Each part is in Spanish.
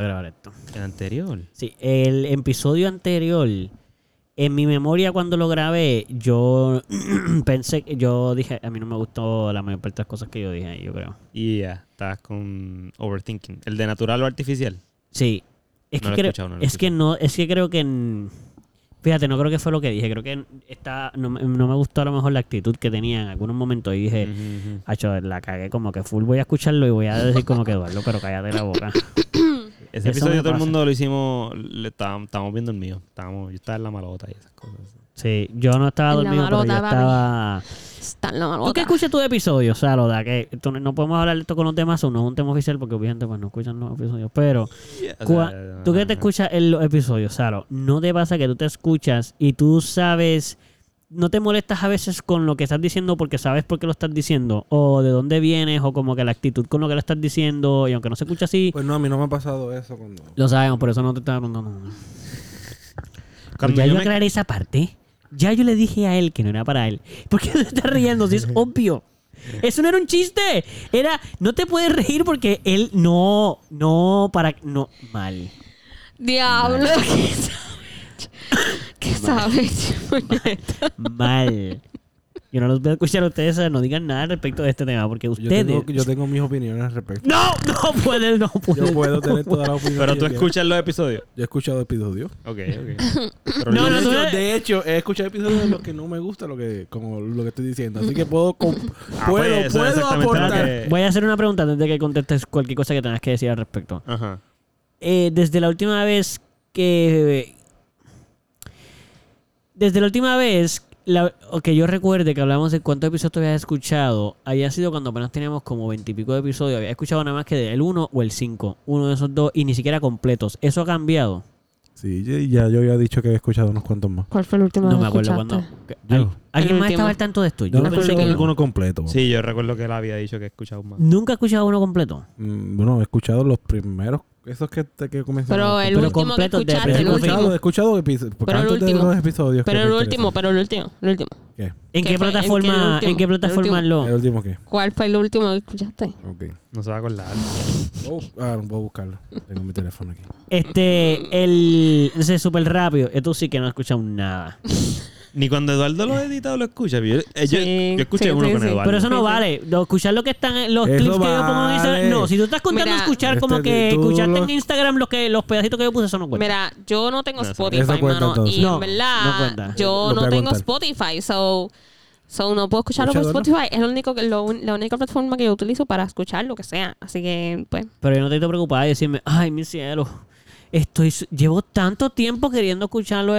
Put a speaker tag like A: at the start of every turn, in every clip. A: a grabar esto.
B: El anterior.
A: Sí, el episodio anterior, en mi memoria cuando lo grabé, yo pensé, yo dije, a mí no me gustó la mayor parte de las cosas que yo dije, ahí, yo creo.
B: Y ya, estás con overthinking. ¿El de natural o artificial?
A: Sí. Es
B: No lo
A: que
B: he
A: creo,
B: escuchado, no lo he
A: es que no, es que creo que en- fíjate, no creo que fue lo que dije, creo que está, no, me- no me gustó a lo mejor la actitud que tenía en algunos momentos y dije,
B: Ujú, ujú.
A: Hacho, la cagué como que full. Voy a escucharlo y voy a decir como que Eduardo, pero cállate la boca. eso
B: Ese episodio
A: me
B: todo el
A: pasa.
B: mundo lo hicimos, le estábamos, estábamos viendo el mío. Estábamos, yo estaba en la malota y esas cosas.
A: Sí, yo no estaba
C: En la
A: dormido, pero yo
C: malota, papi.
A: estaba.
C: Está en la
A: ¿Tú qué
C: malota.
A: escuchas tu episodio, Saroda? Que tú no- no podemos hablar de esto con los temas, no es un tema oficial porque obviamente pues, no escuchan los episodios. Pero
B: O
A: cua-
B: sea,
A: tú que te escuchas en los episodios, Saro, ¿no te pasa que tú te escuchas y tú sabes, no te molestas a veces con lo que estás diciendo porque sabes por qué lo estás diciendo? O de dónde vienes, o como que la actitud con lo que lo estás diciendo, y aunque no se escucha así,
D: Pues no, a mí no me ha pasado eso cuando...
A: lo sabemos, por eso no te estaba preguntando.
B: Cuando
A: ya
B: yo
A: yo
B: me-
A: aclaré esa parte. Ya yo le dije a él que no era para él. ¿Por qué te estás riendo? Si es obvio. Eso no era un chiste. Era, no te puedes reír porque él no, no, para, no, mal.
C: Diablo, ¿qué sabes? ¿Qué sabes?
A: Mal. Yo no los voy a escuchar a ustedes, no digan nada respecto de este tema porque
D: Yo
A: ustedes...
D: tengo, yo tengo mis opiniones al respecto.
A: No, no pueden, no pueden.
D: Yo puedo tener todas las opiniones.
B: Pero
D: que
B: tú
D: yo quiera.
B: escuchas los episodios.
D: Yo he escuchado episodios.
B: Ok, ok. Pero
A: No,
B: yo-
A: no,
D: de,
A: tú
D: hecho,
A: eres-
D: de hecho, he escuchado episodios de los que no me gusta lo que, como lo que estoy diciendo. Así que puedo, com-
B: Ah, pues,
D: puedo,
B: eso es
D: puedo
B: exactamente lo
D: aportar.
B: que-
A: Voy a hacer una pregunta antes de que contestes cualquier cosa que tengas que decir al respecto.
B: Ajá.
A: eh, desde la última vez que. Desde la última vez la- o que yo recuerde que hablamos de cuántos episodios tú habías escuchado, había sido cuando apenas teníamos como veintipico de episodios. Había escuchado nada más que del 1 o el 5. Uno de esos dos y ni siquiera completos. Eso ha cambiado.
D: Sí, ya- ya yo había dicho que había escuchado unos cuantos más.
C: ¿Cuál fue el último
A: no me acuerdo cuándo. ¿Al-
C: El
A: ¿Alguien más
C: último.
A: estaba al tanto de esto?
D: Yo
A: Yo
D: no
A: pensé
D: escuchado
A: que no.
D: alguno completo.
B: Sí, yo recuerdo que él había dicho que he escuchado más.
A: Nunca he escuchado uno completo.
D: Mm, bueno, he escuchado los primeros, esos que, te- que comenzaron.
C: Pero el
A: Pero
C: último que
A: completo de
D: He
C: escuchaste, el
A: principio a fin.
D: escuchado,
C: último.
D: he escuchado episo-
C: Pero el
D: cantos de
C: último.
D: los episodios. que
C: Pero el
D: me
C: último,
D: interesan.
C: pero el último, el último.
D: ¿Qué?
A: ¿En qué,
C: ¿Qué fue? ¿En qué
A: plataforma,
C: último?
A: en qué
C: ¿El
A: plataforma
C: último?
A: lo?
D: ¿El último qué?
C: ¿Cuál fue el último que escuchaste?
D: Ok.
B: No se va a acordar.
D: Oh, ah, voy a buscarlo. Tengo mi teléfono aquí.
A: Este, el. Ese es súper rápido. Esto sí que no he escuchado nada.
B: Ni cuando Eduardo lo ha editado lo escucha. Yo, eh, yo-
C: Sí,
B: yo escuché
C: sí,
B: uno
C: sí,
B: con
C: sí.
B: Eduardo.
A: Pero eso no
C: Sí, sí.
A: vale. No, escuchar lo que están eh, los
D: Eso
A: clips que yo pongo en Instagram.
D: vale.
A: No, si tú estás contando
C: Mira.
A: escuchar como
D: Este,
A: que
D: tú
A: escuchaste
D: lo-
A: en Instagram los que los pedacitos que yo puse, eso no cuenta.
C: Mira, yo no
B: No,
C: tengo
B: eso-
C: Spotify,
D: eso cuenta
C: mano.
D: entonces.
C: Y
A: No,
C: en verdad,
A: no cuenta.
C: yo
D: Lo voy
C: no
D: a
C: tengo
D: contar.
C: Spotify, so, so no puedo escucharlo por
D: Escuchador,
C: Spotify. Es lo único, que- lo un- la única plataforma que yo utilizo para escuchar lo que sea. Así que, pues,
A: Pero yo no te preocupada de decirme, ay, mi cielo. Estoy, su- llevo tanto tiempo queriendo escuchar los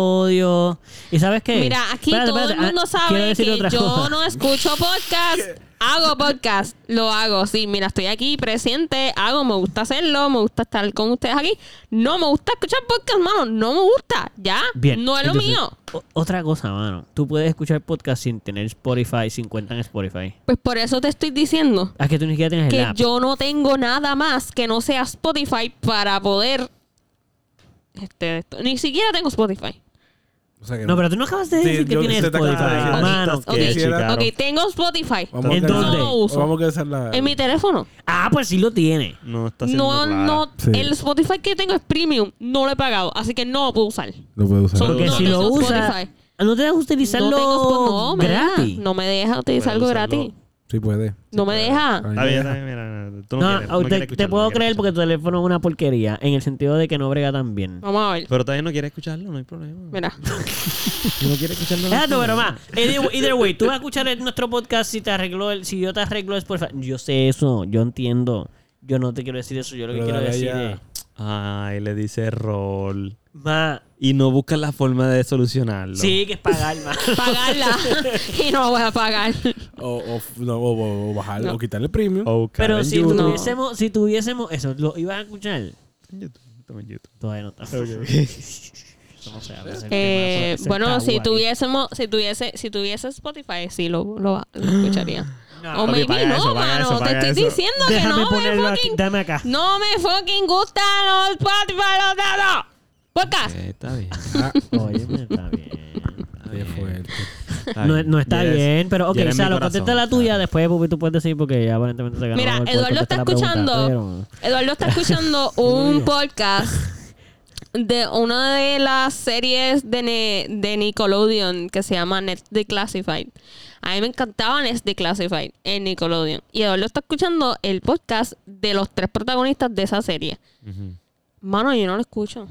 A: episodios. ¿Y sabes qué?
C: Mira, aquí
A: Espérate,
C: todo el
A: espérate.
C: mundo
A: Ah, quiero
C: sabe
A: decir
C: que
A: otra
C: yo
A: cosa.
C: no escucho podcast. hago podcast, lo hago. Sí, mira, estoy aquí presente, hago, me gusta hacerlo, me gusta estar con ustedes aquí. No me gusta escuchar podcast, mano, no me gusta, ya.
A: Bien.
C: no es lo
A: entonces,
C: mío.
A: o- otra cosa, mano. Tú puedes escuchar podcast sin tener Spotify, sin cuenta en Spotify.
C: Pues por eso te estoy diciendo
A: Ah, que tú ni siquiera tienes el
C: que
A: app.
C: yo no tengo nada más que no sea Spotify para poder este, esto. ni siquiera tengo Spotify.
D: O sea que
A: No, pero tú no acabas de
D: Sí,
A: decir que
D: yo-
A: tienes
D: se te acaba de
A: Spotify.
D: decir.
A: Mano,
C: Ok,
B: que
C: ok,
B: checaron.
C: ok, tengo Spotify
A: ¿En
D: Vamos a alcanzar-
A: dónde?
C: No lo uso.
D: Vamos a hacer la...
C: en mi teléfono.
A: Ah, pues sí lo tiene.
B: No está siendo
C: No,
B: clara.
C: no,
D: Sí.
C: el Spotify que tengo es premium, no lo he pagado, así que no lo puedo usar.
D: Lo puedo usar.
B: Son-
A: Porque
B: No
A: si
B: tengo
A: lo usas,
C: Spotify.
A: no te dejas utilizarlo
C: no tengo Spo- no, me deja,
A: gratis.
C: no me deja utilizar algo
B: Puedes usarlo.
C: gratis.
D: Sí puede.
C: No me deja.
D: Ay,
B: Está bien,
D: no.
B: está bien, mira, no, tú no
A: No,
B: quieres- no
A: ah,
B: quieres
A: te, te
B: escucharlo,
A: puedo
B: no quieres
A: creer porque tu
B: escucharlo.
A: teléfono es una porquería, en el sentido de que no brega tan bien.
C: Vamos a ver.
B: Pero también no quieres escucharlo, no hay problema.
C: Mira.
B: Tú no quieres escucharlo. no hay
A: Exacto, Ah, pero
B: problema.
A: más. Either, either way, tú vas a escuchar el- nuestro podcast si te arregló el, si yo te arreglo Spotify. Yo sé eso, yo entiendo. Yo no te quiero decir eso, yo lo que
D: Pero
A: quiero
D: dale
A: decir
D: ya.
A: es.
B: Ay, le dice rol.
A: Ma,
B: Y no busca la forma de solucionarlo.
A: sí, que es pagar, ma.
C: Pagarla. y no voy a pagar.
D: O, o, f- no, o- o- o bajarlo, o quitarle el premium.
C: Oh.
B: O buscar
A: Pero
B: en
A: si
B: YouTube.
C: No.
A: tuviésemos, si tuviésemos eso, ¿lo ibas a escuchar?
B: En YouTube, toma en YouTube.
A: Todavía no está. No sé, a veces el tema,
C: Eh,
A: eso- eso
C: bueno,
A: está
C: si
A: guay.
C: tuviésemos, si tuviese, si tuviese Spotify, sí lo, lo, lo escucharía.
A: No.
C: o
B: Ok,
C: maybe
B: paga
C: no,
B: eso, paga
C: mano.
B: eso,
C: te
B: paga
C: estoy
B: eso.
C: diciendo
A: Déjame
C: que no me
A: ponerlo aquí,
C: fucking.
A: dame acá.
C: No me fucking gustan los Spotify, los dados. Podcast.
B: Eh, está bien.
D: Ah,
A: Oye, está bien.
D: qué fuerte.
A: No, no está
B: Yes.
A: bien, pero ok,
B: Yes en mi
A: Salo,
B: corazón,
A: contesta la
B: claro.
A: tuya, después Pupi tú puedes decir porque ya aparentemente se ganó.
C: Mira,
A: el poder
C: Eduardo está
A: contestar la pregunta,
C: escuchando. Eduardo está escuchando un podcast de una de las series de, Ne- de Nickelodeon que se llama Net Declassified. A mí me encantaba Net Declassified en Nickelodeon. Y Eduardo está escuchando el podcast de los tres protagonistas de esa serie.
B: Ujú.
C: Mano, yo no lo escucho.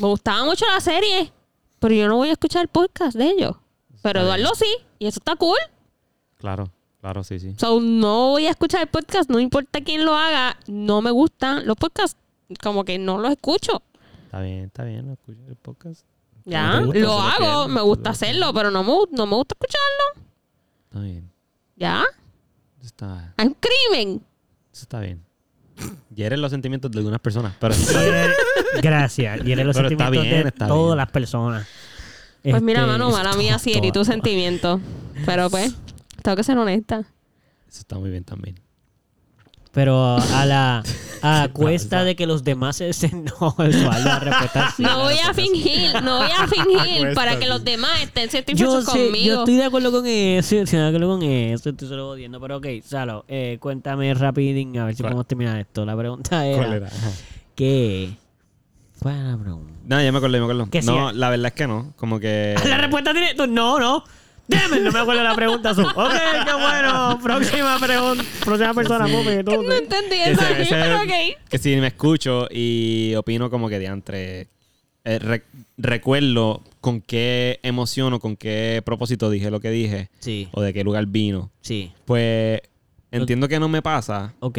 C: Me gustaba mucho la serie, pero yo no voy a escuchar el podcast de ellos. Pero Eduardo sí, y eso está cool.
B: Claro, claro, sí, sí.
C: So, no voy a escuchar el podcast, no importa quién lo haga, no me gustan los podcasts, como que no los escucho.
B: Está bien, está bien, lo escucho el podcast.
C: Ya,
B: te gusta,
C: lo
B: se lo
C: hago,
B: pierdes,
C: me
B: se
C: gusta
B: lo
C: hacerlo, pero no me, gu- no me gusta escucharlo.
B: Está bien.
C: Ya,
B: Está,
C: hay un crimen.
B: eso está bien. Hieren los sentimientos de algunas personas, pero está bien.
A: pero- Gracias. Y eres los
B: Pero está
A: sentimientos
B: bien,
A: de
B: está
A: todas
B: bien.
A: las personas.
C: Pues mira,
A: Este,
C: mano, mala mía,
A: todas,
C: si y tus
A: todas.
C: sentimientos. Pero pues, tengo que ser honesta.
B: Eso está muy bien también.
A: Pero a la a cuesta de que los demás se se- no, Eduardo, a respetar. sí, a
C: No voy a
A: respetar, sí.
C: fingir, no voy a fingir
B: Acuéstate.
C: para que los demás estén
A: Yo,
C: satisfechos
A: sé- yo
C: conmigo.
A: estoy de acuerdo con eso, yo estoy de acuerdo con eso, estoy solo jodiendo. Pero ok, Salo, eh, cuéntame rapidín a ver si
B: ¿Cuál?
A: podemos terminar esto. La pregunta era,
B: ¿Cuál era? Ajá.
A: ¿qué? ¿Cuál era la pregunta?
B: No, ya me acordé, me acordé.
A: Que sí.
B: No, la verdad es que no. Como que.
A: La respuesta tiene... tú- No, no. Dame, no me acuerdo la pregunta. Su. Ok, qué bueno. Próxima pregunta. Próxima persona, Pupi, tú.
C: No entendí
B: que,
C: eso,
B: se-
C: aquí,
B: ese-
C: pero ok.
B: que si me escucho y opino como que diantre. eh, re- recuerdo con qué emoción o con qué propósito dije lo que dije
A: Sí,
B: o de qué lugar vino.
A: sí.
B: Pues entiendo que no me pasa.
A: Ok,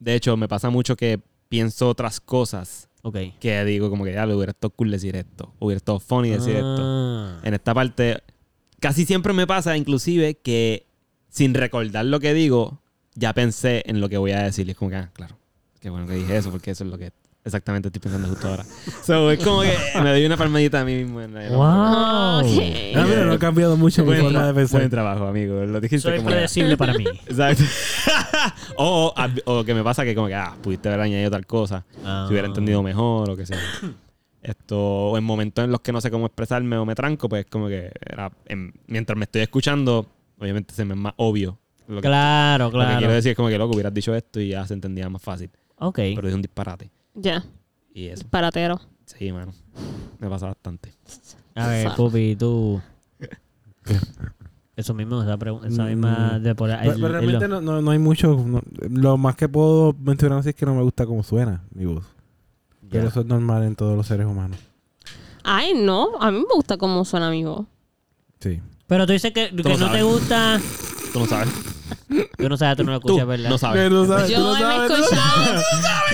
B: De hecho, me pasa mucho que pienso otras cosas
A: ok.
B: que digo como que ya, hubiera estado cool decir esto. Hubiera estado funny decir esto.
A: Ah.
B: En esta parte, casi siempre me pasa, inclusive, que sin recordar lo que digo, ya pensé en lo que voy a decir. Y es como que, ah, claro, qué bueno que dije eso, porque eso es lo que exactamente estoy pensando justo ahora. So, es como que me doy una palmadita a mí mismo. en la-
A: Wow.
C: Ok.
D: Ah, mira, no ha cambiado mucho mi
B: Buen,
D: forma de
B: buen
D: pensar.
B: trabajo, amigo. Lo dijiste
A: Soy
B: como que-
A: predecible para mí.
B: Exacto. o, o que me pasa que como que, ah, pudiste haber añadido tal cosa.
A: Ah.
B: Si hubiera entendido mejor o que sea. Esto, o en momentos en los que no sé cómo expresarme o me tranco, pues como que era, en- mientras me estoy escuchando, obviamente se me es más obvio. Lo que,
A: Claro,
B: lo que quiero
A: claro.
B: decir es como que, loco, hubieras dicho esto y ya se entendía más fácil.
A: Ok.
B: Pero es un disparate.
C: Ya,
B: Y eso,
C: paratero.
B: sí, mano. Me pasa bastante.
A: A ver,
C: Fuck.
A: Pupi, tú. Eso mismo, esa, pregunta, esa misma.
D: Mm.
A: De por,
D: Pero,
A: el-
D: pero
A: el-
D: realmente
A: lo-
D: no, no, no hay mucho. no- lo más que puedo mencionar así es que no me gusta cómo suena mi voz. Pero eso es normal en todos los seres humanos.
C: Ay, no, a mí me gusta cómo suena mi voz.
D: Sí.
A: Pero tú dices que, que
B: lo
A: no te
B: sabes.
A: gusta.
B: Tú no sabes.
A: Yo no sabía, tú no lo
B: Tú
A: escuchas, ¿verdad?
B: no sabes.
D: Pero, ¿sabes?
C: Yo
D: Tú lo
C: me he
D: sabes, tú lo
C: escuchado.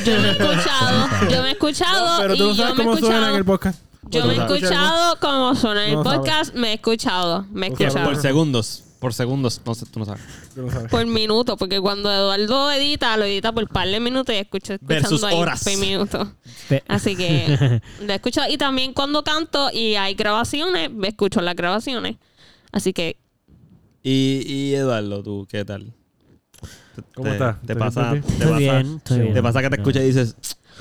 C: Yo me he escuchado. Yo me he escuchado.
D: Pero
C: y
D: tú no
C: yo
D: sabes
C: me he
D: cómo suena en
C: escuchado.
D: el podcast.
C: Yo
B: Tú
C: me he
B: no sabes.
C: escuchado cómo suena en el
D: No sabes.
C: podcast. Me he escuchado. Me he
D: No
B: Que
D: sabes.
C: escuchado.
B: por segundos. Por segundos. No sé, tú no sabes.
D: Tú lo sabes.
C: Por minuto, porque cuando Eduardo edita, lo edita por par de minutos y escucho escuchando
B: Versus
C: ahí
B: horas.
C: por minuto.
A: Pe-
C: Así que lo he escuchado. Y también cuando canto y hay grabaciones, me escucho las grabaciones. Así que
B: Y, y Eduardo, tú, ¿qué tal?
D: ¿Cómo
B: te,
D: estás?
B: Te
D: ¿Estás
B: pasa, te
D: bien,
A: Estoy
B: pasa,
A: bien, estoy bien.
B: te pasa que te
A: No.
B: escuchas y dices,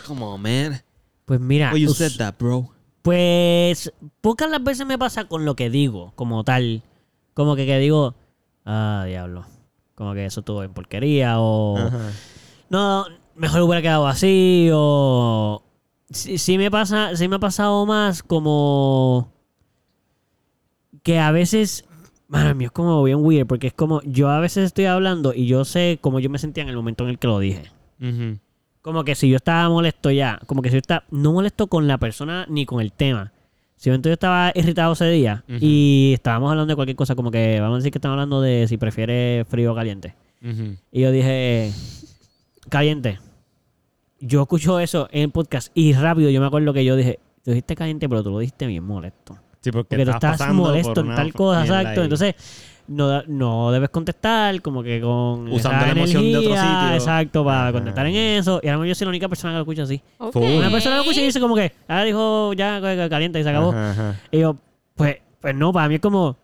B: come on, man.
A: Pues mira,
B: Why you
A: us-
B: said that, bro?
A: pues pocas las veces me pasa con lo que digo, como tal. Como que, que digo, ah, diablo. Como que eso estuvo en porquería o... no, mejor hubiera quedado así o... Sí, sí me pasa, sí me ha pasado más como... Que a veces... Madre mía, es como bien weird porque es como... Yo a veces estoy hablando y yo sé cómo yo me sentía en el momento en el que lo dije.
B: Ujú.
A: Como que si yo estaba molesto ya, como que si yo estaba... No molesto con la persona ni con el tema. Si yo entonces estaba irritado ese día
B: Ujú.
A: y estábamos hablando de cualquier cosa, como que vamos a decir que estamos hablando de si prefiere frío o caliente.
B: Ujú.
A: Y yo dije, caliente. Yo escucho eso en el podcast y rápido yo me acuerdo que yo dije, tú dijiste caliente, pero tú lo dijiste bien molesto.
B: Sí, porque,
A: Porque tú
B: estás
A: estás
B: pasando
A: molesto
B: por
A: en
B: una
A: tal cosa,
B: mierda
A: exacto.
B: ahí.
A: Entonces, no, da- no debes contestar como que con...
B: Usando
A: esa
B: la emoción de otro sitio.
A: Exacto, para
B: Ajá.
A: contestar en eso. Y ahora yo soy la única persona que lo escucha así.
C: ok.
B: Full.
A: Una persona lo escucha y dice como que, ah, dijo ya caliente y se acabó.
B: Ajá, ajá.
A: Y yo, pues, pues no, para mí es como...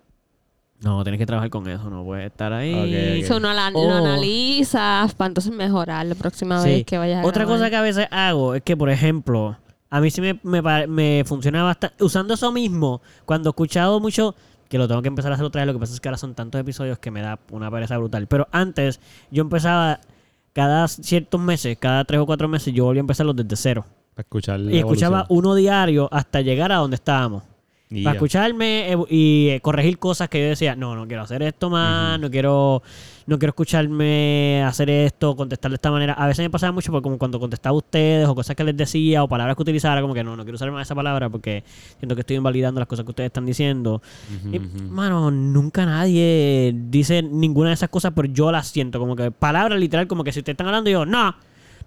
A: No, tienes que trabajar con eso, no puedes estar ahí.
B: Ok, ok.
C: Eso no la-
A: Oh.
C: lo analizas para entonces mejorar la próxima
A: Sí.
C: vez que vayas a
A: Otra
C: grabar.
A: cosa que a veces hago es que, por ejemplo, a mí sí me, me, pa- me funciona bastante. Usando eso mismo, cuando he escuchado mucho que lo tengo que empezar a hacer otra vez. Lo que pasa es que ahora son tantos episodios que me da una pereza brutal. Pero antes, yo empezaba cada ciertos meses, cada tres o cuatro meses, yo volvía a empezarlos desde cero.
B: Para escuchar la
A: Y escuchaba
B: evolución.
A: uno diario hasta llegar a donde estábamos.
B: Y
A: Para
B: ya.
A: escucharme eh, y eh, corregir cosas que yo decía, no, no quiero hacer esto más, no quiero no quiero escucharme hacer esto, contestar de esta manera. A veces me pasaba mucho porque como cuando contestaba a ustedes o cosas que les decía o palabras que utilizara, como que no, no quiero usar más esa palabra porque siento que estoy invalidando las cosas que ustedes están diciendo. Y, mano, nunca nadie dice ninguna de esas cosas, pero yo las siento como que palabras literal, como que si ustedes están hablando, yo, no,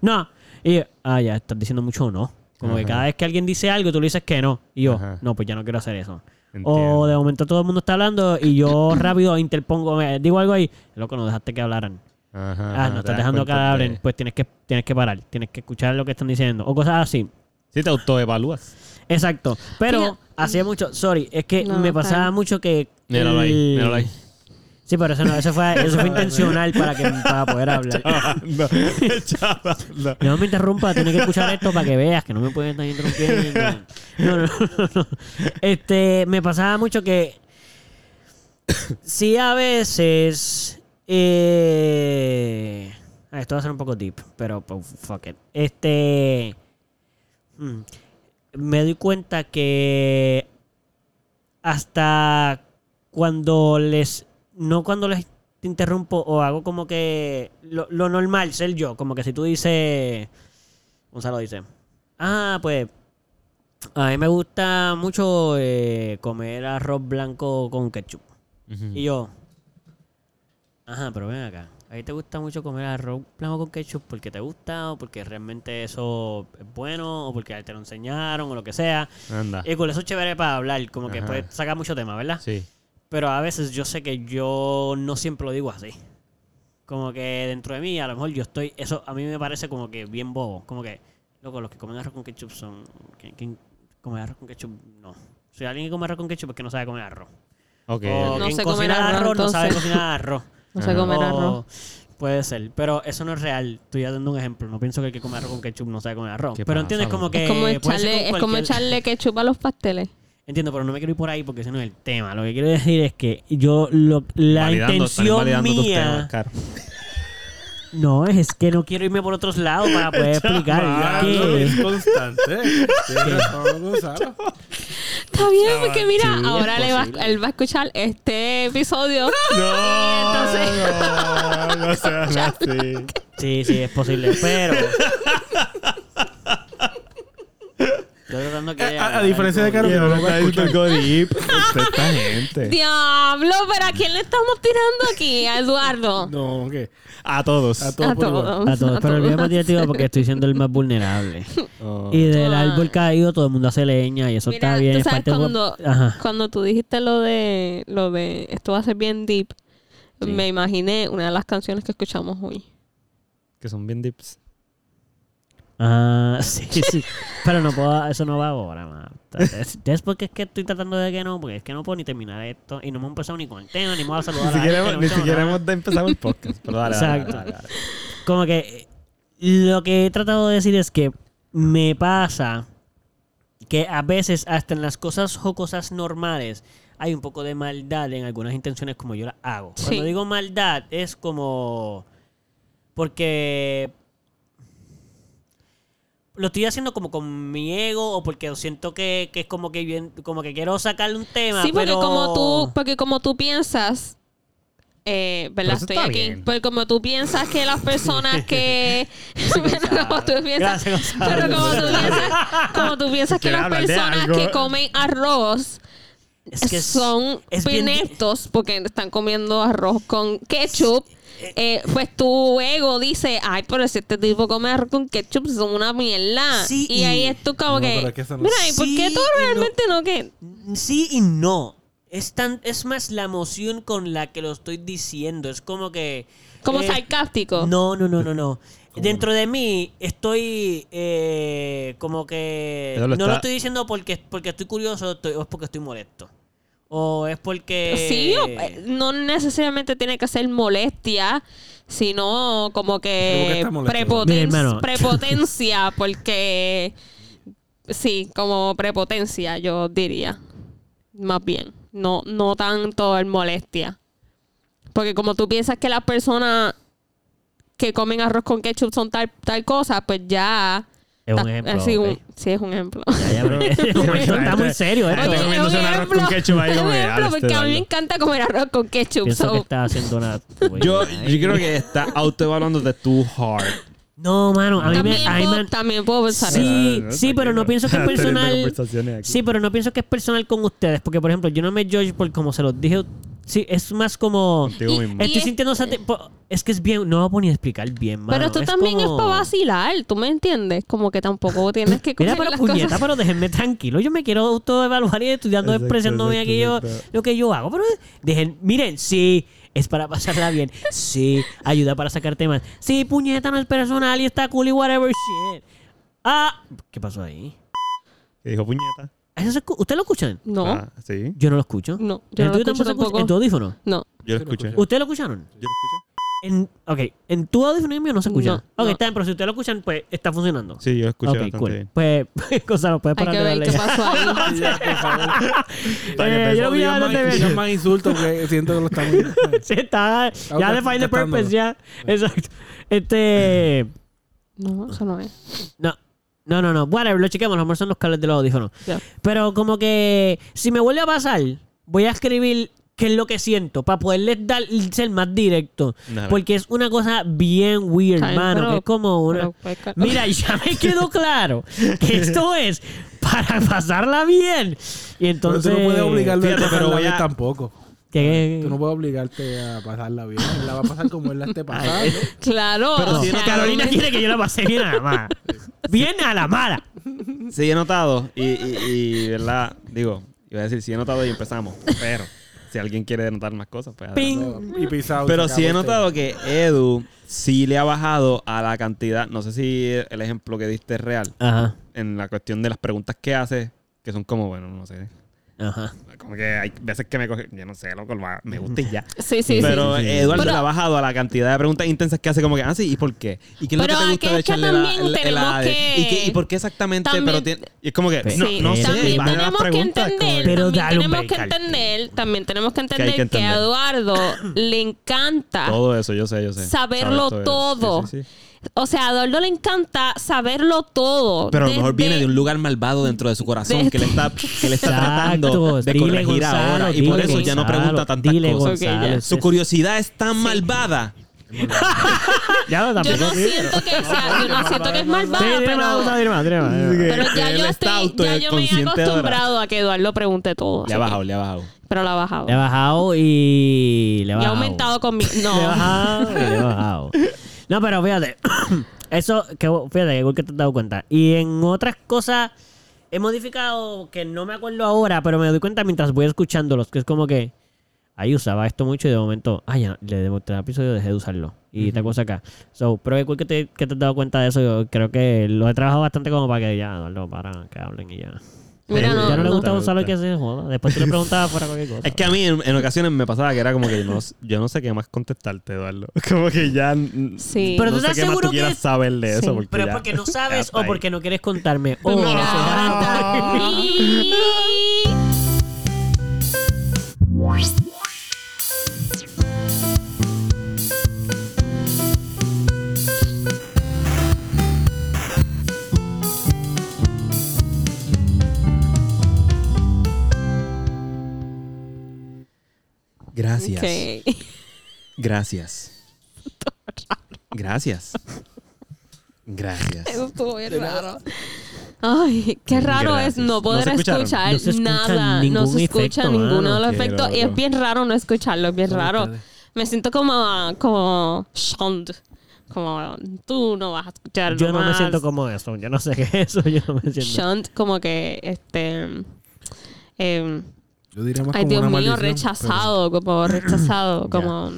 A: no. Y yo, ah, ya, estás diciendo mucho no. Como que
B: Ajá.
A: cada vez que alguien dice algo, tú le dices que no. Y yo,
B: Ajá.
A: no, pues ya no quiero hacer eso.
B: Entiendo.
A: O de momento todo el mundo está hablando y yo rápido interpongo, eh, digo algo ahí, loco, no dejaste que hablaran.
B: Ajá,
A: Ah, no
B: te
A: estás
B: das
A: dejando que
B: cuenta de-
A: hablen, pues tienes que, tienes que parar, tienes que escuchar lo que están diciendo. O cosas así.
B: Sí, te autoevalúas.
A: Exacto. Pero
C: Fija-
A: hacía mucho, sorry, es que
C: No,
A: me
C: está
A: pasaba
C: bien.
A: mucho que.
B: Míralo ahí,
A: el-
B: míralo ahí.
A: Sí, pero eso no, eso fue, eso fue intencional para que para poder hablar.
B: Ah, No, chaval, no.
A: No me interrumpa, tienes que escuchar esto para que veas que no me pueden estar interrumpiendo. No, no, no, no. Este, me pasaba mucho que sí a veces eh, ah, esto va a ser un poco deep, pero pues, fuck it. Este mm, me doy cuenta que hasta cuando les no cuando les interrumpo o hago como que lo, lo normal ser yo, como que si tú dices Gonzalo dice, "Ah, pues a mí me gusta mucho eh, comer arroz blanco con ketchup."
B: Mm.
A: Y yo, ajá, pero ven acá. ¿A ti te gusta mucho comer arroz blanco con ketchup porque te gusta o porque realmente eso es bueno o porque te lo enseñaron o lo que sea?
B: Anda.
A: Y con Eh, eso es chévere para hablar, como que
B: Ajá.
A: puede sacar mucho tema, ¿verdad?
B: Sí.
A: Pero a veces yo sé que yo no siempre lo digo así. Como que dentro de mí, a lo mejor yo estoy. Eso a mí me parece como que bien bobo. Como que, loco, los que comen arroz con ketchup son. ¿Quién, quién come arroz con ketchup? No. Si alguien que come arroz con ketchup es que no sabe comer arroz.
B: Ok.
A: O
B: ok.
C: No
A: quien
C: sé comer
A: cocina arroz,
C: arroz,
A: no
C: entonces.
A: sabe cocinar arroz.
C: No sé
B: Ah.
C: comer
A: O-
C: arroz.
A: Puede ser, pero eso no es real. Estoy dando un ejemplo. No pienso que el que come arroz con ketchup no sabe comer arroz.
B: ¿Qué
A: Pero
B: pasa,
A: entiendes como
B: loco?
A: que.
C: es como
A: Eh, puede ser con
C: echarle, es como
A: cualquier-
C: echarle ketchup a los pasteles.
A: Entiendo, pero no me quiero ir por ahí porque ese no es el tema. Lo que quiero decir es que yo lo, la
B: Validando, están
A: intención
B: validando tus temas,
A: mía
B: Caro.
A: no es que no quiero irme por otros lados para poder explicar que
D: Ah, es constante. Tienes razón, Gonzalo.
C: Está bien, porque mira,
A: sí,
C: ahora
A: es
C: le va,
A: posible.
C: él va a escuchar este episodio.
B: No, no, no seas así.
A: sí, sí, es posible, pero Estoy tratando que
D: Eh, a- a diferencia de Caro-
B: Pero no
D: lo va
B: está
D: a escuchar.
B: Virgo Deep. Esta gente.
C: Diablo, pero ¿a quién le estamos tirando aquí? ¿A Eduardo?
D: No, ¿qué?
B: A todos.
D: A todos
C: a
D: por igual.
C: todos.
A: a todos,
C: a
A: pero el video es más
C: todos.
A: divertido porque estoy siendo el más vulnerable.
B: Oh.
A: Y del
C: Ah.
A: árbol caído todo el mundo hace leña y eso
C: Mira,
A: está bien.
C: tú
A: es
C: sabes
A: parte de-
C: cuando,
A: Ajá.
C: cuando tú dijiste lo de, lo de esto va a ser bien deep,
A: Sí.
C: me imaginé una de las canciones que escuchamos hoy.
B: Que son bien dips.
A: Ah, sí, sí. Pero no puedo, eso no va ahora, Marta. Es, es porque es que estoy tratando de que no, porque es que no puedo ni terminar esto y no hemos empezado ni con el tema, ni me voy a saludar. a
B: Ni
A: la
B: siquiera,
A: gente,
B: hemos-
A: no hemos
B: ni
A: hecho
B: siquiera
A: nada.
B: hemos empezado el podcast. Pero dale, dale, dale,
A: Exacto.
B: dale, dale.
A: Como que eh, lo que he tratado de decir es que me pasa que a veces hasta en las cosas o cosas normales hay un poco de maldad en algunas intenciones como yo las hago.
C: Sí.
A: Cuando digo maldad es como porque lo estoy haciendo como con mi ego o porque siento que, que es como que bien, como que quiero sacarle un tema.
C: Sí, porque
A: pero-
C: como tú, porque como tú piensas, eh, ¿verdad?
B: Pero eso
C: Estoy
B: está
C: aquí.
B: bien.
C: Porque como tú piensas que las personas que Bueno, como tú piensas,
A: Gracias, Gonzalo.
C: pero como tú piensas, como tú piensas que
B: Quiere
C: las
B: hablar de
C: personas
B: algo.
C: que comen arroz
A: Es que es-
C: son
A: es bien di-
C: ineptos porque están comiendo arroz con ketchup. eh, pues tu ego dice, ay, pero si este tipo come arroz con ketchup, son una mierda.
A: Sí,
C: y ahí
A: y-
C: es tú como
D: No,
C: que,
D: pero es que eso no-
C: mira, ¿y por
A: Sí,
C: qué tú
A: y no-
C: realmente no que
A: Sí y no. Es, tan, es más la emoción con la que lo estoy diciendo. Es como que...
C: Como
A: eh,
C: sarcástico.
A: No, no, no, no, no. Dentro de mí estoy eh, como que...
B: Eso lo
A: no lo
B: está-
A: estoy diciendo porque, porque estoy curioso estoy- o es porque estoy molesto. O es porque...
C: Sí, o- eh, no necesariamente tiene que ser molestia, sino como
D: Como que
C: que
D: está molesto.
C: prepoten-
A: Mira, hermano.
C: prepotencia, porque sí, como prepotencia, yo diría, más bien. No, no tanto en molestia. Porque como tú piensas que las personas que comen arroz con ketchup son tal, tal cosa, pues ya...
A: Es un
C: ta-
A: ejemplo.
C: Sí, un-
A: ok.
C: sí, es un ejemplo.
A: Ya, ya, pero- está muy serio, ¿eh?
B: Oye, Estoy comiendo
C: es un
B: un arroz con ketchup ahí
C: es un
B: como que, ah,
C: ejemplo
B: este
C: porque a mí
B: dardo.
C: me encanta comer arroz con ketchup.
A: Pienso que
C: so-
A: está haciendo una...
B: Yo, yo creo que está autoevaluándote too hard.
A: No, mano, a mí me...
C: también,
A: A mí
C: puedo,
A: me-
C: también puedo pensar eso.
A: pues, Sí, sí, pero no pienso que es
B: Teniendo
A: personal...
B: conversaciones aquí.
A: Sí, pero no pienso que es personal con ustedes. Porque, por ejemplo, yo no me judge por como se los dije. Sí, es más como...
B: Contigo mismo.
C: Y
A: Estoy
C: es-
A: sintiendo... sati- po- Es que es bien... No voy ni explicar bien, mano.
C: Pero esto también
A: como-
C: es para vacilar, ¿tú me entiendes? Como que tampoco tienes que
A: Mira,
C: coger
A: pero
C: las
A: puñeta,
C: cosas.
A: pero déjenme tranquilo. Yo me quiero autoevaluar y estudiando,
B: Exacto,
A: expresándome
B: exacto,
A: aquí yo
B: exacto.
A: lo que yo hago. Pero dejen, miren, sí, es para pasarla bien. Sí, ayuda para sacar temas. Sí, puñeta, no es personal y está cool y whatever shit. Ah, ¿qué pasó ahí?
B: Que dijo puñeta.
A: ¿Eso se escu- ¿Ustedes lo escuchan?
C: No,
B: Ah, sí.
A: Yo no lo escucho.
C: no, yo no lo
A: ¿Tú
C: escucho
A: se escucha?
C: tampoco.
A: ¿En tu audífono?
C: No,
B: Yo lo escuché.
A: ¿Ustedes lo escucharon?
B: Yo lo
A: En, ok, en tu audífono y en el mío no se escucha.
C: No,
A: ok,
C: no.
A: está bien, pero si ustedes lo escuchan, pues está funcionando.
B: escuché. Sí, yo lo escuché
A: ok,
B: bastante
A: cool.
B: bien.
A: Pues, Gonzalo, puedes
C: hay
A: parar de
C: que ver
A: darle
C: qué
A: ya.
C: pasó ahí.
B: Para que
A: Eh,
B: empezó.
A: yo voy a
D: Digan
A: hablar de
D: más,
A: ver-
D: digan más insultos porque siento que lo estamos...
A: Sí, está. ya
D: ok,
A: define the
D: captándolo.
A: purpose, ya. Exacto. Este.
C: No, eso no es.
A: No. No, no, no. Whatever, lo chequemos. A lo mejor son los cables de los audífonos.
C: Ya.
A: Pero como que. Si me vuelve a pasar, voy a escribir qué es lo que siento para poderles dar, ser más directo.
B: Dale.
A: Porque es una cosa bien weird,
C: Está bien,
A: mano.
C: pero-
A: que es como una.
C: pero, pues, ca-
A: Mira, ya me quedó claro que esto es para pasarla bien. Y
D: Pero
A: entonces.
D: tú no puedes obligarlo
B: Fíjate,
D: a
B: pero
D: pasarla
B: voy
D: bien
B: a-
D: tampoco.
A: que-
D: Tú no puedes obligarte a pasarla bien. Él La va a pasar como él la esté pasando.
C: Claro.
B: Pero
C: o
B: si no,
C: sea,
A: Carolina
C: no me-
A: quiere que yo la pase bien a la mala. Bien a la mala.
B: Sí, he notado. Y, y, y, ¿verdad? Digo, iba a decir, sí he notado y empezamos. Pero, si alguien quiere notar más cosas, pues. adelante.
A: Ping.
D: No, y pisado.
B: Pero
D: se
B: sí he
D: acabó este.
B: notado que Edu sí le ha bajado a la cantidad. No sé si el ejemplo que diste es real.
A: Ajá,
B: En la cuestión de las preguntas que hace, que son como, bueno, no sé.
A: ajá.
B: Como que hay veces que me coge. Yo no sé, loco, lo ha- me gusta y ya.
C: Sí, sí, sí.
B: pero eh,
A: sí, sí.
B: Eduardo
C: Pero-
B: le ha bajado a la cantidad de preguntas intensas que hace como que, ah, sí, ¿y por qué? ¿Y qué es lo que
C: Pero
B: te
C: aquí
B: gusta
C: es
B: de
C: que
B: echarle la,
C: también
B: el- el
C: tenemos
B: ade? ¿Y, qué-
C: que-
B: ¿Y por qué exactamente? pero
C: También-
B: tiene- y es como que, no,
A: Sí,
B: no
A: también
B: sé, baja
C: también
B: las
C: tenemos que
B: preguntas, como
C: entender,
A: Pero
C: también
A: dale un
C: tenemos que
A: break al
C: entender, también tenemos que
B: hay
C: entender
B: que
C: que, a
B: entender.
C: Eduardo le encanta
B: Todo eso, yo sé, yo sé.
C: Saberlo
B: Saber
C: todo.
B: Sí, sí, sí.
C: O sea, a Eduardo le encanta saberlo todo.
B: Pero a lo
C: Desde-
B: mejor viene de un lugar malvado dentro de su corazón
C: Desde-
B: que le está, que le está
A: Exacto,
B: tratando de
A: dile,
B: corregir
A: Gonzalo,
B: ahora. Y por
A: dile,
B: eso ya no
A: Gonzalo,
B: pregunta tantas
A: dile,
B: cosas.
A: Gonzalo,
C: Ok, ya.
A: es-
B: Su curiosidad es tan malvada.
A: Ya no,
C: Yo
A: tampoco.
C: no siento que o sea, yo no siento que es
A: Sí,
C: malvado,
A: dile más,
C: pero,
A: dile más, dile más, dile más.
C: pero ya
B: Él
C: yo
B: está
C: estoy, ya yo me he
B: autoconsciente ahora.
C: acostumbrado a que Eduardo pregunte todo.
B: Le ha
C: así
B: bajado, le ha bajado.
C: que- Pero la ha bajado.
A: Le ha bajado y le ha
C: Y ha
A: bajado.
C: aumentado conmigo. No.
A: Le ha bajado y le ha bajado. No, pero fíjate. Eso, que fíjate, igual que te has dado cuenta. Y en otras cosas he modificado que no me acuerdo ahora, pero me doy cuenta mientras voy escuchándolos, que es como que. Ahí usaba esto mucho y de momento, ah, ya, le demostré el episodio, dejé de usarlo. Y esta cosa acá. So, pero igual que te, que te has dado cuenta de eso, yo creo que lo he trabajado bastante como para que ya, no, para, que hablen y ya.
C: Mira, no.
A: ya no le
C: no.
A: gusta
B: Me
A: Gonzalo y
B: gusta.
A: que se joda. Después tú le preguntabas fuera cualquier cosa.
B: Es que a mí en, en ocasiones me pasaba que era como que yo no, yo no sé qué más contestarte, Eduardo. Como que ya mm,
C: Sí.
A: Pero
B: no
A: tú
B: sé
A: estás
B: qué más
A: seguro
B: tú
A: que
B: quieras
A: es-
B: saber de eso.
C: Sí.
B: Porque
A: Pero es
B: ya-
A: porque no
B: ya
A: sabes
B: está
A: o
B: ahí.
A: porque no quieres contarme. Oh,
C: Pues
A: o
C: mira, ahora está.
B: Gracias.
C: Ok.
B: Gracias. Gracias. Gracias.
C: Eso estuvo bien raro. Ay, qué raro
B: Gracias.
C: es no poder
B: ¿No se escucharon?
C: escuchar
A: No se escucha
C: nada. No
A: ningún
C: se escucha
A: efecto,
C: ninguno de los
B: mano. Qué
C: efectos. Y
B: loco.
C: es bien raro no escucharlo, es bien raro. Me siento como, como shunned. Como tú no vas a escuchar
A: Yo no me
C: más.
A: siento como eso. Yo no sé qué es eso. Yo no me siento.
C: shunned, como que este. em,
D: Yo diría más
C: ay,
D: como
C: Dios
D: una
C: mío,
D: maldición,
C: rechazado, como rechazado, como.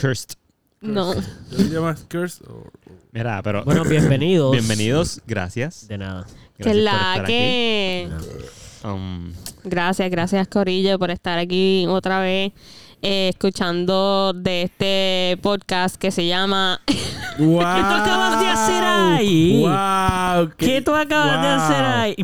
B: Cursed.
C: No.
D: pero- Yo diría más curse. o-
B: Mira, pero.
A: Bueno, bienvenidos.
B: Bienvenidos. Gracias.
A: De nada.
C: Que
B: Gracias por
C: la
B: estar
C: que.
B: aquí. Um,
C: Gracias, gracias Corillo por estar aquí otra vez eh, escuchando de este podcast que se llama...
D: ¡Wow!
A: ¿Qué tú acabas de hacer ahí?
D: ¡Wow!
A: ¿Qué tú acabas de
D: wow,
A: hacer ahí?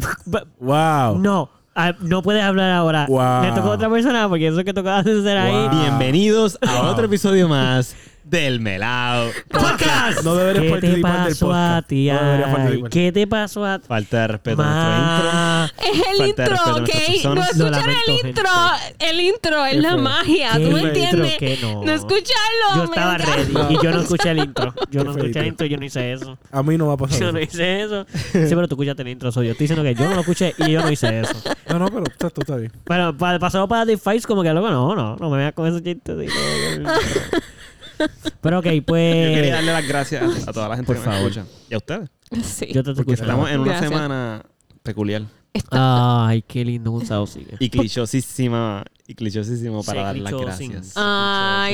D: ¡Wow!
A: No. Ah, no puedes hablar ahora.
D: Wow.
A: Le tocó a otra persona porque eso que tocaba hacer ahí.
D: Wow.
B: Bienvenidos a
D: Wow.
B: otro episodio más del Melao Podcast.
D: No deberías
A: ¿Qué te
D: participar del
A: pasó a
D: podcast.
A: ti?
D: No deberías
A: ay?
D: participar.
A: ¿Qué te pasó a ti?
B: Falta de respeto a nuestro intro.
A: Ma-
C: Es el
B: Falta de respeto a
C: intro,
B: nuestras
C: ¿ok? No
B: personas.
A: Lo
C: escuchar el
A: lamento,
C: intro. El intro es
D: Qué
C: la
D: feo.
C: magia.
A: ¿Qué
C: ¿Tú me
A: intro?
C: entiendes?
A: ¿Qué no?
C: No escucharlo.
A: Yo
C: me
A: estaba
C: encanta.
A: ready y yo no escuché el intro. Yo no
D: Qué
A: escuché el
D: feíto.
A: intro, yo no hice eso.
D: A mí no va a pasar.
A: Yo
D: eso.
A: no hice eso. Sí, pero tú escuchaste el intro, soy yo. Estoy diciendo que yo no lo escuché y yo no hice eso.
D: No, no, pero está, tú está bien.
A: Pero pa- pasado para Defice, como que luego no, no, no me veas con esos chistes. así, como que- Pero ok,
B: Yo quería
A: pues.
B: darle las gracias a, a toda la gente
D: Por
B: que
D: favor.
B: nos escucha. Y a ustedes.
C: Sí.
A: Yo te
D: Porque
A: escucho.
B: Estamos en una
C: Gracias.
B: semana peculiar
A: Ay, qué lindo Gonzalo sigue.
B: y clichosísima y clichosísimo para
A: Sí,
B: dar las
A: clichosin.
C: Ah,
B: gracias.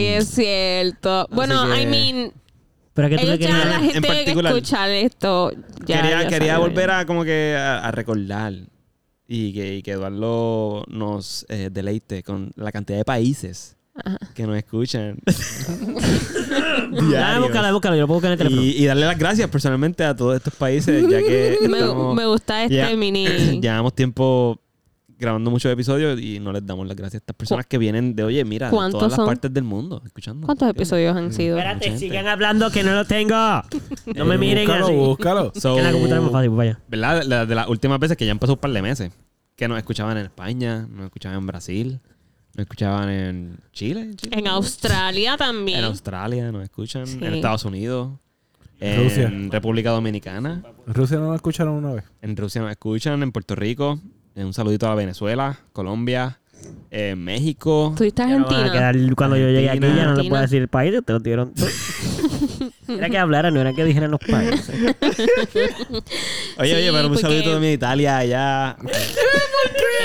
C: Ay, es cierto. Bueno,
B: que-
C: I mean,
A: Pero es que tú le
C: ellos ya, la
A: querías.
B: En
C: gente que
B: particular.
C: escuchar esto ya.
B: quería
C: ya
B: quería
C: saben.
B: volver a como que a, a recordar y que, y que Eduardo nos eh, deleite con la cantidad de países que nos escuchan.
A: Dale,
B: Diarios.
A: búscalo, búscalo, yo lo puedo buscar en el teléfono.
B: y, y darle las gracias personalmente a todos estos países, ya que
C: Me,
B: estamos-
C: me gusta este
B: Ya.
C: mini.
B: llevamos tiempo grabando muchos episodios y no les damos las gracias a estas personas que vienen de, oye, mira, de
C: ¿Cuántos
B: todas las
C: son?
B: partes del mundo, escuchando.
C: ¿Cuántos episodios
B: Mm.
C: han sido?
A: Espérate,
B: Mucha gente.
A: sigan hablando que no lo tengo. No me
D: Eh,
A: miren
D: búscalo,
A: así.
D: Búscalo,
B: So,
A: Que en la computadora es más fácil, pues vaya.
B: ¿Verdad? La- de las últimas veces que ya han pasado un par de meses, que nos escuchaban en España, nos escuchaban en Brasil, nos escuchaban en Chile, en, Chile,
C: En Australia también.
B: en Australia, nos escuchan
C: Sí.
B: en Estados Unidos, en
D: Rusia.
B: República Dominicana,
D: En Rusia no lo escucharon una vez.
B: en Rusia nos escuchan, en Puerto Rico, en un saludito a Venezuela, Colombia, en México.
C: Tuviste
A: Ya no van a
C: Argentina.
A: quedar- cuando yo llegué aquí ya no le
C: Argentina.
A: puedo decir el país, te lo dieron todo. Era que hablaran, no era que dijeran los países.
B: Oye,
C: Sí,
B: oye, pero un
C: porque-
B: saludito también a Italia allá.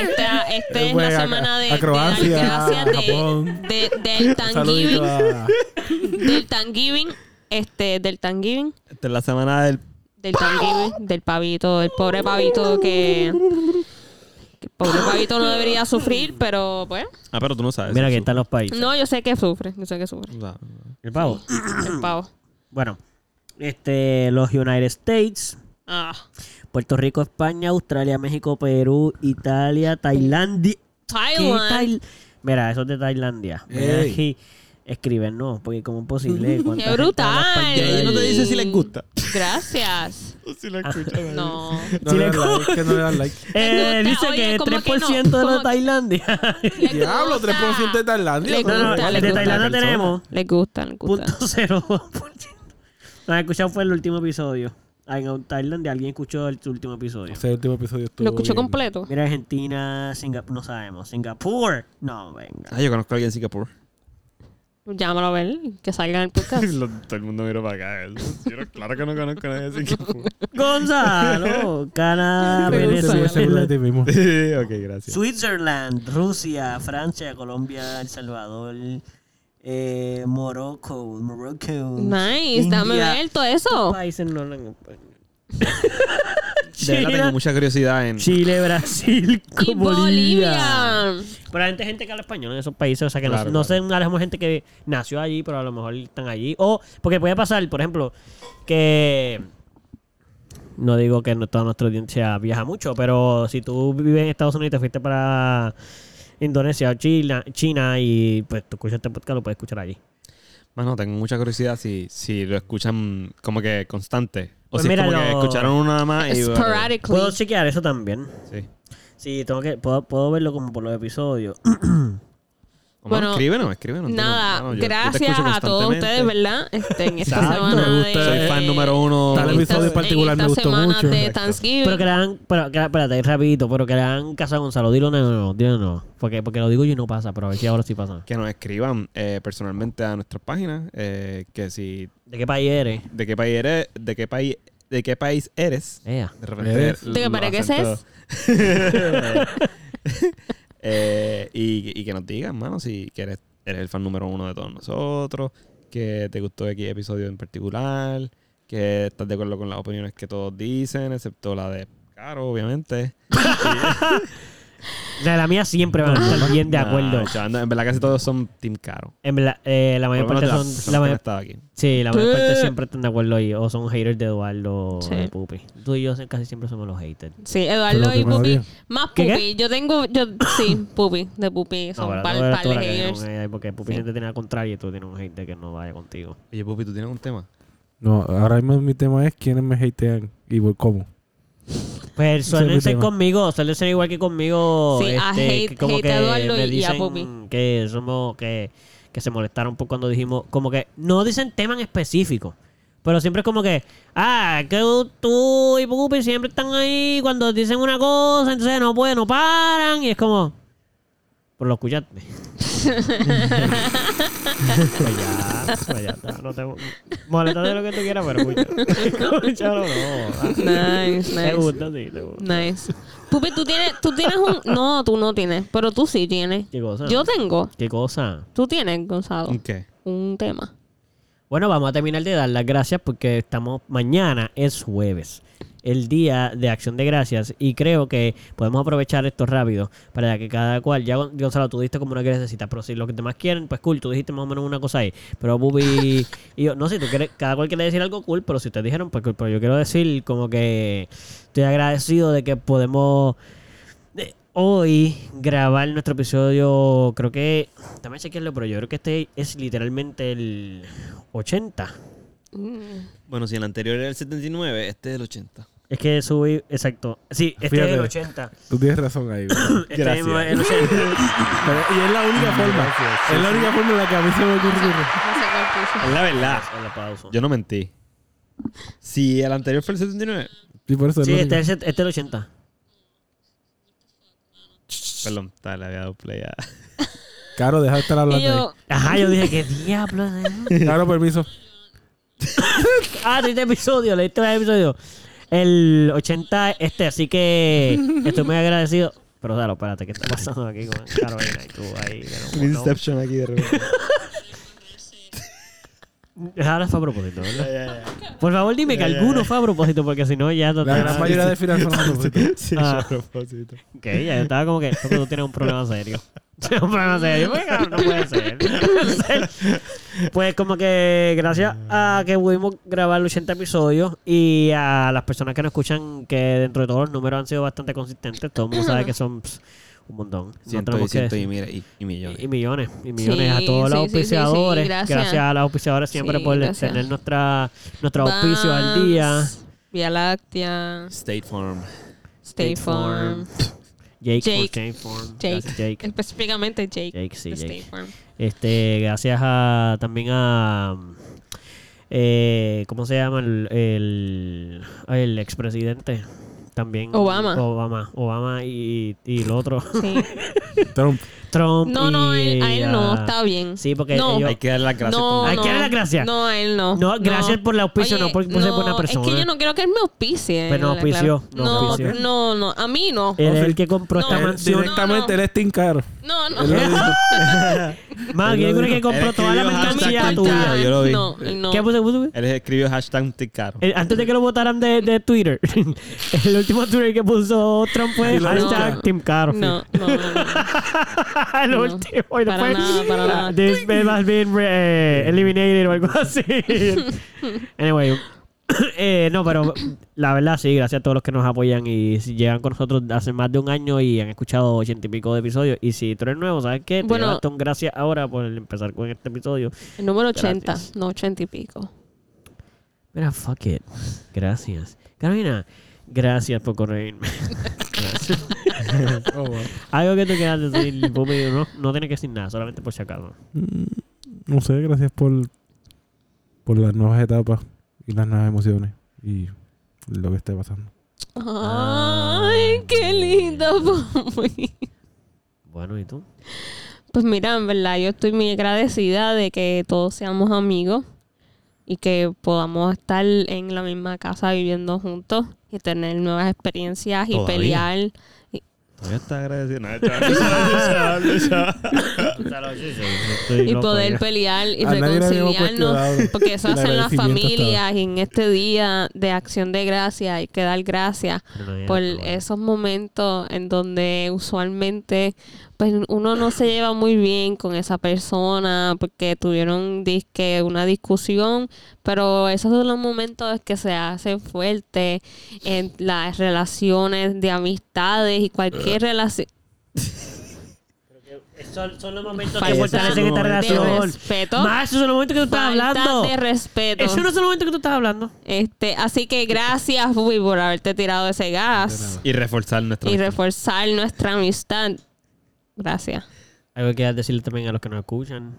C: Esta, esta es
D: Pues,
C: la
D: a-
C: semana de,
D: a
C: de
D: Croacia,
C: dar gracias
D: a
C: de-
D: Japón.
C: de- del
D: Un
C: Thanksgiving.
D: saludito a...
C: Del Thanksgiving. Este, del Thanksgiving.
B: Esta es la semana del...
C: Del Thanksgiving. Del pavito. El pobre pavito que. que El pobre pavito no debería sufrir, pero pues.
B: Ah, pero tú no sabes.
A: Mira que
B: Eso.
A: están los países.
C: No, yo sé que sufre. Yo sé que sufre.
B: O sea,
A: El pavo.
C: El pavo.
A: Bueno, este, los United States,
C: Ah.
A: Puerto Rico, España, Australia, México, Perú, Italia, Tailandia. ¿Qué
C: Thailand.
A: Tail- Mira, eso es de Tailandia. Mira
D: Ey.
A: aquí, escriben, no, porque como es posible. ¿Cuánta gente
C: ¡Qué
A: habla
C: brutal!
A: español?
B: ellos no te dicen si les gusta.
C: Gracias. No.
D: No
A: Si
D: le
A: le
D: dan like, que no le dan like.
A: Eh,
C: Les
A: dice
C: gusta,
A: que
C: oye, ¿cómo que no?
A: 3% de
C: ¿Cómo
A: la
C: que-
A: Tailandia.
C: Les
D: Diablo,
C: gusta.
D: 3% de Tailandia.
C: Le
A: No, no,
C: gusta, le
A: de
C: gusta.
A: Tailandia
B: Persona.
A: tenemos.
C: Les gusta, les gusta.
A: Punto cero. Lo han escuchado fue el último episodio. Ah, En Tailandia alguien escuchó el último episodio.
D: Ese último episodio estuvo
C: Lo escuchó
D: bien.
C: completo.
A: Mira Argentina, Singapur, no sabemos. Singapur. No, venga.
B: Ah, yo conozco a alguien en Singapur.
C: Llámalo a ver, que salga en el podcast.
B: Lo- Todo el mundo miró para acá. Yo no- claro que no conozco a nadie en Singapur.
A: Gonzalo, Canadá,
D: Pero no te
A: Venezuela,
D: puedes asegurar de ti mismo.
B: ok, gracias.
A: Switzerland, Rusia, Francia, Colombia, El Salvador, eh, Morocco, Morocco.
C: Nice, dame
A: India.
C: ver todo eso.
A: Países no hablan español.
B: De verdad tengo
A: China,
B: mucha curiosidad en...
A: Chile, Brasil,
C: Y Bolivia.
A: Pero hay gente gente que habla español en esos países, o sea que no-
B: Claro,
A: no,
B: claro.
A: sé, a lo mejor gente que nació allí, pero a lo mejor están allí. O, porque puede pasar, por ejemplo, que no digo que no, toda nuestra audiencia viaja mucho, pero si tú vives en Estados Unidos y te fuiste para Indonesia o China, China y pues tú escuchas este podcast, lo puedes escuchar allí.
B: Mano, tengo mucha curiosidad si, si lo escuchan como que constante. O
A: Pues
B: si es como
A: míralo.
B: que escucharon una nada más y...
C: Sporadically.
A: Puedo chequear eso también.
B: Sí.
A: Sí, tengo que, puedo, puedo verlo como por los episodios.
B: O bueno,
C: Bueno,
B: escríbenos, escríbenos. dinos,
C: Nada,
B: mano, yo- yo te
C: gracias
B: escucho
C: a todos
B: constantemente.
C: ustedes, ¿verdad? Este, en esta
D: Exacto,
C: semana
D: me gusta.
C: de-
B: Soy fan número uno.
D: Tal
C: en esta-
D: episodio en particular
C: en
D: me
C: esta
D: gustó
C: semana
D: mucho.
C: de
D: Exacto.
C: Thanksgiving.
A: Pero que le hagan, pero, que- espérate, rapidito, pero que le hagan caso a Gonzalo. Dilo no, no, no, dilo no. Porque, porque lo digo yo y no pasa, pero a ver si ahora sí pasa.
B: Que nos escriban eh, personalmente a nuestras páginas. eh, que si
A: ¿De qué país eres?
B: de qué país eres, de qué país, de qué país eres.
A: Ea.
B: De repente.
A: Eh,
D: Eres.
C: ¿De qué
B: lo
C: país que
B: acento- Eh, y, y que nos digan, mano, si que eres, eres el fan número uno de todos nosotros, que te gustó X episodio en particular, que estás de acuerdo con las opiniones que todos dicen, excepto la de Caro, obviamente.
A: O sea, la mía siempre van a estar bien de acuerdo.
B: Nah, chaval, no, Ah, en verdad casi todos son Team Caro.
A: En verdad, eh, la mayor
B: Por lo
A: parte
B: menos de
A: son.
B: las
A: La
B: personas que han
A: mayor,
B: estado aquí.
A: sí, la mayor
C: Sí.
A: parte siempre están de acuerdo ahí. O son haters de Eduardo o de
C: Sí.
A: Pupi. Tú y yo casi siempre somos los haters.
C: Sí,
D: Pero
C: Eduardo
D: que
C: y
D: me
C: Pupi.
D: odia.
C: Más
A: ¿Qué, qué?
C: Pupi. Yo tengo. Yo, sí, Pupi. De Pupi. Son
A: pero
C: par,
A: no eres
C: par
A: tú
C: de
A: la que tiene un
C: haters.
A: hater, Porque Pupi siempre tiene al contrario y tú tienes un hater que no vaya contigo.
B: Oye, Pupi, ¿tú tienes un tema?
D: No, ahora mismo mi tema es quiénes me hatean y por cómo.
A: Pues suelen
D: mi
A: ser
D: tema.
A: conmigo, suelen ser igual que conmigo.
C: Sí, a
A: este,
C: hate-
A: que como
C: hate
A: que
C: a Eduardo
A: me
C: y a
A: dicen
C: Pupi.
A: Que somos, que, que se molestaron por cuando dijimos, como que no dicen tema en específico. Pero siempre es como que, ah, que tú y Pupi siempre están ahí cuando dicen una cosa, entonces no pueden, no paran. Y es como, por lo escuchaste. pues ya, pues ya está, no te molestate lo que tú quieras, pero escucha. Escúchalo, no.
C: Nice,
A: Te
C: nice.
A: gusta, sí, te gusta.
C: Nice. Pupi, tú tienes, tú tienes un. No, tú no tienes. Pero tú sí tienes.
A: ¿Qué cosa?
C: Yo tengo.
A: ¿Qué cosa?
C: Tú tienes, Gonzalo.
B: ¿Un qué?
C: Un tema.
A: Bueno, vamos a terminar de dar las gracias porque estamos mañana es jueves, el día de Acción de Gracias y creo que podemos aprovechar esto rápido para que cada cual ya Gon- Gonzalo tú diste como una necesita, pero si los que demás quieren, pues cool, tú dijiste más o menos una cosa ahí, pero Bubi y yo no sé, tú quieres cada cual quiere decir algo cool, pero si ustedes dijeron pues cool, pero yo quiero decir como que estoy agradecido de que podemos de hoy grabar nuestro episodio, creo que, también chequearlo, pero yo creo que este es literalmente el 80.
C: Mm.
B: Bueno, si el anterior era el 79, este es el 80.
A: Es que subí, exacto. Sí, este es
D: Fíjate.
A: el 80.
D: Tú tienes razón ahí. güey.
A: Este
B: Gracias.
A: es el 80.
D: Pero- y es la única forma. Es la única forma en la que a mí se me
C: No
D: ocurre.
C: sé cuál puso.
B: Es la verdad.
A: El aplauso.
B: Yo no mentí. Si el anterior fue el 79,
D: Y por eso es
A: Sí,
D: la
A: este
D: única.
A: es, el- este es el 80.
B: perdón, tal, le había dado play a...
D: Caro, deja de estar
C: Y
D: hablando
C: yo.
A: Ajá, yo dije, ¿qué diablos? es esto?
D: ahí. Caro, permiso.
A: Ah, este episodio, leíste el episodio. El 80 este, así que estoy muy agradecido. Pero claro, espérate, ¿qué está pasando aquí con Carolina y tú ahí? Que no- no,
B: Inception aquí de repente.
A: Ah, Ahora fue a propósito, ¿verdad? Por favor, dime que alguno fue a propósito, porque si no, ya no
D: La
A: te-
D: gran mayoría de filas son a propósito.
B: Sí,
A: Ah.
B: a propósito.
A: Ok, ya yo estaba como que "Toto, tú tienes un problema serio. Tienes un problema serio. Pues, cabrón, no puede ser. pues como que gracias a que pudimos grabar los 80 episodios y a las personas que nos escuchan, que dentro de todos los números han sido bastante consistentes. Todo el mundo sabe que son pss, un montón. No
B: Ciento y
A: tenemos que
B: ciento y
A: decir-
B: mira, y, y millones.
A: y millones, y millones
C: Sí,
A: a todos los
C: sí, sí, sí, sí,
A: auspiciadores. gracias.
C: gracias.
A: a los auspiciadores siempre
C: Sí,
A: por
C: gracias.
A: tener nuestra, nuestro auspicio al día.
C: Vans, Vía Láctea.
B: State Farm.
A: State
C: State Farm.
A: Jake,
C: Jake.
A: por Jake Form.
C: Jake.
A: Gracias, Jake.
C: Específicamente Jake.
A: Jake, sí,
C: de
A: Jake.
C: State Farm.
A: Este, gracias a también a eh, ¿cómo se llama el el, ay, el expresidente? También
C: Obama.
A: Obama, Obama y, y el otro
C: Sí.
D: Trump.
A: Trump.
C: No, no, a él, a él no,
A: ah,
C: está bien.
A: Sí, porque
C: No.
A: ellos-
B: Hay que dar las gracias
C: No,
B: por-
A: Hay
C: no,
A: que darle las gracias.
C: No, a él no.
A: No, gracias por el auspicio, no por- por ser buena
C: Es
A: persona.
C: que yo no quiero que él me auspicie.
A: Pero no
C: la- la-
A: auspició, no
C: No,
A: auspició. Eh,
C: no, no, a mí no.
A: él es el que compró
C: No,
A: esta
D: Él
A: mansión.
D: Eh, directamente
C: No, no.
D: él es Team Caro.
C: No, no.
D: Él lo dijo.
A: Más, yo creo que compró
B: Él
A: toda la
B: escribió hashtag
A: mercancía
B: Team
A: tuya.
B: Caro, yo lo vi.
C: No, y no.
A: ¿Qué puse? puse?
B: Él escribió hashtag Team Caro.
A: Eh, Antes de que lo votaran de, de Twitter, el último Twitter que puso Trump fue
D: Y lo
A: hashtag
C: busca.
A: Team Caro.
C: No, no, no, no.
A: el
C: No,
A: último. Y
C: para
A: después,
C: nada, para nada.
A: This man has been eh, eliminated o algo así. anyway. eh, no, pero la verdad sí, gracias a todos los que nos apoyan y si llegan con nosotros hace más de un año y han escuchado ochenta y pico de episodios. Y si tú eres nuevo, ¿sabes qué? Te
C: Bueno.
A: bueno, un gracias ahora por empezar con este episodio.
C: El número 80,
A: Gracias.
C: no 80 y pico.
A: Mira, fuck it. Gracias. Carolina, gracias por corregirme. Gracias.
D: Oh, wow.
A: Algo que tú quieras decir, Pupi, no, no tienes que decir nada, solamente por si acaso.
D: Mm, No sé, gracias por, por las nuevas etapas y las nuevas emociones y lo que esté pasando.
A: Ah.
C: Ay, qué lindo, Pupi.
A: Bueno, ¿y tú?
C: Pues mira, en verdad, yo estoy muy agradecida de que todos seamos amigos y que podamos estar en la misma casa viviendo juntos y tener nuevas experiencias y
B: Todavía.
C: pelear. Y-
B: Todavía está agradecido. No,
C: y poder pelear y
D: A nadie le habíamos
C: reconciliarnos.
D: cuestionado
C: Porque eso
D: el
C: hacen las
D: agradecimiento hasta
C: familias y en este día de acción de gracia hay que dar gracias por esos momentos en donde usualmente pues uno no se lleva muy bien con esa persona porque tuvieron disque una discusión, pero esos son los momentos que se hacen fuertes en las relaciones de amistades y cualquier relación
A: Son, son los momentos
C: Falta
A: que fortalecen esta
B: de
C: de
A: relación.
C: respeto.
A: Más, esos son los momentos que tú estás
C: falta
A: hablando.
C: de respeto.
A: Esos no son los momentos que tú estás hablando.
C: Este, así que gracias, Bubi, por haberte tirado ese gas
B: Y reforzar nuestra.
C: y
B: amistad.
C: reforzar nuestra amistad. Gracias.
A: Algo que decirle también a los que nos escuchan.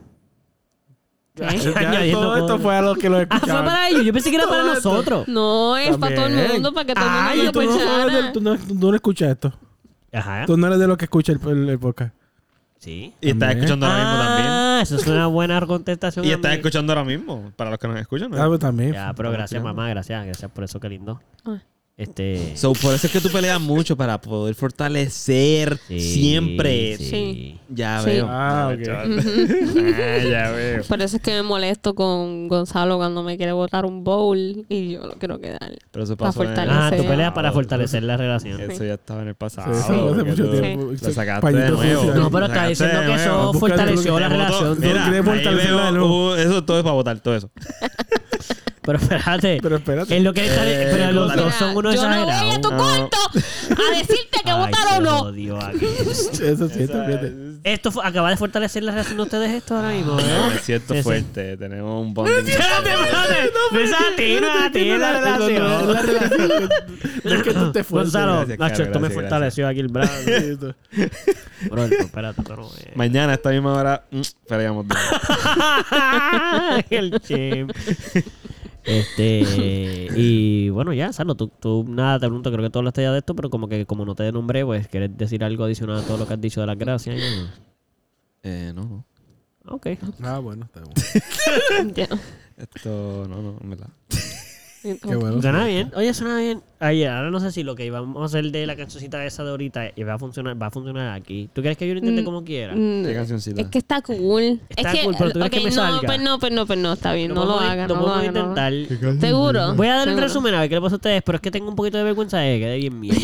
D: Ya,
A: Añadiendo
D: todo esto
A: cosas.
D: fue a los que lo
A: Ah, fue
D: escuchaban.
A: para ellos. Yo pensé que era para
D: Todo esto.
A: nosotros.
C: No, es para todo el
D: También.
C: mundo, para que todo el mundo
D: Ay,
C: lo
D: tú no,
C: escuchara.
D: sabes del- tú no- tú no escuchas esto.
A: Ajá.
D: Tú no eres de los que escucha el, el- el podcast.
A: Sí.
B: Y estás
D: También.
B: escuchando ahora mismo también.
A: Ah, eso es una buena contestación.
B: Y
A: a
B: estás
A: mí.
B: escuchando ahora mismo. Para los que nos escuchan.
D: Ah,
B: ¿no?
D: pues también.
A: Ya, pero gracias, mamá. Gracias, gracias por eso, qué lindo.
C: Ah.
A: Este.
B: So, por eso es que tú peleas mucho para poder fortalecer
A: sí,
B: siempre.
C: Sí.
B: Ya
C: Sí.
B: veo.
D: Ah, ok.
B: Ah, ya veo.
C: Por eso es que me molesto con Gonzalo cuando me quiere botar un bowl y yo lo quiero quedar.
B: Pero eso
C: Para
B: pasó en el
A: Ah,
C: fortalecer.
A: tu pelea para
B: pasado.
A: fortalecer la relación.
B: Eso ya estaba en el pasado.
D: Sí, eso hace
B: porque tú
D: mucho tiempo.
B: Lo sacaste
D: Pañito
B: de nuevo.
D: sucio.
A: No, pero está
B: Lo sacaste
A: diciendo
B: de
A: que
B: nuevo.
A: eso
D: Busca-
A: fortaleció la
B: Te botó-
A: relación.
B: Mira,
D: Tú quieres
B: ahí
D: fortalecerla
B: veo
D: de nuevo.
B: un- eso todo es para votar, todo eso.
A: Pero espérate.
D: Pero espérate.
A: En lo que está
B: Eh,
A: pero los
B: Mira,
A: dos son unos
C: yo no voy
A: exagerados.
C: a tu cuarto a decirte que
A: Ay,
C: votar o
A: se
C: no.
A: jodió aquello.
D: Eso sí, esto, fíjate.
A: Esto fue- acaba de fortalecer la relación de ustedes esto ahora mismo, ¿eh?
B: No,
A: ¿verdad?
B: me siento
A: Sí, sí.
B: fuerte. Tenemos un bonding.
A: Espérate, espérate. No es a ti, no es a ti, es la
D: No, no,
A: relación.
D: la relación. No es que tú te fuerces.
A: Gonzalo,
B: Gracias,
A: Nacho,
B: Carlos,
A: esto me
B: gracias,
A: fortaleció aquí el brazo.
D: Sí, esto.
A: Bro, espérate, eh. esto no es.
B: Mañana, a esta misma hora, mm, peleamos. de nuevo.
A: el chimp. Este, y bueno, ya, Salo, tú, tú nada, te pregunto, creo que todo lo está ya de esto, pero como que como no te nombré, pues quieres decir algo adicional a todo lo que has dicho de las gracias. y-
B: Eh, no, no.
A: Ok.
D: Ah, bueno, está bueno.
C: Ya.
B: Esto, no, no, en verdad.
D: Qué bueno.
A: Suena bien. Oye, suena bien. Oye, ahora no sé si lo que íbamos a hacer de la cancioncita esa de ahorita eh, va a funcionar, va a funcionar aquí. ¿Tú quieres que yo lo intente
C: Mm,
A: como quiera?
C: Mm,
B: Qué cancioncita.
C: Es que está cool.
A: Está
C: es que,
A: cool, pero ¿tú crees
C: ok,
A: que me
C: no,
A: salga?
C: pues no, pues no, pues no, está bien. No, lo
A: vamos a-
C: hagas,
A: lo
C: no lo
A: vamos a
C: hagas. no lo hagas.
A: intentar.
C: Seguro.
A: Voy a dar un
C: Seguro.
A: resumen a ver qué le pasó a ustedes, pero es que tengo un poquito de vergüenza de que quedé bien mierda.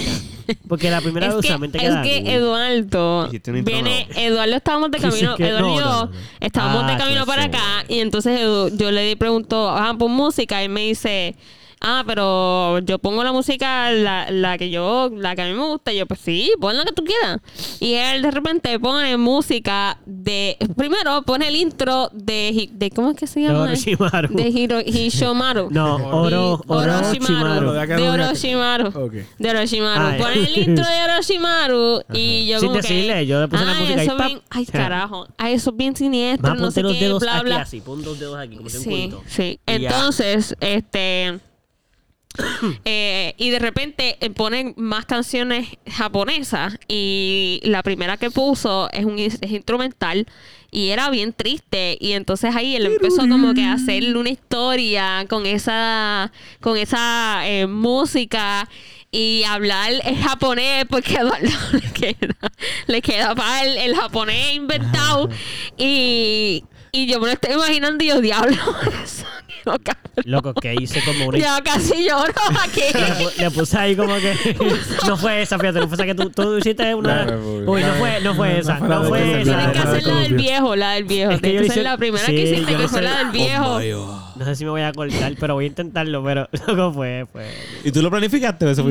A: Porque la primera vez
C: Es que,
A: usualmente
C: es
A: queda
C: que
A: cool.
C: Eduardo
B: Hiciste un intro
C: viene, Eduardo estábamos de camino,
A: que-
C: Eduardo
A: no,
C: y yo
A: no, no.
C: estábamos
A: Ah,
C: de camino
A: claro,
C: para
A: sí,
C: acá
A: bueno.
C: y entonces Edu- yo le pregunto, ah, pon música y él me dice, ah, pero yo pongo la música, la, la que yo, la que a mí me gusta, y yo pues sí, pon la que tú quieras. Y él de repente pone música de, primero pone el intro de, Hi- de ¿cómo es que se
A: De
C: llama?
A: Orochimaru.
C: De Hiro, Hishomaru.
A: No, Oro,
C: Y-
A: Orochimaru.
D: Oro-
C: De Orochimaru.
D: Ok.
C: De Orochimaru.
A: Ah,
C: Ponen el intro de Orochimaru y yo
A: Sin
C: como
A: decirle,
C: que,
A: yo le puse la
C: "Ah,
A: música y
C: eso
A: ¡pap!
C: bien- Ay,
A: Ya.
C: carajo. Ay, eso es bien siniestro,
A: Más
C: no
A: ponte
C: sé
A: los
C: qué,
A: dedos
C: bla,
A: aquí
C: bla.
A: así, pon dos dedos aquí, como si un
C: Sí,
A: culito.
C: sí.
A: Y ya.
C: Entonces, este... eh, y de repente eh, ponen más canciones japonesas y la primera que puso es un is- es instrumental y era bien triste y entonces ahí él empezó como que a hacer una historia con esa con esa eh, música y hablar en japonés porque a Eduardo le queda le queda mal el japonés inventado y, y yo me lo estoy imaginando y yo diablo eso, no, cabrón".
A: Loco, que hice como una
C: Ya casi lloro aquí.
A: le, pu- le puse ahí como que no fue esa fíjate no fue esa que tú, tú hiciste una
B: No, no, no.
A: uy no fue pues, no fue esa no
D: no,
A: fue
D: no,
A: esa
C: Tienes que
D: no,
C: hacer la
D: no,
C: del
D: no.
C: viejo, la del viejo.
A: Es que
C: Tienes
A: yo
C: que hacer
A: hice-
C: la primera
A: sí,
C: que
A: yo
C: hiciste,
A: lo
C: que fue
A: hice-
C: la del viejo.
A: no sé si me voy a cortar pero voy a intentarlo pero loco fue fue
B: ¿Y tú lo planificaste? o Eso fue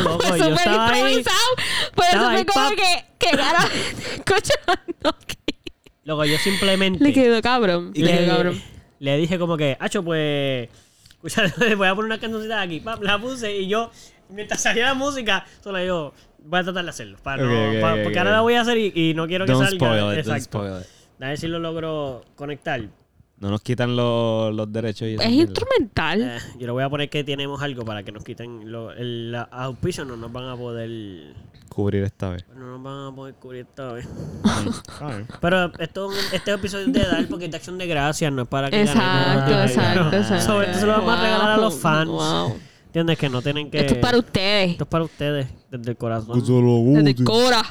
A: No, Oh,
C: No,
A: loco,
C: Oh, fue
A: yo
C: súper
A: estaba ahí-
C: improvisado. Por eso
A: estaba
C: fue
A: ahí,
C: como
A: pap.
C: que, que cara, escuchando. que-
A: loco yo simplemente
C: Le quedó cabrón. Le quedó
A: le,
C: cabrón.
A: le dije como que acho pues escucha le voy a poner una cancioncita aquí pam, la puse y yo mientras salía la música solo yo voy a tratar de hacerlo para no-
B: Ok, ok,
A: para-
B: ok,
A: porque
B: ok.
A: ahora la voy a hacer y, y no quiero que
B: Don't
A: salga
B: spoil it, don't
A: exacto
B: spoil it.
A: a ver si lo logro conectar Eh,
B: No nos quitan los, los derechos y eso.
C: Es instrumental.
A: Eh, yo le voy a poner que tenemos algo para que nos quiten lo- el la- auspicio. No nos van a poder.
B: Cubrir esta vez.
A: No nos van a poder cubrir esta vez. Pero esto, este episodio es de dar porque es de acción de gracias, no es para que ganemos.
C: Exacto,
A: Ay,
C: exacto,
A: no.
C: exacto.
A: So, esto se lo vamos a regalar a los
C: Wow,
A: fans. Eh,
C: wow.
A: ¿Entiendes? Que no tienen que...
C: Esto es para ustedes.
A: Esto es para ustedes, desde el corazón.
C: Desde Cora.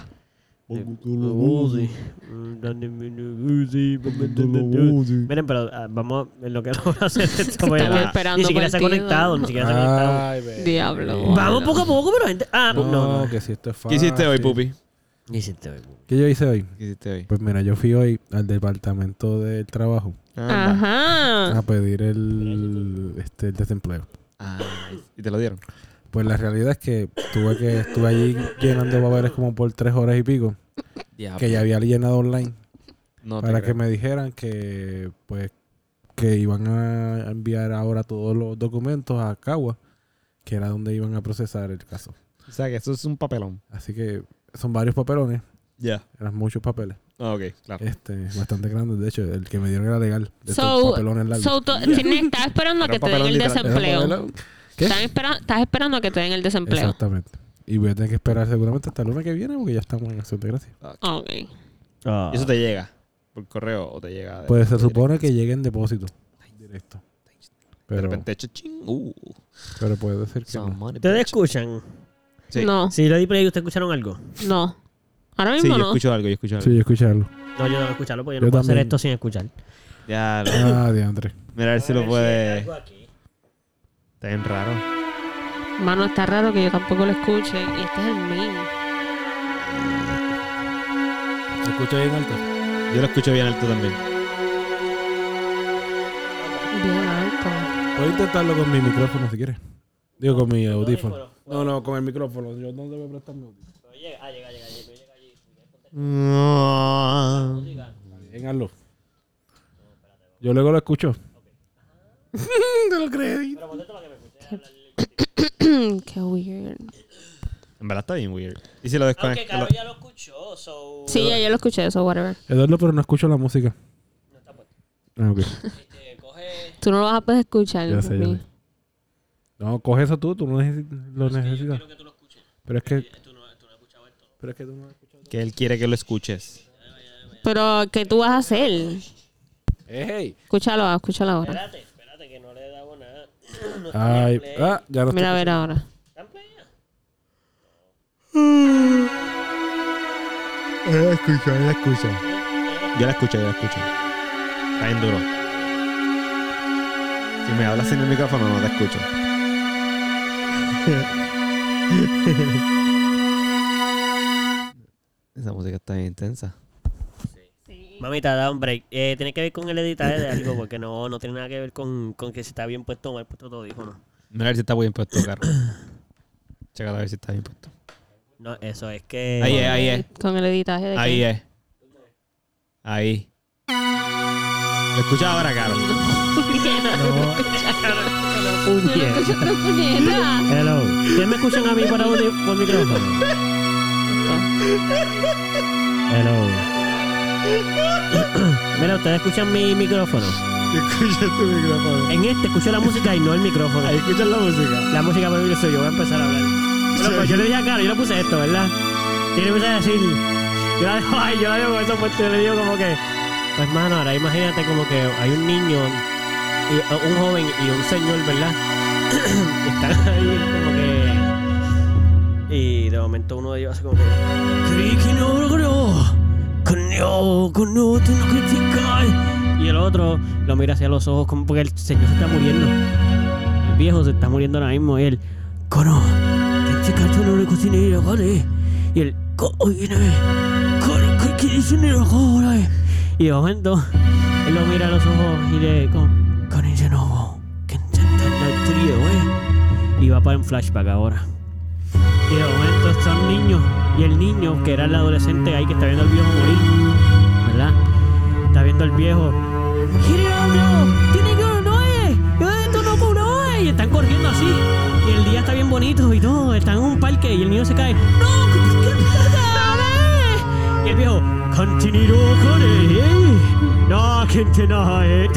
A: Miren, pero ah, vamos a en lo que vamos a hacer esto. voy a-
C: Estamos esperando
A: ni siquiera se ha
C: partido.
A: conectado, ni siquiera se ha
D: Ah.
A: conectado.
D: Ay, ve.
C: Diablo.
A: Eh, Vamos poco a poco, pero gente. Ah,
D: No,
A: no, no.
D: que si esto es
B: ¿Qué
D: fácil.
B: hiciste hoy, Pupi?
A: ¿Qué hiciste hoy?
D: ¿Qué yo hice hoy?
B: ¿Qué hiciste hoy?
D: Pues mira, yo fui hoy al departamento del trabajo
B: Anda.
C: Ajá.
D: a pedir el, este, el desempleo.
B: Ah, ¿Y te lo dieron?
D: Pues la realidad es que tuve que estuve allí llenando papeles como por tres horas y pico, que ya había llenado online,
B: No te
D: para que
B: creo.
D: me dijeran que pues que iban a enviar ahora todos los documentos a Cagua, que era donde iban a procesar el caso.
B: O sea, que eso es un papelón.
D: Así que son varios papelones,
B: Ya.
D: eran muchos papeles,
B: Ah, ok, claro.
D: este, bastante grandes, de hecho, el que me dieron era legal, de estos
C: So-
D: papelones largos.
C: So, tú- tienes- estás esperando a
B: Era
C: que
B: un
C: te den
B: papelón
C: el
B: literal.
D: Era
C: desempleo.
D: papelón. ¿Qué?
C: Estás, espera- estás esperando a que te den el desempleo.
D: Exactamente. Y voy a tener que esperar seguramente hasta el lunes que viene porque ya estamos en acción de gracia.
C: Ok.
A: Ah.
B: ¿Y eso te llega por correo o te llega? de-
D: Pues se
B: de-
D: supone que llegue en depósito. Directo.
B: De
D: Pero,
B: repente, ching, uh,
D: pero puede ser que
B: some
D: no.
B: money,
A: ¿Ustedes
B: bitch.
A: escuchan?
B: Sí.
C: No,
A: Si le di play, ¿ustedes escucharon algo?
C: no. Ahora
B: Sí,
C: mismo
B: yo
C: no.
B: escucho algo, yo escucho algo.
D: Sí, yo escuché algo.
A: No, yo no voy a escucharlo porque yo no
D: Yo
A: puedo hacer
D: también.
A: esto sin escuchar.
B: Ya, lo-
D: Ah, diantre.
B: mira a ver si lo puede. Está
A: aquí.
B: bien raro.
C: Mano, está raro que yo tampoco lo escuche. Y este es el mío.
D: ¿Se escucha bien alto?
B: Yo lo escucho bien alto también.
C: Bien alto.
D: Puedo intentarlo con mi micrófono si quieres. Digo, con mi audífono. No, no, con el micrófono. Yo no debo prestar mi audífono.
B: Pues,
D: Bien, hazlo. Yo luego lo escucho. Te lo creí.
C: Qué weird.
B: En verdad está bien weird. ¿Y si lo desconectas? lo-
A: ya lo escuchó, so...
C: Sí, ya yo lo escuché, eso, whatever.
D: Eduardo, pero no escucho la música. Ah, ok.
A: coge...
C: Tú no lo vas a poder escuchar.
D: Ya sé, ya
C: papi.
D: sé. No, coge eso tú, tú no necesi- lo necesitas.
A: que tú lo escuches.
D: Pero es que,
A: Tú no, tú no has escuchado esto.
D: pero es que tú no has escuchado.
B: Que él quiere que lo escuches.
C: Pero, ¿qué tú vas a hacer?
D: ¡Ey!
C: Escúchalo, escúchalo ahora.
A: Espérate, espérate, que no le he dado nada.
D: Ay, ah, ya no
C: Mira, a
D: está.
C: ver ahora.
A: ¿Están play ya?
B: Escucha, la escucho. Yo la escucho, yo la escucho. Está bien duro. Si me hablas sin el micrófono, no te escucho. Esa música está bien intensa.
A: Mamita, da un break. Eh, tiene que ver con el editaje de algo, porque no, no tiene nada que ver con, con que si está bien puesto o mal puesto todo, dijo, no.
B: Mira a ver si está bien puesto, Carlos. Checa a ver si está bien puesto.
A: No, eso es que...
B: Ahí es, ahí es.
C: Con el editaje de
B: Ahí
C: que-
B: es. Ahí. ¿Lo escuchas ahora, Carlos?
A: Puñet.
C: ¡Escucha, puñeta!
A: Hello. ¿Quién me escuchan a mí por audio, por micrófono? Hello. Mira, ustedes escuchan mi micrófono.
B: Escucha tu micrófono.
A: En este escucho la música y no el micrófono.
B: Ahí escuchas la música.
A: La música por el soy yo, voy a empezar a hablar. Bueno, pues yo le dije a Caro, yo le puse esto, ¿verdad? Y le empecé a decir, yo la dejo ahí, yo la dejo con eso puesto, yo le digo como que, pues mano, ahora imagínate como que hay un niño, y, un joven y un señor, ¿verdad? Y Están ahí como que... Y de momento uno de ellos hace como que... "Creí que no logró, que no, que no, tú no criticar". Y el otro lo mira hacia los ojos como porque el señor se está muriendo. El viejo se está muriendo ahora mismo y él, Cono, que checar tu nombre cocinera, ¿vale? Y él, oye, Cono, ¿qué quieres en el ojo, vale? Y de momento, él lo mira a los ojos y le, con, con ese no, que intentan el trío, ¿eh? Y va para un flashback ahora. Y de momento está un niño, y el niño, que era el adolescente ahí que está viendo al viejo morir, ¿verdad? Está viendo al viejo. Girando, tiene que uno eh, esto no puedo no eh", y están corriendo así. Y el día está bien bonito y todo, están en un parque y el niño se cae. No, ¿qué- qué pasa, eh?" Y el viejo, continuo con él, eh. No, que te no, eh.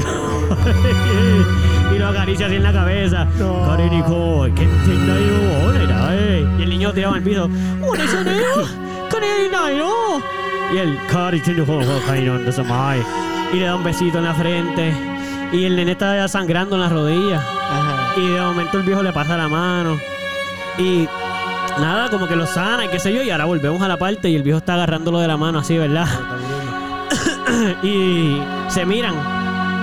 A: Y lo acaricia así en la cabeza. Karen dijo, que te no, eh. Y el niño tiraba al piso. "Bueno, eso no, Karen, no, no". Y el Karen dijo, "Karen, no, eso, mai". Y le da un besito en la frente. Y el nene está sangrando en las rodillas. Y de momento el viejo le pasa la mano. Y nada, como que lo sana y qué sé yo. Y ahora volvemos a la parte y el viejo está agarrándolo de la mano así, ¿verdad? y se miran.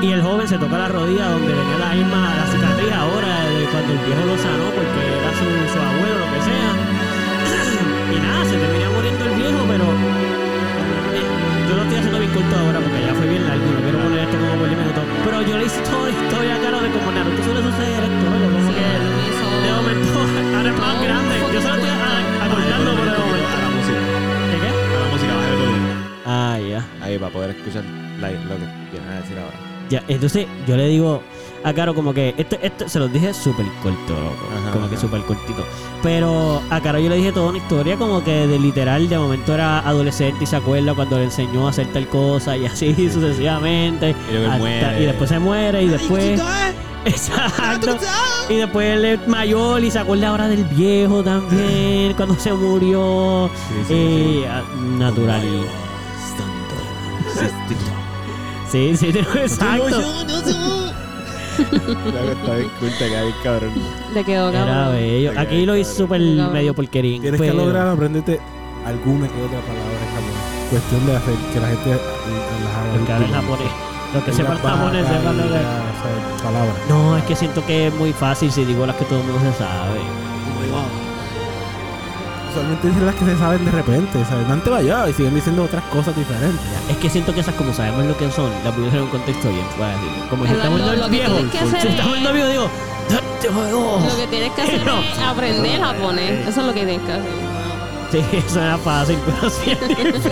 A: Y el joven se toca la rodilla donde venía la misma la cicatriz ahora de cuando el viejo lo sanó porque era su, su abuelo, lo que sea. y nada, se termina muriendo el viejo, pero eh, yo lo estoy haciendo bien corto ahora porque ya fue bien largo. No quiero poner esto como por diez minutos. Pero yo le hice toda la historia, claro, de como Naruto suele suceder esto, ¿no? Como
C: Sí,
A: que-
C: él
A: de
C: hizo-
A: momento, ahora es más
C: Todo
A: grande.
C: un
A: Yo solo estoy a- acordando por el momento.
B: A la música.
A: ¿De qué?
B: A la música, bájale el volumen.
A: Ah, ya.
B: Ahí, para poder escuchar la- lo que vienen a decir ahora.
A: Ya, entonces yo le digo a Caro como que esto, esto se los dije súper corto, loco,
B: Ajá,
A: como que
B: ajá.
A: súper cortito. Pero a Caro yo le dije toda una historia como que de literal, de momento era adolescente y se acuerda cuando le enseñó a hacer tal cosa y así sucesivamente.
B: Y luego él
A: Hasta-
B: muere. ¿eh?
A: y después se muere y después... Exacto. Y después él es mayor y se acuerda ahora del viejo también, cuando se murió.
B: Sí, sí,
A: Eh, ah, natural. Sí, sí, exacto.
B: La que está bien culta, que hay cabrón.
C: Le quedó
A: Era
C: cabrón.
A: bello. Aquí lo hice súper
C: Cabrón.
A: medio porquerín.
D: Tienes que
A: pero-
D: lograr aprenderte alguna que otra palabra en japonés. Cuestión de hacer que la gente eh, las
A: Porque hablan
D: haga.
A: japonés. Los que sepan japonés sepan lo que-
D: Palabras.
A: No, es que siento que es muy fácil si digo las que todo el mundo se sabe.
D: Usualmente dicen las que se saben de repente, ¿sabes? No han te vayado y siguen diciendo otras cosas diferentes.
A: Es que siento que esas, como sabemos lo que son, las voy a hacer en un contexto bien. Voy a decir, como si
C: Pero
A: estamos
C: lo-
A: viendo
C: lo
A: el
C: que
A: viejo.
C: tienes que hacer
A: Si estamos viendo
C: es-
A: el viejo, digo. "Da- te juego".
C: Lo que tienes que hacer
A: No.
C: es aprender japonés. Eso es lo que tienes que hacer.
A: Sí, eso era fácil, pero sí es difícil.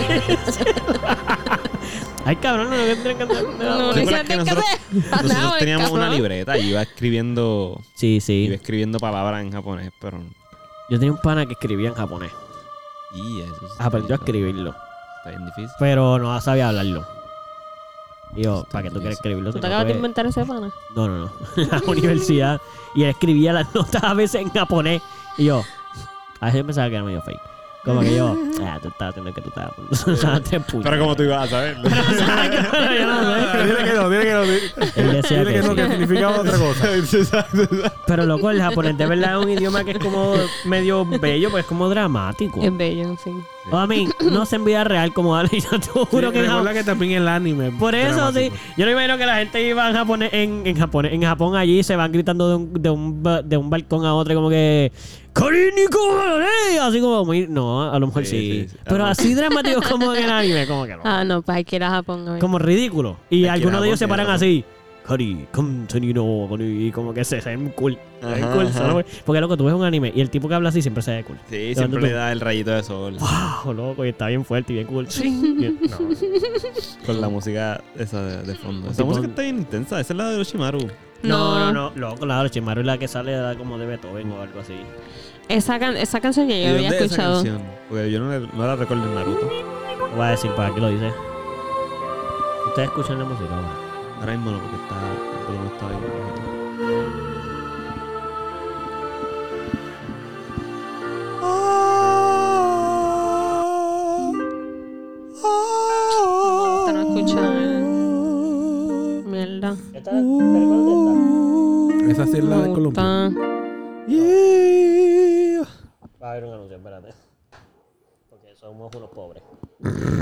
A: Ay, cabrón, no lo que tendrían que hacer.
C: No,
B: ¿Te
C: no,
B: acuerdas
C: tienes
B: que
C: que
B: nosotros-
C: hacer.
B: Nosotros
C: Nada,
B: teníamos una
C: cabrón.
B: libreta y iba escribiendo,
A: Sí,
B: iba
A: sí.
B: escribiendo palabras en japonés, pero...
A: Yo tenía un pana que escribía en japonés.
B: Y eso está
A: Aprendió a
B: bien-
A: escribirlo.
B: Está bien difícil.
A: pero no sabía hablarlo. Y yo, ¿para qué tú quieres escribirlo?
C: ¿Tú
A: si
C: te
A: no
B: Pues-
C: acabas de
A: puedes?"
C: inventar ese pana?
A: No, no, no. la universidad. Y él escribía las notas a veces en japonés. Y yo, a veces yo pensaba que era medio fake. Como que yo, ah, tú estabas teniendo que tú estabas. estabas tres puños.
B: Pero como tú ibas a saberlo.
A: Yo no sé.
D: Dile que no, dile que no. Dile
A: Él decía
D: dile
A: que
D: que no,
A: sí.
D: que significaba otra cosa.
A: Pero loco, el japonés de verdad es un idioma que es como medio bello, pues es como dramático.
C: Es bello, en fin.
A: O a mí, no se en vida real como habla. y Yo te juro
D: Sí,
A: que no.
D: recuerda que también el anime. es
A: Por eso, sí.
D: dramático.
A: Yo no imagino que la gente iba en Japón, en, en Japón, en Japón allí se van gritando de un, de un, ba- de un balcón a otro como que ¡Corinico! Así como muy... No, a lo mejor sí.
B: Sí, sí, sí.
A: Pero así dramático como en el anime, como que no.
C: Ah, no, para que ir a Japón a ver.
A: Como ridículo. Y
B: Aquí en
A: algunos de ellos se
B: Japón,
A: paran
B: en
A: así. Kari, Kari, no, Kari", y como que se se ven cool. Se ven
B: Ajá,
A: cool,
B: ajá.
A: solo- Porque loco, tú ves un anime y el tipo que habla así siempre se ve cool.
B: Sí, siempre le da el rayito de sol.
A: ¡Wow! Loco, y está bien fuerte y bien cool. No.
B: Con la música esa de, de fondo. Esa
A: Tipo-
B: música está bien intensa. Esa es la de Oshimaru.
A: No, no, no, loco, la de Chimaru es la que sale de la- como de Beethoven o algo así.
C: Esa, can- esa canción ya
B: ¿Y
C: yo
B: de
C: había
B: dónde es esa
C: escuchado.
B: canción? Porque yo no, la- no la recuerdo en Naruto.
A: Voy a decir para qué lo dice. Ustedes escuchan la música ahora.
B: Ahora mismo no, porque está. El volumen está bien bajito.
C: Esta no escucha. Mierda.
A: ¿Esta? ¿Te
D: Esa sí es la
C: Me
D: de
A: Ah.
D: Colombia.
C: gusta.
A: Va a haber un anuncio, espérate. Porque somos unos pobres.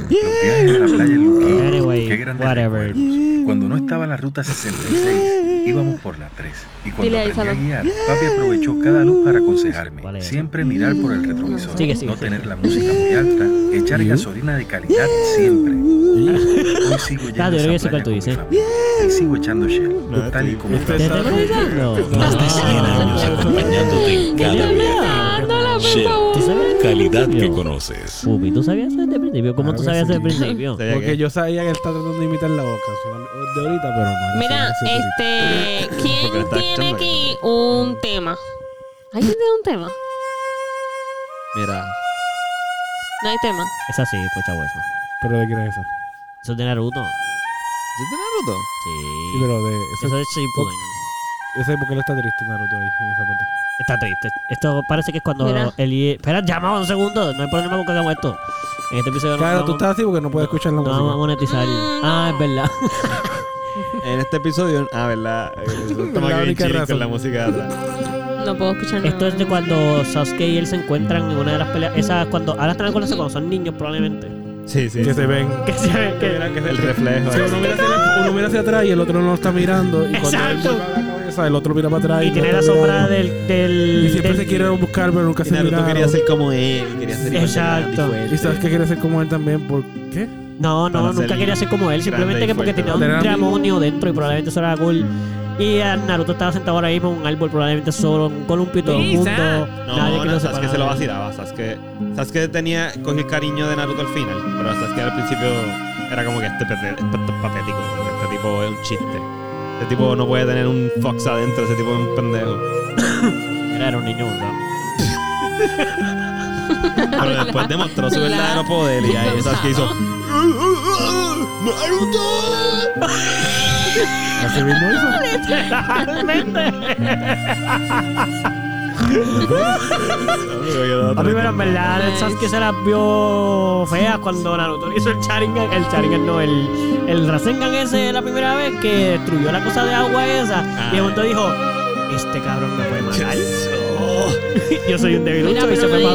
E: viajes a la playa en Luquillo.
A: Anyway,
E: Qué grandes
A: whatever.
E: recuerdos. Cuando no estaba la ruta 66, íbamos por la 3. Y cuando
C: Dile a
E: aprendí a
C: Isabel.
E: guiar, papi aprovechó cada luz para aconsejarme.
A: Vale.
E: Siempre mirar por el retrovisor,
A: Sigue, sigue,
E: no
A: sigue.
E: tener la música muy alta, echar gasolina de calidad siempre. Hoy sigo yendo
A: Ah, yo creo que eso
E: a esa
A: que
E: playa
A: tú
E: con mi
A: dices.
E: familia y sigo echando shell, tal y como
D: Este
A: ¿Te
E: fue.
A: estás pensando?
F: Más de 100
A: Ah.
F: años acompañándote en cada viaje.
C: Dándola, por
F: Shell,
C: favor.
F: calidad que conoces.
A: Pupi, ¿tú sabías eso desde el principio? ¿Cómo
D: Claro
A: tú
D: Ah, que
A: sabías eso desde el
D: sí.
A: principio?
B: Sabía
D: Porque
B: que-
D: yo sabía que él está tratando de imitar la voz canción de ahorita, pero no. no
C: Mira,
D: sé, no sé si ahorita.
C: este.
B: Porque
C: ¿Quién
B: está
C: tiene
B: echando
C: aquí un tema? ¿Hay tiene un tema?
B: Mira.
C: No hay tema.
A: Es así, escucha hueso.
D: ¿Pero de quién es esa?
A: Eso es de Naruto.
B: ¿Es de Naruto?
D: Sí,
A: Sí.
D: pero de. Eso,
A: Eso es Shippuden.
D: Ese porque él está triste, Naruto, ahí, en esa parte.
A: Está triste. Esto parece que es cuando
C: Mira.
A: el... E Espera, llama un segundo. No hay problema con que hagamos esto. En este episodio no
D: Claro,
A: vamos-
D: tú estás así porque no puedes escuchar la
A: No vamos a
D: música.
A: monetizar.
C: Mm,
A: Ah, es
C: no.
A: verdad.
B: En este episodio, ah, ¿verdad? Estamos
D: La
B: aquí bien
D: única
B: chilling
D: razón.
B: con la música de atrás.
C: No puedo escuchar nada.
A: Esto es de cuando Sasuke y él se encuentran en una de las peleas. Esas cuando. Ahora están acordándose cuando son niños, probablemente.
B: Sí, sí.
D: que
B: sí.
D: se ven.
A: Que se ve que.
B: El reflejo.
D: Sí, uno, mira hacia la- uno mira hacia atrás y el otro no lo está mirando. Y cuando él
A: Exacto.
D: vuelve a la cabeza, el otro mira para atrás.
A: Y
D: el
A: tiene la
D: otro
A: sombra
D: mira-
A: del. del
D: Y siempre
A: del-
D: se quieren buscar, pero nunca
B: Y
D: se
B: Naruto
D: miraron.
B: quería ser como él, quería ser igual de
A: Exacto.
B: grande fuerte.
D: Y sabes que quiere ser como él también. ¿Por qué?
A: No, no,
B: para
A: nunca
B: ser
A: quería ser como él. Simplemente
B: grande y
A: que porque
B: fuerte,
A: tenía
B: ¿no?
A: un
D: Era amigo.
A: demonio dentro y probablemente eso era cool. Y ah, Naruto estaba sentado ahora mismo en un árbol, probablemente solo, en un columpio y todo el mundo.
B: No,
A: nadie
B: no,
A: que lo sepa
B: Sasuke se lo
A: nada.
B: vacilaba. Sasuke, Sasuke tenía, cogió el cariño de Naruto al final, pero Sasuke al principio era como que este pete- este patético, como que este tipo es un chiste. Este tipo no puede tener un fox adentro, ese tipo es un pendejo.
A: Era, era un niño bondado.
B: Pero después demostró su verdadero poder y ahí Sasuke hizo... ¡Naruto!
D: Así mismo hizo.
A: A mí, pero en verdad,
C: Nice.
A: Sasuke se las vio feas cuando Naruto hizo el Sharingan. El Sharingan no, el, el Rasengan ese la primera vez que destruyó la cosa de agua esa. Y
C: Ah.
A: de momento dijo: Este cabrón me puede matar. Yo soy un
C: Mira,
A: debilucho y
C: pero,
A: se fue para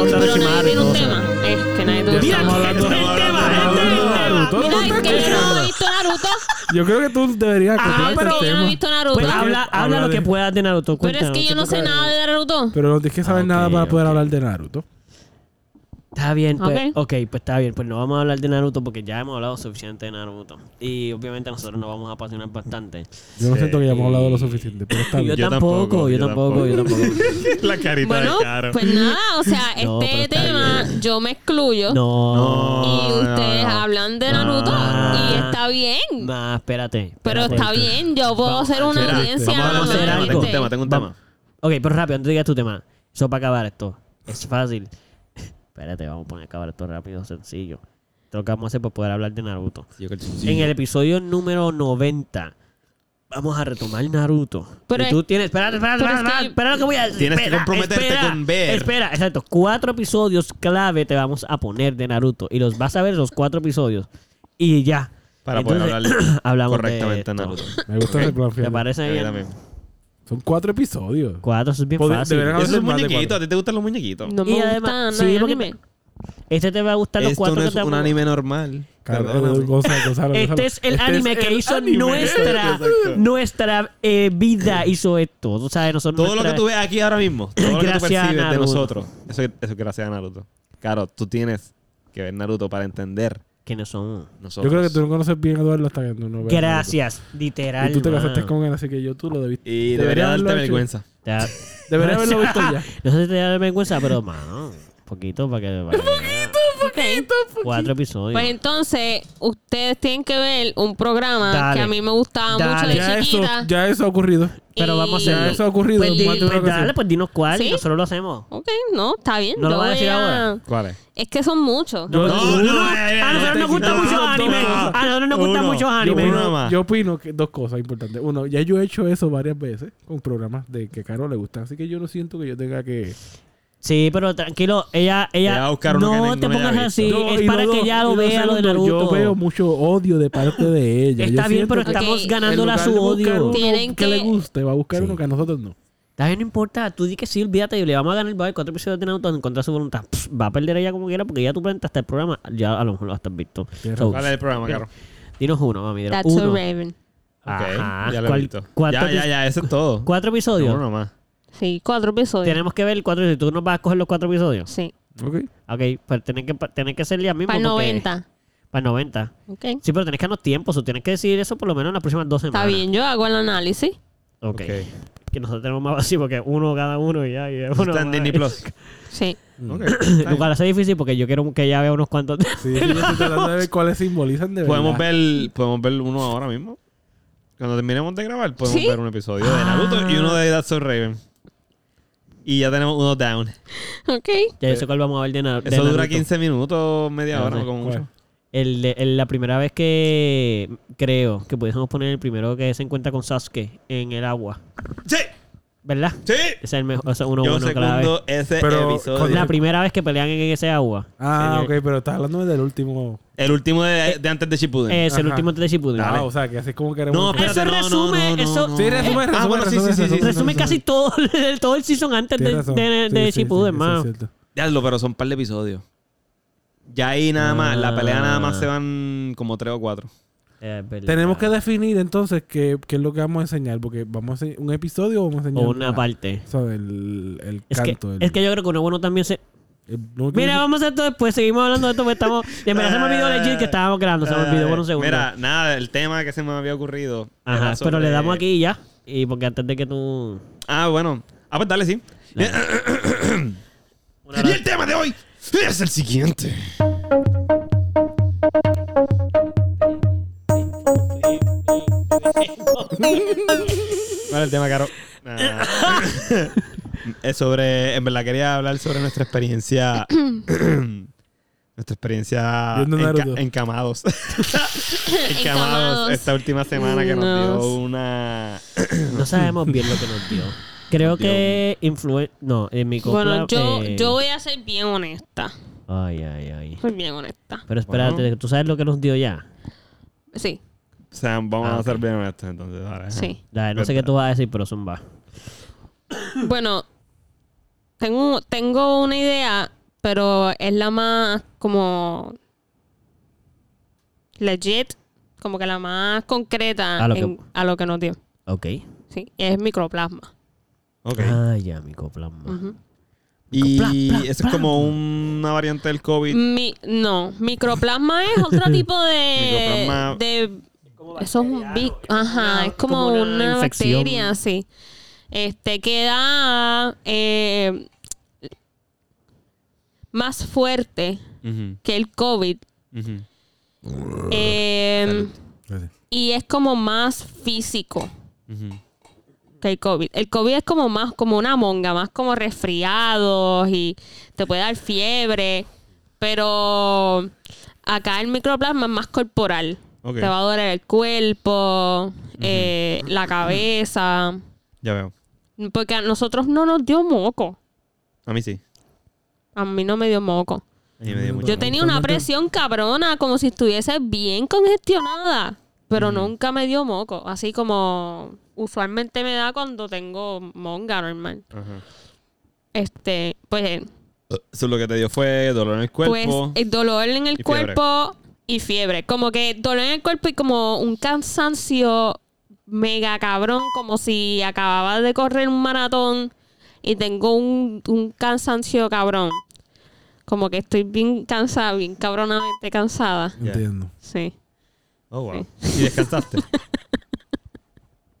A: donde Orochimaru y
C: nadie, pero nadie tiene
A: todo
C: un
A: eso.
C: tema. Es que nadie tiene un
A: Mira,
C: tema.
D: Estamos hablando-
A: el
D: estamos
A: tema,
D: hablando
A: el tema,
D: de
A: el
D: Naruto.
A: tema.
C: Mira, es que este yo no he visto Naruto.
D: Yo creo que tú deberías
C: Ah,
D: copiarte
C: pero
D: el
C: yo no he
D: tema.
C: visto Naruto.
A: Pues
D: Pero es que
A: habla, habla
D: habla
A: lo
D: de-
A: que puedas de Naruto.
C: Pero es
A: cuéntanos,
C: que yo
A: ¿qué
C: no
A: tú
C: sé
A: puedes-
C: nada de Naruto.
D: Pero no tienes que saber
A: Ah,
D: nada
A: ok,
D: para poder
A: ok.
D: hablar de Naruto.
A: Está bien, pues.
C: Ok.
A: ok, pues está bien. Pues no vamos a hablar de Naruto porque ya hemos hablado suficiente de Naruto. Y obviamente nosotros nos vamos a apasionar bastante.
D: Yo no
B: Sí.
D: siento que hayamos hablado lo suficiente, pero está
A: Yo,
D: bien.
B: Yo
A: tampoco,
B: tampoco,
A: yo
B: yo
A: tampoco, yo tampoco.
B: La carita
C: Bueno,
B: de Caro.
C: pues nada, o sea,
A: No, pero
C: este
A: está
C: tema yo me excluyo.
A: No.
C: Y
B: No, no,
C: ustedes
B: no.
C: hablan de Naruto
A: Ah.
C: y está bien.
A: Nah, espérate.
C: Pero
A: espérate.
C: está bien, yo puedo
A: Vamos,
C: hacer una
B: Mira,
C: audiencia.
B: vamos a hablar de un tema,
A: algo.
B: tengo un tema, tengo un tema.
A: Ok, pero rápido, antes de que digas tu tema. Eso para acabar esto. Es fácil. espérate, vamos a poner a acabar esto rápido, sencillo. Esto es Lo que vamos a hacer para poder hablar de Naruto. En el episodio número 90 vamos a retomar Naruto.
C: Pero
A: y
C: es-
A: tú tienes, espérate, espérate,
C: pero es
A: espérate, espérate,
C: que-
A: espera lo que voy a decir.
B: Tienes que
A: espera,
B: comprometerte
A: espera,
B: con ver.
A: Espera, exacto. Cuatro episodios clave te vamos a poner de Naruto y los vas a ver los cuatro episodios y ya.
B: Para poder hablar
A: hablamos de
B: correctamente
A: esto.
B: a Naruto.
D: Me gusta ese plan.
A: ¿Te
D: fíjate.
A: parece
B: A mí
A: bien?
B: también.
D: Son cuatro episodios.
A: Cuatro, eso es bien
D: Podría-
A: fácil.
D: deberían-
B: Eso es
D: hacer
B: un
D: más de
B: muñequito.
D: cuatro.
B: ¿A ti te gustan los muñequitos?
C: No me
A: Y además-
C: gusta
A: sí,
C: nada de
A: porque-
C: anime.
A: Este te va a gustar los
B: Esto
A: cuatro
B: no
A: que
B: es
A: te
B: un
A: vamos-
B: anime normal.
D: Car-
B: Perdóname.
D: Gonzalo, Gonzalo,
A: Este
D: Gonzalo.
A: es el
D: Este
A: anime
D: es
A: que
D: el
A: hizo
D: anime.
A: nuestra,
B: Exacto, exacto.
A: nuestra eh, vida hizo esto. Tú sabes, nosotros
B: Todo lo que
A: nuestra-
B: tú ves aquí ahora mismo, todo lo que tú
A: Gracias a
B: percibes de
A: Naruto.
B: nosotros, eso, eso es gracias a Naruto. Claro, tú tienes que ver Naruto para entender
A: ¿Quiénes son?
B: nosotros.
D: Yo creo que tú no conoces bien a Eduardo hasta que no no veas
A: Gracias,
D: Naruto.
A: literal.
D: Y tú te casaste
A: mano.
D: con él, así que yo tú lo debiste.
B: Y
D: Debería
B: debería
D: haberlo
B: darte
D: hecho.
B: vergüenza.
A: Ya.
D: Debería haberlo visto ya.
A: No sé si te da vergüenza, pero mano, poquito para que. para que- Cuatro episodios.
C: Pues entonces, ustedes tienen que ver un programa
A: Dale.
C: que a mí me gustaba mucho
A: Dale.
C: de
D: Ya eso,
C: chiquita.
D: ya eso ha ocurrido.
A: pero vamos a
D: Ya
A: hacerlo.
D: eso ha ocurrido.
A: Pues, di-
D: más de una
A: pues dale,
D: ocasión.
A: pues dinos cuál y
C: ¿Sí?
A: nosotros lo hacemos.
C: Ok, no, está bien.
A: ¿No lo
C: yo
A: vas a
C: voy
A: decir ahora?
B: ¿Cuál es?
C: Es que son muchos.
B: No,
D: Yo-
B: no, eh,
A: a nosotros
B: no,
A: nos gustan
B: no,
A: muchos
B: no,
A: animes.
B: no.
A: A nosotros nos gustan
B: Uno.
A: muchos
B: Yo
D: Yo
A: animes.
B: Uno
D: opino,
B: más.
D: yo opino que dos cosas importantes. Uno, ya yo he hecho eso varias veces con programas de que a Caro le gustan, así que yo no siento que yo tenga que.
A: Sí, pero tranquilo, ella,
B: Ella va
A: ella,
B: a buscar uno que
A: no
B: ninguno
A: te pongas
B: haya visto.
A: así,
D: No,
A: es
D: y
A: para
D: lo
A: que
D: dos-
A: ella
D: y
A: lo vea lo de
D: segundo,
A: Naruto.
D: Yo veo mucho odio de parte de ella.
A: Está
D: Yo
A: bien, pero
D: siento que
A: estamos
C: Ok.
A: ganando
D: en
A: la
D: lugar
A: su
D: de buscar
A: odio.
D: uno
C: Tienen
D: que le
C: que-
D: guste, va a buscar
A: Sí.
D: uno que a nosotros no.
A: Está bien, no importa, tú di que sí, olvídate, y le vamos a ganar, va a haber cuatro episodios de Naruto en contra de su voluntad. Pff, va a perder ella como quiera porque ya tú plantaste el programa, ya a lo mejor lo has visto.
D: Tienes
A: So,
B: ¿Cuál es el programa, Caro?
A: dinos uno, mami, dinos
C: That's
A: uno.
C: a Raven.
A: Ajá.
B: Ok, ya lo he
A: ¿Cuál-
B: visto.
A: cuánto
B: Ya, ya,
A: epi-
B: ya, eso es todo.
A: ¿Cuatro episodios?
B: Uno más.
C: Sí, cuatro episodios.
A: Tenemos que ver el cuatro episodios. ¿Tú nos vas a coger los cuatro episodios?
C: Sí,
D: Ok.
A: Ok, pero tienen que, tienen que ser ya mismo.
C: para el
A: porque-
C: 90.
A: Para el 90.
C: Ok.
A: Sí, pero tenés que darnos tiempo. O tienes que decidir eso por lo menos en las próximas dos semanas.
C: Está bien, yo hago el análisis.
A: Ok.
B: Ok.
A: Que nosotros tenemos más vacío porque uno cada uno y ya. Y uno
B: Está en
A: más.
B: Disney Plus.
C: Sí.
D: Mm.
B: Ok.
A: Lo cual hace difícil porque yo quiero que ya vea unos cuantos.
D: Sí, sí, yo estoy tratando de ver cuáles simbolizan de verdad.
B: Podemos ver, podemos ver uno ahora mismo. Cuando terminemos de grabar, podemos
C: ¿Sí?
B: ver un episodio
A: Ah.
B: de Naruto y uno de That's So Raven. Y ya tenemos uno down.
C: Ok.
A: ya yo sé cuál vamos a ver de, na- de
B: Eso dura
A: Naruto.
B: 15 minutos, media
A: Ya
B: hora,
A: sé.
B: como mucho.
A: El de- el- la primera vez que creo que pudiésemos poner el primero que se encuentra con Sasuke en el agua.
B: ¡Sí!
A: ¿Verdad?
B: ¡Sí!
A: Ese es el mejor, ese es uno
B: Yo
A: bueno clave.
B: segundo ese
D: Pero
B: episodio.
D: con
A: La primera vez que pelean en ese agua. Eh,
D: Ah,
A: Señor.
D: ok, pero estás hablando del último.
B: El último
A: Eh,
B: de, de antes de Shippuden.
A: Es el
D: Ajá.
A: último de Shippuden.
D: Ah, o sea, que así es como queremos.
B: no,
A: pero-
B: espérate,
A: Eso
B: no, no,
A: resume,
B: no, no,
A: eso-
B: no.
D: Sí, resume, resume.
B: Ah, bueno, sí,
D: resume,
B: sí, sí, sí.
D: resume,
A: Resume
D: resume.
A: casi todo el, todo el season antes
D: Tienes
A: de,
D: razón.
A: de,
D: Sí,
A: de
D: sí,
A: Shippuden,
D: sí,
A: mano.
D: sí, es cierto.
B: Diablo, pero son un par de episodios. Ya ahí nada más, la pelea nada más
A: Ah.
B: se van como tres o cuatro.
A: Es verdad.
D: Tenemos que definir entonces qué, qué es lo que vamos a enseñar, porque vamos a enseñar un episodio o vamos a enseñar
A: O una
D: Ah,
A: parte.
D: o sea, el, el
A: Es que,
D: canto. el-
A: es que yo creo que uno bueno también se...
D: el- no quiero
A: Mira,
D: decir-
A: vamos a hacer esto después. Seguimos hablando de esto porque estamos... De verdad se me olvidó legit que estábamos grabando. Se me olvidó por un segundo.
B: Eh, Mira, nada, el tema que se me había ocurrido.
A: Ajá,
B: era sobre-
A: pero le damos aquí y ya. Y porque antes de que tú...
B: Ah, bueno. Ah, pues dale, sí.
A: Una
B: Y
A: hora-
B: el tema de hoy es el siguiente. ¿Cuál es el tema, Caro? Ah. es sobre. En verdad, quería hablar sobre nuestra experiencia. nuestra experiencia
D: Viendo
B: enca-
D: Naruto.
B: encamados.
C: Encamados.
B: encamados. Esta última semana que nos
C: Encamados.
B: dio una.
A: No sabemos bien lo que nos dio. Creo que influen... No, en mi copla...
C: Bueno, yo,
A: eh,
C: yo voy a ser bien honesta.
A: Ay, ay, ay.
C: Soy bien honesta.
A: Pero espérate,
B: Bueno.
A: ¿tú sabes lo que nos dio ya?
C: Sí,
B: O sea, vamos
A: Ah,
B: a ser
A: ok.
B: bien honestos entonces. Ahora,
C: sí.
A: Dale, no sé qué tú vas a decir, pero zumba.
C: Bueno, tengo, tengo una idea, pero es la más como legit, como que la más concreta
A: A lo que-
C: en- a lo que nos dio.
A: Ok.
C: Sí, es microplasma.
B: Ok.
A: Ah, ya, micoplasma.
C: Ujú.
B: Y eso es como una variante del COVID.
C: Mi- no, microplasma es otro tipo de...
B: Microplasma-
C: de eso es un bic- Ajá,
A: una-
C: es como,
A: como una
C: una,
A: infección.
C: bacteria, sí. Este, que da eh, más fuerte
B: Ujú,
C: que el COVID.
B: ujú.
C: Eh,
B: Salud.
D: Gracias.
C: y es como más físico
B: Ujú.
C: que el COVID. El COVID es como más como una monga, más como resfriados y te puede dar fiebre. Pero acá el microplasma es más corporal.
B: Ok.
C: Te va a doler el cuerpo, eh, la cabeza.
B: Ya veo.
C: Porque a nosotros no nos dio moco.
B: A mí sí.
C: A mí no me dio moco.
B: A mí me dio mucho.
C: Yo tenía una presión cabrona, como si estuviese bien congestionada, pero nunca me dio moco, así como usualmente me da cuando tengo monga normal.
B: Ajá.
C: Este, pues, eh,
B: Eso lo que te dio fue dolor en el
C: pues
B: cuerpo.
C: el dolor en el
B: y fiebre.
C: cuerpo y fiebre, como que dolor en el cuerpo y como un cansancio mega cabrón, como si acababa de correr un maratón y tengo un, un cansancio cabrón. Como que estoy bien cansada, bien cabronamente cansada.
B: Ya.
D: Entiendo.
C: Sí.
B: Oh, wow. Y descansaste.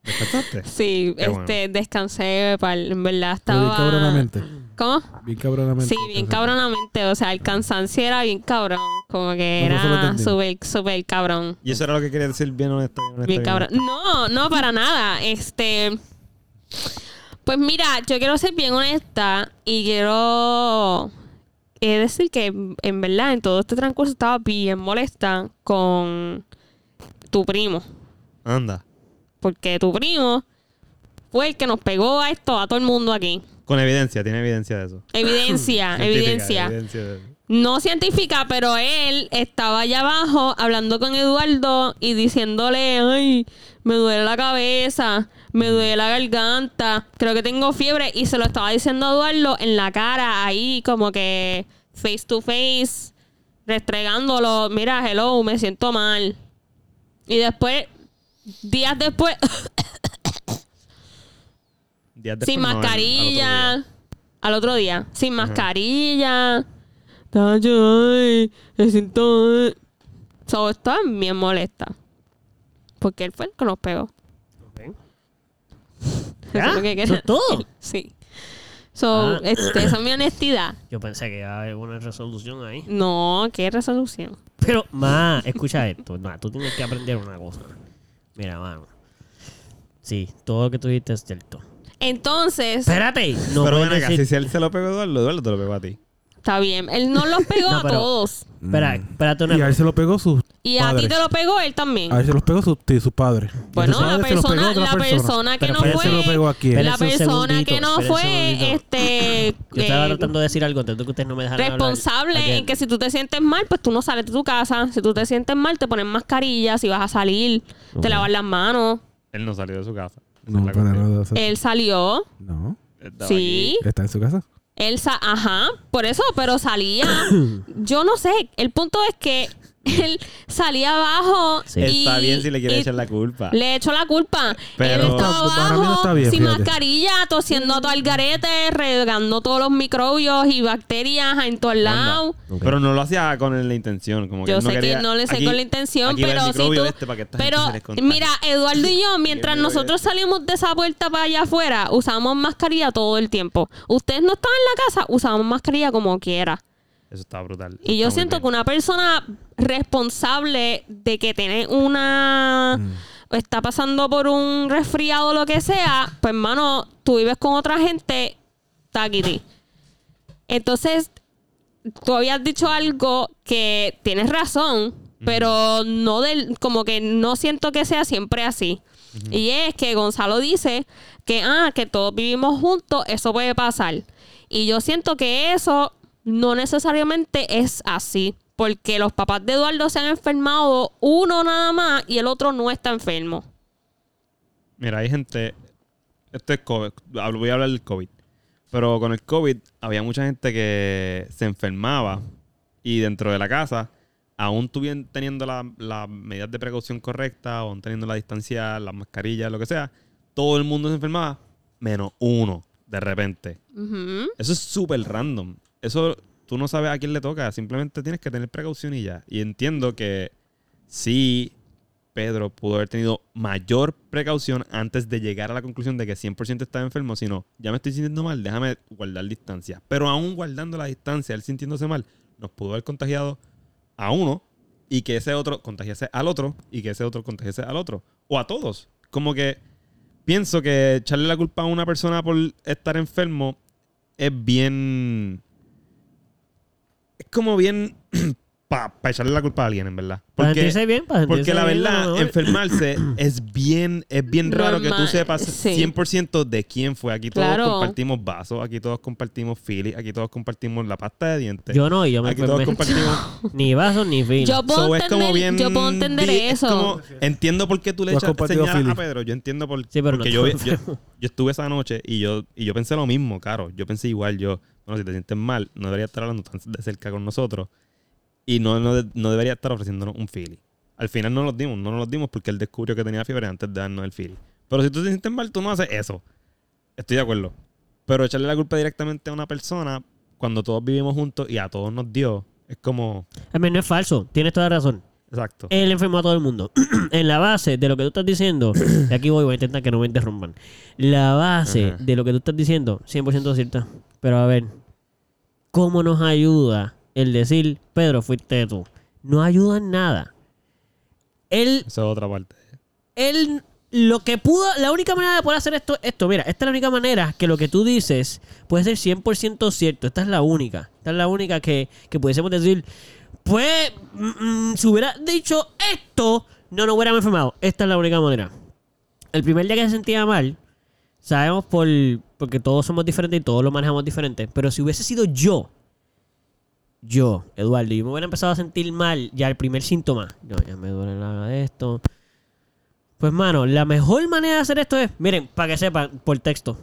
B: ¿Descansaste?
C: Sí,
B: Qué bueno.
C: este, descansé, pal, en verdad
D: Pero bien
C: estaba...
D: cabronamente.
C: ¿Cómo?
D: Bien cabronamente.
C: Sí, bien cabronamente, o sea, el cansancio era bien cabrón, como que
D: No, por eso lo
C: era
D: entendí.
C: súper, súper cabrón,
B: Y eso era lo que quería decir bien honesto. Bien, honesto, bien
C: bien cabrón. No, no, para nada, este... Pues mira, yo quiero ser bien honesta y quiero eh, decir que en en verdad en todo este transcurso estaba bien molesta con tu primo.
B: honesto. Anda.
C: porque tu primo fue el que nos pegó a esto, a todo el mundo aquí.
B: Con evidencia, tiene evidencia de eso. Científica,
C: Evidencia, Ah, evidencia.
B: evidencia de eso.
C: No científica, pero él estaba allá abajo hablando con Eduardo y diciéndole, ay, me duele la cabeza, me duele la garganta, creo que tengo fiebre. Y se lo estaba diciendo a Eduardo en la cara, ahí como que face to face, restregándolo, mira, hello, me siento mal. Y después, días después,
B: Días después,
C: sin
B: no, al- al otro
C: mascarilla.
B: día.
C: Al otro día. Sin mascarilla. Tacho, ay, me siento. ay. So, estaba bien molesta. Porque él fue el que nos pegó. Eso es lo que
A: ¿Eso
C: quería
A: es todo?
C: decir. Sí. So,
A: Ah.
C: este, esa es mi honestidad.
A: Yo pensé que iba a haber una resolución ahí.
C: No, qué resolución.
A: Pero, ma, escucha esto. Ma, tú tienes que aprender una cosa. Mira, mano. Sí, todo lo que tú dijiste es cierto.
C: Entonces,
A: Espérate. No
B: Pero
A: puedes
C: pues,
B: bueno, acá,
A: decir-
B: si él se lo pegó a Eduardo, Eduardo te lo pegó a ti.
C: Está bien. Él no los pegó
A: No,
C: a
A: pero-
C: todos.
A: Espera, espérate una
D: Y a él se lo pegó sus
C: Y a ti
D: padres.
C: te lo pegó él también.
D: A él se los pegó su, sí, su padre.
C: Bueno, la persona, la persona, que
A: Pero
C: no
A: fue-
C: fue,
D: se lo pegó aquí.
A: Espera
C: la
A: un
C: persona
A: segundito,
C: que no
A: espera un
C: fue,
A: segundito.
C: este,
A: Yo
C: eh,
A: estaba tratando de decir algo antes de que ustedes no me dejaran hablar.
C: responsable en
A: Again.
C: que si tú te sientes mal, pues tú no sales de tu casa. Si tú te sientes mal, te ponen mascarilla. Si vas a salir, te lavas las manos.
B: Él no salió de su casa.
D: No, para nada. o sea,
C: Él salió,
D: No.
C: sí.
D: Está en su casa.
C: Él sa- ajá, por eso, pero salía. Yo no sé. El punto es que él salía abajo.
A: Sí.
C: y-
B: Está bien si le quiere
C: y
B: echar la culpa.
C: Le echó la culpa.
B: Pero-
C: él estaba
D: Está- para mí
C: abajo,
D: no está bien,
C: sin
D: fíjate.
C: mascarilla, tosiendo todo el garete, regando todos los microbios y bacterias en todos lados.
A: Ok.
B: Pero no lo hacía con la intención. Como que
C: Yo
B: él no
C: sé
B: quería,
C: que no le sé
B: aquí-
C: con la intención,
B: aquí va el
C: pero si
B: microbio
C: tú-
B: este para que esta gente
C: pero
B: se les contagie.
C: mira, Eduardo y yo, mientras
B: el microbio este.
C: nosotros salimos de esa puerta para allá afuera, usamos mascarilla todo el tiempo. Ustedes no estaban en la casa, usamos mascarilla como quiera.
B: Eso estaba brutal.
C: Y yo siento que una persona responsable de que tiene una. o está pasando por un resfriado o lo que sea, pues, hermano, tú vives con otra gente, taquiti. Entonces, tú habías dicho algo que tienes razón, pero no del. como que no siento que sea siempre así. Y es que Gonzalo dice que, ah, que todos vivimos juntos, eso puede pasar. Y yo siento que eso no necesariamente es así. Porque los papás de Eduardo se han enfermado uno nada más y el otro no está enfermo.
B: Mira, hay gente. Esto es COVID. Hablo- Voy a hablar del COVID. Pero con el COVID había mucha gente que se enfermaba y dentro de la casa, aún tuvien- teniendo la- las medidas de precaución correctas, aún teniendo la distancia, las mascarillas, lo que sea, todo el mundo se enfermaba, menos uno, de repente.
C: Ujú.
B: Eso es súper random. Eso tú no sabes a quién le toca. Simplemente tienes que tener precaución y ya. Y entiendo que sí, Pedro pudo haber tenido mayor precaución antes de llegar a la conclusión de que 100% estaba enfermo. Si no, ya me estoy sintiendo mal, déjame guardar distancia. Pero aún guardando la distancia, él sintiéndose mal, nos pudo haber contagiado a uno y que ese otro contagiase al otro y que ese otro contagiase al otro. O a todos. Como que pienso que echarle la culpa a una persona por estar enfermo es bien. Es como bien. Para echarle la culpa a alguien, en verdad.
A: Para
B: Porque,
A: Pues sentirse bien, para sentirse
B: porque la
A: bien, a
B: verdad,
A: lo mejor.
B: enfermarse es bien, es bien raro que tú
C: Normal,
B: sepas
C: sí.
B: 100% de quién fue. Aquí todos
C: Claro.
B: compartimos vasos, aquí todos compartimos filis, aquí todos compartimos la pasta de dientes.
A: Yo no, y yo me
B: aquí todos
A: enfermé.
B: compartimos.
A: Ni vaso ni vino.
C: Yo puedo
B: So, es como
C: entender,
B: bien
C: yo puedo entender
B: di- es
C: eso.
B: como- entiendo por qué tú le
D: Tú has
B: echas
D: compartido
B: señalas a
D: feeling.
B: Pedro. Yo entiendo por
A: Sí, pero
B: porque
A: no
B: yo,
A: todos.
B: yo, yo estuve esa noche y yo, y yo pensé lo mismo, caro. Yo pensé igual, yo, bueno, si te sientes mal, no deberías estar hablando tan de cerca con nosotros. Y no, no, de- no debería estar ofreciéndonos un fili. Al final no los dimos, no nos los dimos porque él descubrió que tenía fiebre antes de darnos el fili. Pero si tú te sientes mal, tú no haces eso. Estoy de acuerdo. Pero echarle la culpa directamente a una persona cuando todos vivimos juntos y a todos nos dio, es como...
A: A mí no es falso, tienes toda la razón.
B: Exacto.
A: Él enfermó a todo el mundo. en la base de lo que tú estás diciendo, y aquí voy, voy a intentar que no me interrumpan. La base
B: Ajá.
A: de lo que tú estás diciendo, 100% cierta. Pero a ver, ¿cómo nos ayuda el decir, Pedro, fuiste tú? No ayuda en nada. Él,
B: Esa es otra parte.
A: él, lo que pudo, la única manera de poder hacer esto, esto, mira, esta es la única manera que lo que tú dices puede ser 100% cierto. Esta es la única. Esta es la única que, que pudiésemos decir, pues, mm, mm, si hubiera dicho esto, no nos hubiéramos enfermado. Esta es la única manera. El primer día que se sentía mal, sabemos por, porque todos somos diferentes y todos lo manejamos diferente, pero si hubiese sido yo, yo, Eduardo, yo me hubiera empezado a sentir mal ya el primer síntoma. No, ya me duele nada de esto. Pues, mano, la mejor manera de hacer esto es, miren, para que sepan, por texto.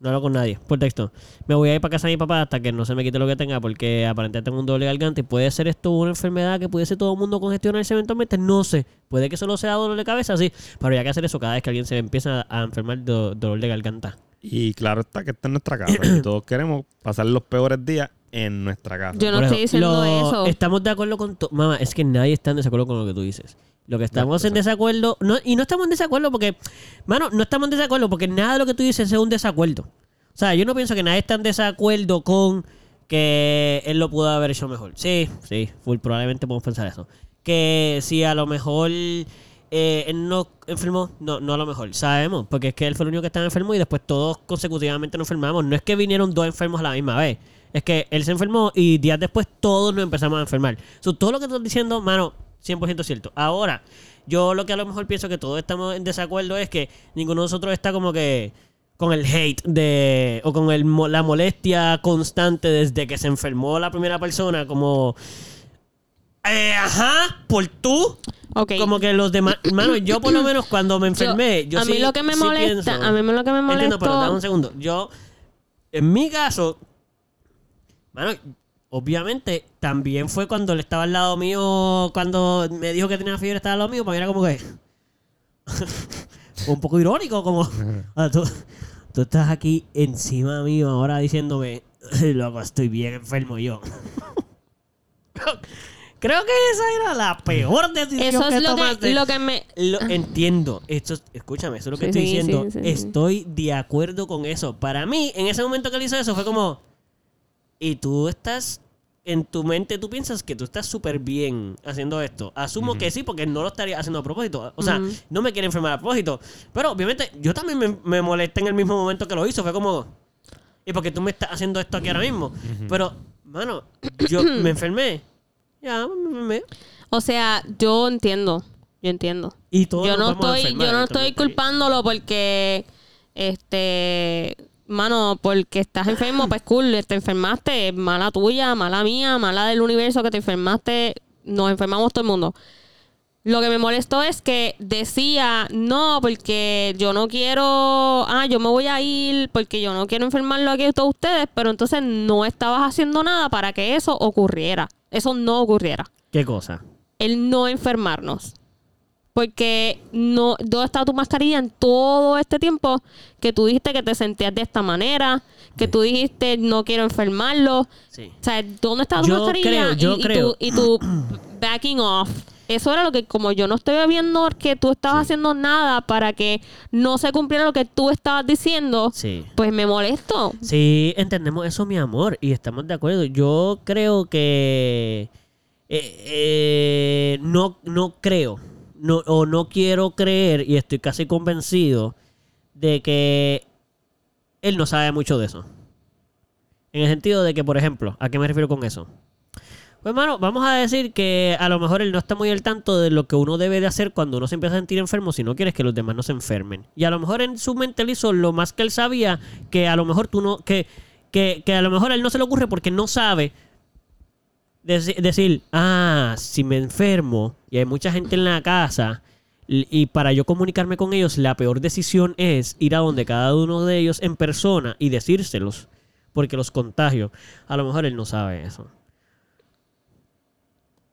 A: No hablo con nadie, por texto. Me voy a ir para casa de mi papá hasta que no se me quite lo que tenga, porque aparentemente tengo un doble garganta y puede ser esto una enfermedad que pudiese todo el mundo congestionarse eventualmente. No sé, puede que solo sea dolor de cabeza, sí. Pero ya que hacer eso cada vez que alguien se empieza a enfermar de dolor de garganta.
B: Y claro está que está en nuestra casa. y todos queremos pasar los peores días en nuestra casa.
C: Yo no
A: Por
C: estoy
A: eso,
C: diciendo
A: lo-
C: eso.
A: Estamos de acuerdo con todo. Mamá, es que nadie está en desacuerdo con lo que tú dices. Lo que estamos en desacuerdo. No, y no estamos en desacuerdo porque. Mano, no estamos en desacuerdo porque nada de lo que tú dices es un desacuerdo. O sea, yo no pienso que nadie está en desacuerdo con que él lo pudo haber hecho mejor. Sí, sí, full, probablemente podemos pensar eso. Que si a lo mejor. eh, él no enfermó, no, no a lo mejor, sabemos, porque es que él fue el único que estaba enfermo y después todos consecutivamente nos enfermamos. No es que vinieron dos enfermos a la misma vez, Es que él se enfermó y días después todos nos empezamos a enfermar. So, todo lo que estás diciendo, mano, 100% cierto. Ahora, yo lo que a lo mejor pienso que todos estamos en desacuerdo es que ninguno de nosotros está como que con el hate de o con el, mo- la molestia constante desde que se enfermó la primera persona como eh, ajá por tú
C: Ok.
A: como que los demás mano yo por lo menos cuando me
C: Yo-
A: enfermé yo,
C: a mí
A: sí-
C: lo que me
A: sí
C: molesta,
A: pienso-
C: a mí lo que me molesta.
A: Entiendo, pero dame un segundo. Yo, en mi caso, bueno, obviamente también fue cuando él estaba al lado mío, cuando me dijo que tenía fiebre, estaba al lado mío, para mí era como que. un poco irónico, como. "Ah, tú, tú estás aquí encima mío ahora diciéndome, loco, estoy bien enfermo yo. Creo que esa era la peor decisión
C: eso
A: que
C: es lo
A: tomaste.
C: que, lo que me.
A: Lo entiendo. Esto, es- escúchame, eso es lo que
C: Ah. Sí,
A: estoy
C: sí,
A: diciendo.
C: sí, sí, sí.
A: estoy de acuerdo con eso. Para mí, en ese momento que él hizo eso, fue como. Y tú estás. En tu mente tú piensas que tú estás súper bien haciendo esto. Asumo que sí, porque no lo estaría haciendo a propósito. O sea,
C: Ujú.
A: no me quiere enfermar a propósito. Pero obviamente yo también me, me molesté en el mismo momento que lo hizo. Fue como. Y porque tú me estás haciendo esto aquí ahora mismo. Pero, mano, yo me enfermé. Ya, me enfermé.
C: O sea, yo entiendo. Yo entiendo.
A: Y todos
C: yo
A: nos
C: no
A: vamos a
C: estoy,
A: enfermar
C: yo no
A: eventualmente.
C: estoy culpándolo porque este mano, porque estás enfermo, pues cool, te enfermaste, mala tuya, mala mía, mala del universo que te enfermaste, nos enfermamos todo el mundo. Lo que me molestó es que decía, no, porque yo no quiero, ah, yo me voy a ir porque yo no quiero enfermarlo aquí a todos ustedes, pero entonces no estabas haciendo nada para que eso ocurriera. Eso no ocurriera
A: ¿Qué cosa?
C: el no enfermarnos. Porque no, ¿dónde está tu mascarilla en todo este tiempo que tú dijiste que te sentías de esta manera? Que tú dijiste no quiero enfermarlo.
A: Sí.
C: O sea, ¿dónde está tu
A: Yo
C: mascarilla?
A: creo, yo
C: y,
A: creo.
C: Y tu, y tu backing off. Eso era lo que, como yo no estoy viendo que tú estabas haciendo nada para que no se cumpliera lo que tú estabas diciendo,
A: Sí.
C: pues me molesto.
A: Sí, entendemos eso, mi amor, y estamos de acuerdo. Yo creo que. eh, eh, no, no creo, no, o no quiero creer, y estoy casi convencido de que él no sabe mucho de eso. En el sentido de que, por ejemplo, ¿a qué me refiero con eso? Pues, hermano, vamos a decir que a lo mejor él no está muy al tanto de lo que uno debe de hacer cuando uno se empieza a sentir enfermo si no quieres que los demás no se enfermen. Y a lo mejor en su mente él hizo lo más que él sabía que a lo mejor tú no... Que, que, que a lo mejor a él no se le ocurre porque no sabe deci- decir, ah, si me enfermo y hay mucha gente en la casa l- y para yo comunicarme con ellos, la peor decisión es ir a donde cada uno de ellos en persona y decírselos porque los contagio. A lo mejor él no sabe eso.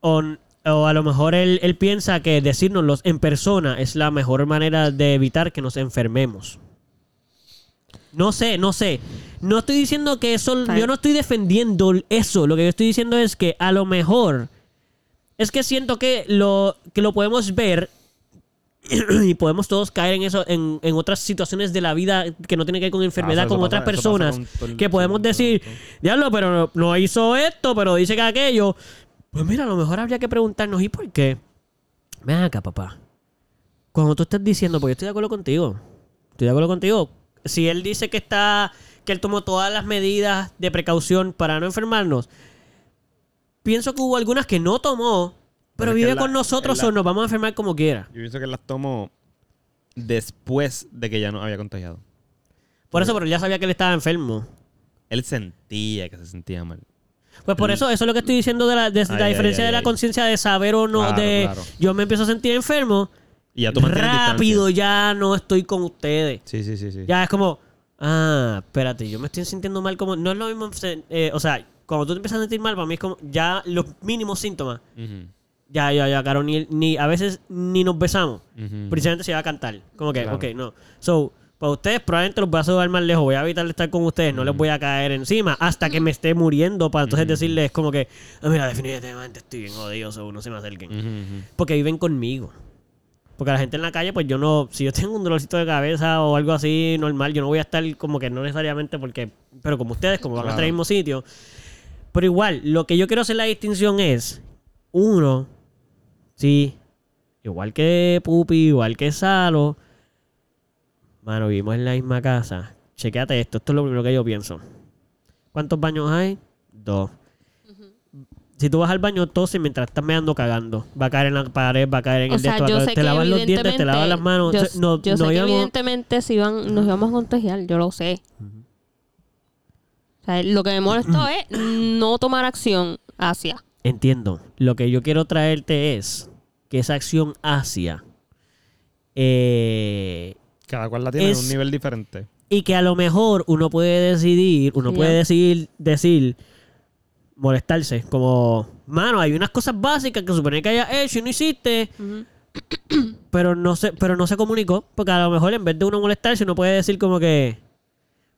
A: O, n- o a lo mejor él, él piensa que decírnoslos en persona es la mejor manera de evitar que nos enfermemos. No sé, no sé. No estoy diciendo que eso.
C: Está
A: Yo
C: bien.
A: no estoy defendiendo eso. Lo que yo estoy diciendo es que a lo mejor. Es que siento que lo, que lo podemos ver y podemos todos caer en eso, en, en otras situaciones de la vida que no tiene que ver con enfermedad,
B: Ah, eso
A: con
B: pasa,
A: otras
B: eso pasa
A: personas,
B: con todo el-
A: que podemos
B: con todo el-
A: decir,
B: con todo.
A: diablo, pero no, no hizo esto, pero dice que aquello. Pues mira, a lo mejor habría que preguntarnos, ¿y por qué? Ven acá, papá. Cuando tú estás diciendo, pues yo estoy de acuerdo contigo. Estoy de acuerdo contigo. Si él dice que está, que él tomó todas las medidas de precaución para no enfermarnos, pienso que hubo algunas que no tomó,
B: Pero
A: pero
B: es que
A: vive
B: en la-
A: con nosotros
B: en la-
A: o nos vamos a enfermar como quiera.
B: Yo pienso que las tomo después de que ya no había contagiado.
A: Por eso, pero él ya sabía que él estaba enfermo.
B: Él sentía que se sentía mal.
A: Pues por eso, eso es lo que estoy diciendo de la, de la
B: Ay,
A: diferencia
B: ay,
A: de
B: ay,
A: la
B: ay.
A: conciencia de saber o no,
B: Claro,
A: de
B: claro.
A: yo me empiezo a sentir enfermo,
B: Y ya tú mantienes
A: rápido
B: distancia.
A: ya no estoy con ustedes.
B: Sí, sí, sí. sí.
A: Ya es como, ah, espérate, yo me estoy sintiendo mal como... No es lo mismo, eh, o sea, cuando tú te empiezas a sentir mal, para mí es como ya los mínimos síntomas.
B: Ujú,
A: Ya, ya, ya, Caro, ni, ni- a veces ni nos besamos.
B: ujú.
A: Precisamente se va a cantar. Como que,
B: Claro.
A: ok, no. So, para ustedes probablemente los voy a saludar más lejos. Voy a evitar estar con ustedes. No les voy a caer encima hasta que me esté muriendo para entonces decirles como que, "Ah, mira, definitivamente estoy bien odioso. No se me acerquen.
B: Ujú, ujú.
A: Porque viven conmigo. Porque la gente en la calle, pues yo no, si yo tengo un dolorcito de cabeza o algo así normal, yo no voy a estar como que no necesariamente porque, pero como ustedes, como van a estar en el mismo sitio. Pero igual, lo que yo quiero hacer la distinción es, uno, sí, igual que Pupi, igual que Salo, mano, vivimos en la misma casa. Chequéate esto, esto es lo primero que yo pienso. ¿Cuántos baños hay? dos. Si tú vas al baño, tose mientras estás meando cagando. Va a caer en la pared, va a caer en
C: O
A: el de
C: sea,
A: esto, va a
C: yo
A: caer- te
C: sé que
A: lavas los dientes, te lavas las manos.
C: Yo,
A: O sea, no,
C: yo
A: no
C: sé que
A: íbamos-
C: evidentemente si van, nos íbamos a contagiar, yo lo sé. O sea, lo que me
A: Mm.
C: molestó es no tomar acción hacia.
A: Entiendo. Lo que yo quiero traerte es que esa acción hacia. eh,
B: Cada cual la tiene
A: Es-
B: en un nivel diferente.
A: y que a lo mejor uno puede decidir, uno
C: Ya.
A: puede decidir, decir, molestarse. Como, mano, hay unas cosas básicas que supone que haya hecho y no hiciste, pero no se, pero no se comunicó. Porque a lo mejor en vez de uno molestarse, uno puede decir como que.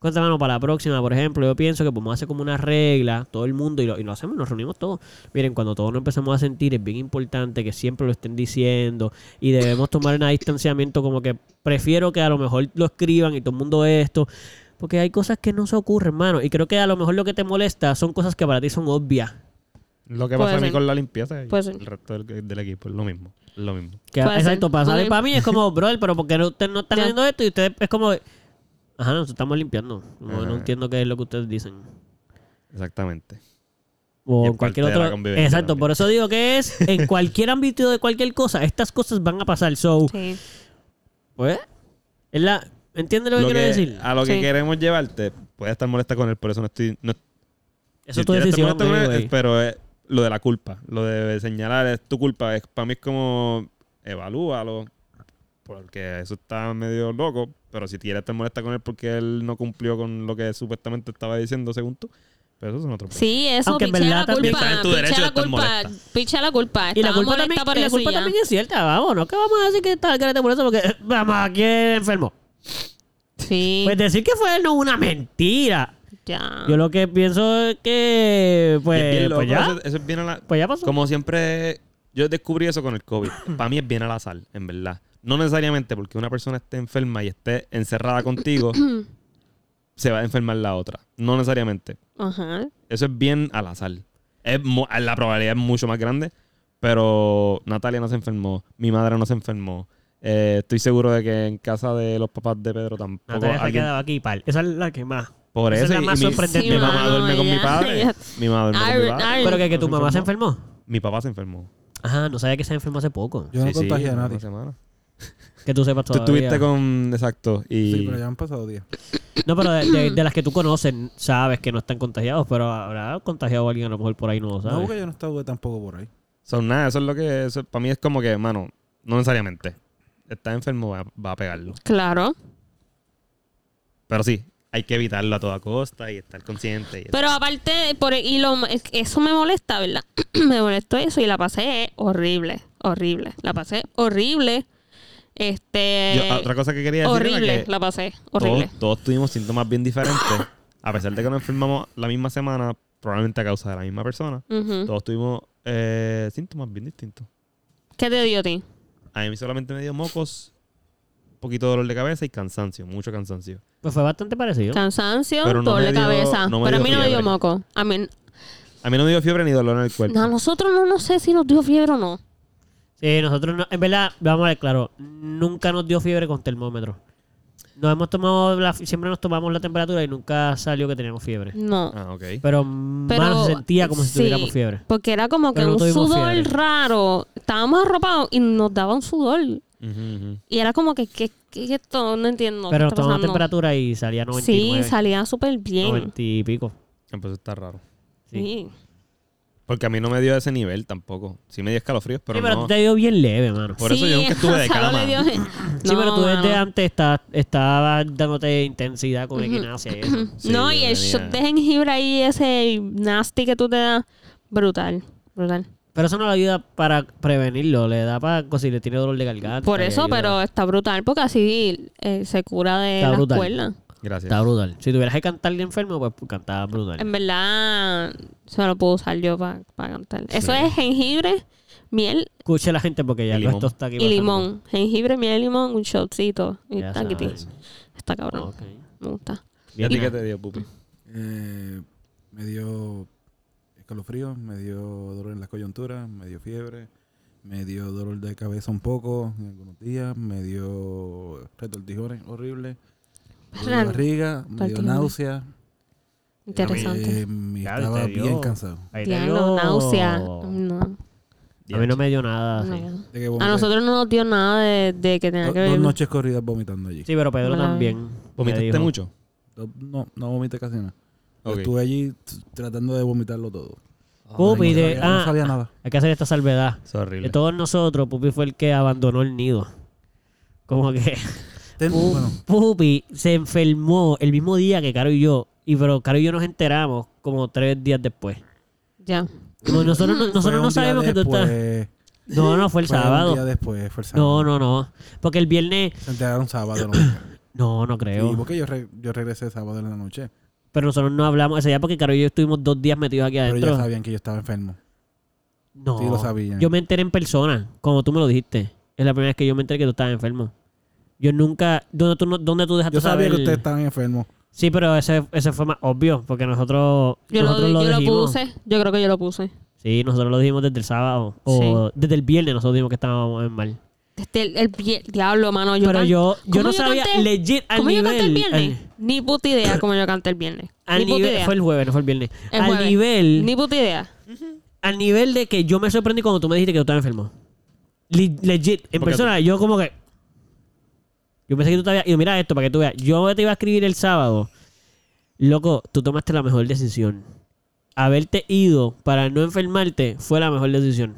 A: Cuenta mano para la próxima, por ejemplo, yo pienso que podemos hacer como una regla, todo el mundo, y lo, y lo hacemos, nos reunimos todos. Miren, cuando todos nos empezamos a sentir, es bien importante que siempre lo estén diciendo y debemos tomar un distanciamiento como que prefiero que a lo mejor lo escriban y todo el mundo esto, porque hay cosas que no se ocurren, hermano, y creo que a lo mejor lo que te molesta son cosas que para ti son obvias.
B: Lo que
C: Puede
B: pasa a mí
C: ser.
B: con la limpieza y
C: Puede ser.
B: el resto del, del equipo es lo mismo. es Lo mismo.
A: Que,
C: Puede ser.
A: exacto, para,
C: Puede-
A: para mí es como, brother, pero porque no, ustedes no están
C: Ya.
A: viendo esto y ustedes es como, ajá, nos estamos limpiando. No, no
B: Ajá.
A: entiendo qué es lo que ustedes dicen.
B: Exactamente.
A: O
B: Y
A: en
B: es
A: cualquier
B: parte de la
A: otro.
B: convivencia
A: Exacto,
B: también.
A: por eso digo que es en cualquier ámbito de cualquier cosa, estas cosas van a pasar. So,
C: Sí.
A: pues, es la. ¿Entiendes lo que
B: Lo
A: quiero
B: que- ah,
A: decir?
B: A lo que
C: Sí.
B: queremos llevarte, puedes estar molesta con él, por eso no estoy. No,
A: Eso
B: si
A: es tu
B: quieres estar
A: decisión.
B: molesta con él,
A: anyway.
B: es- pero es lo de la culpa, lo de señalar es tu culpa, es, para mí es como evalúalo, porque eso está medio loco, pero si quieres estar molesta con él porque él no cumplió con lo que supuestamente estaba diciendo según tú, pero eso es otro problema.
C: Sí, eso,
A: Aunque en
C: piché la
A: verdad también-
C: culpa,
F: Está en tu derecho
C: piché
F: de
C: la
F: estar
C: culpa,
F: molesta.
C: piché la culpa.
A: Y la
C: Estaba
A: culpa,
C: molesta
A: también,
C: por
A: y la culpa
C: silla.
A: también es cierta, vamos, no que vamos a decir que está el garete por eso, porque eh, vamos, aquí es enfermo.
C: Sí, Ah.
A: Pues decir que fue él no es una mentira.
C: ya.
A: Yo lo que pienso es que,
B: Y es bien
A: pues,
B: loco,
A: pues ya,
B: Eso, eso es bien a la-
A: pues ya pasó.
B: Como siempre, yo descubrí eso con el COVID. Para mí es bien al azar, en verdad. No necesariamente porque una persona esté enferma y esté encerrada contigo, se va a enfermar la otra. No necesariamente.
C: Ajá.
B: Eso es bien al azar. Es mu- la probabilidad es mucho más grande, pero Natalia no se enfermó, mi madre no se enfermó. Eh, estoy seguro de que en casa de los papás de Pedro tampoco
A: Natalia se ha
B: alguien-
A: quedado aquí, pal. Esa es la que más.
B: Por
A: esa es
B: eso,
A: la
B: y- y
A: más
B: mi,
A: sorprendente.
B: mi
A: Sí,
B: mamá
C: mano,
B: duerme con mi
C: ya.
B: padre. mi mamá duerme con mi
C: Iron,
B: padre.
C: iron.
A: Pero que, que tu
B: se
A: mamá se
B: enfermó.
A: enfermó.
B: Mi papá se enfermó.
A: Ajá, no sabía que se enfermó hace poco.
D: Yo no contagié a
B: hace
D: nadie.
B: una semana.
A: Que tú sepas
B: Tú
A: todavía.
B: estuviste con. Exacto. Y
D: Sí, pero ya han pasado días.
A: No, pero de, de- de las que tú conoces, sabes que no están contagiados, pero habrá contagiado a alguien a lo mejor por ahí, no lo
D: No,
A: sabes.
D: porque yo no estaba tampoco por ahí.
B: son nada, eso es lo que. Eso, para mí es como que, mano, no necesariamente. Está enfermo, va, va a pegarlo.
C: Claro.
B: Pero sí, hay que evitarlo a toda costa y estar consciente. y-
C: Pero aparte, por, e, y lo, eso me molesta, ¿verdad? me molestó eso y la pasé horrible, horrible. La pasé horrible. Este.
B: Yo- ah, otra cosa que quería decir era
C: horrible,
B: que
C: la pasé, horrible.
B: todos, todos tuvimos síntomas bien diferentes. A pesar de que nos enfermamos la misma semana, probablemente a causa de la misma persona,
C: Ujú.
B: todos tuvimos eh, síntomas bien distintos.
C: ¿Qué te dio a ti?
B: A mí solamente me dio mocos, un poquito de dolor de cabeza y cansancio, mucho cansancio.
A: Pues fue bastante parecido.
C: Ah. Cansancio,
B: Pero no
C: dolor de
B: me dio-
C: cabeza.
B: no me
C: Pero a
B: dio
C: mí no me dio
B: fiebre.
C: moco. A mí,
B: A mí no me dio fiebre ni dolor en el cuerpo.
C: a nosotros no, no sé si nos dio fiebre o no.
A: Sí, nosotros, no- en verdad, vamos a ver claro, nunca nos dio fiebre con termómetro. Nos hemos tomado, la- siempre nos tomamos la temperatura y nunca salió que teníamos fiebre.
C: No.
B: Ah, ok.
A: Pero,
C: Pero
A: más se sentía como si
C: sí,
A: tuviéramos fiebre.
C: Porque era como que
A: Pero no
C: un
A: tuvimos
C: sudor
A: fiebre.
C: raro. Estábamos arropados y nos daba un sudor.
B: Ujú, ujú.
C: Y era como que, ¿qué, qué es esto? No entiendo.
A: Pero
C: ¿qué
A: nos
C: está
A: tomamos
C: pasando?
A: temperatura y salía 99.
C: Sí, salía súper bien.
A: 90 y pico.
B: Ah, pues está raro.
A: Sí. Sí,
C: Sí.
B: Porque a mí no me dio ese nivel tampoco. Sí me dio escalofríos, pero
A: Pero, a ti
B: no.
A: te dio bien leve, mano.
B: Por eso yo nunca estuve de
C: Gonzalo
B: cama.
C: le dio-
A: sí, pero tú
C: No,
A: desde
C: mano.
A: antes estabas, estabas dándote intensidad con equinacia y eso.
B: Sí, yo
C: no, y
B: tenía-
C: el shot de jengibre ahí, ese nasty que tú te das, brutal, brutal.
A: Pero eso no le ayuda para prevenirlo, le da para si le tiene dolor de garganta.
C: Por
A: le
C: eso,
A: ayuda.
C: pero está brutal porque así eh, se cura de
A: Está
C: la
A: brutal.
C: escuela.
B: Gracias.
A: Está brutal. Si tuvieras que cantar de enfermo, pues cantaba brutal.
C: En verdad, se lo puedo usar yo para cantar. Eso
B: Sí.
C: es jengibre, miel
A: Escuche la gente porque ya
B: Y
A: no,
B: limón.
A: esto está aquí.
C: y
A: pasando.
C: limón. Jengibre, miel, limón, un shotcito. Y
A: Ya
C: taquití.
A: saben.
C: Está cabrón.
A: Ok.
C: Me gusta.
B: ¿Y a ti qué te dio, Pupi?
D: Eh, me dio escalofrío, me dio dolor en las coyunturas, me dio fiebre, me dio dolor de cabeza un poco en algunos días, me dio retortijones horribles, me dio
C: Raro.
D: barriga, me dio
C: Retortijones.
D: náusea,
C: Interesante.
D: Eh, me
A: Ya,
D: estaba
A: te dio.
D: bien cansado.
A: Ahí te
C: Diablo,
A: dio-
C: náusea. No,
A: A mí no me dio nada. Ah, sí.
C: no.
D: De que
C: A
D: vomité.
C: nosotros no nos dio nada de, de que tenía
D: Do-
C: que
D: dos
C: ver.
D: noches corridas vomitando allí.
A: Sí, pero Pedro
C: Bueno.
A: también. me
B: ¿Vomitaste
A: dijo.
B: mucho?
D: Do- No, no vomité casi nada. Yo
B: Ok.
D: Estuve allí t- tratando de vomitarlo todo.
A: Pupi, de-
D: No sabía-
A: ah,
D: no sabía nada.
A: hay que hacer esta salvedad.
B: Es horrible.
A: De todos nosotros, Pupi fue el que abandonó el nido. Como que
D: Ten-
A: Pu-
D: bueno,
A: Pupi se enfermó el mismo día que Caro y yo. Y pero Caro y yo nos enteramos como tres días después.
C: Ya.
A: Como nosotros
C: Mm.
A: no,
D: Mm. fue
A: nosotros
D: un
A: no
D: día
A: sabemos que tú estás.
D: después,
A: No, no, fue el
D: fue un
A: sábado.
D: día después, fue el sábado.
A: No, no, no. Porque el viernes.
D: Se enteraron sábado. ¿no? Sí,
A: No, no creo.
D: porque yo, re- yo regresé sábado en la noche.
A: Pero nosotros no hablamos ese día porque Caro y yo estuvimos dos días metidos aquí
D: Pero ya
A: adentro.
D: sabían que yo estaba enfermo.
A: No.
D: Sí, lo sabían.
A: Yo me enteré en persona, como tú me lo dijiste. Es la primera vez que yo me enteré que tú estabas enfermo. Yo nunca. ¿Dónde tú, no- dónde Ah, tú dejaste
D: Yo sabía
A: saber?
D: que ustedes estaban enfermos.
A: Sí, pero ese, ese fue más obvio, porque nosotros.
C: Yo, lo,
A: nosotros
C: yo lo
A: dijimos.
C: puse. Yo creo que yo lo puse.
A: Sí, nosotros lo dijimos desde el sábado. O desde el viernes nosotros dijimos que estábamos en mal.
C: Este, el, el vie- diablo, mano. Yo
A: Pero
C: can-
A: yo, yo
C: ¿Cómo
A: no sabía
C: canté?
A: legit al
C: ¿Cómo
A: nivel.
C: yo canté el viernes?
A: Al,
C: Ni puta idea cómo yo canté el viernes.
A: al
C: Ni puta
A: nivel,
C: idea.
A: fue el jueves, no fue el viernes.
C: El
A: al
C: jueves.
A: nivel.
C: Ni puta idea.
A: Al nivel de que yo me sorprendí cuando tú me dijiste que tú estabas enfermo. Le- legit, en
B: Porque-
A: persona, yo como que. Yo pensé que tú te habías. Y mira esto para que tú veas. Yo te iba a escribir el sábado. Loco, tú tomaste la mejor decisión. Haberte ido para no enfermarte fue la mejor decisión.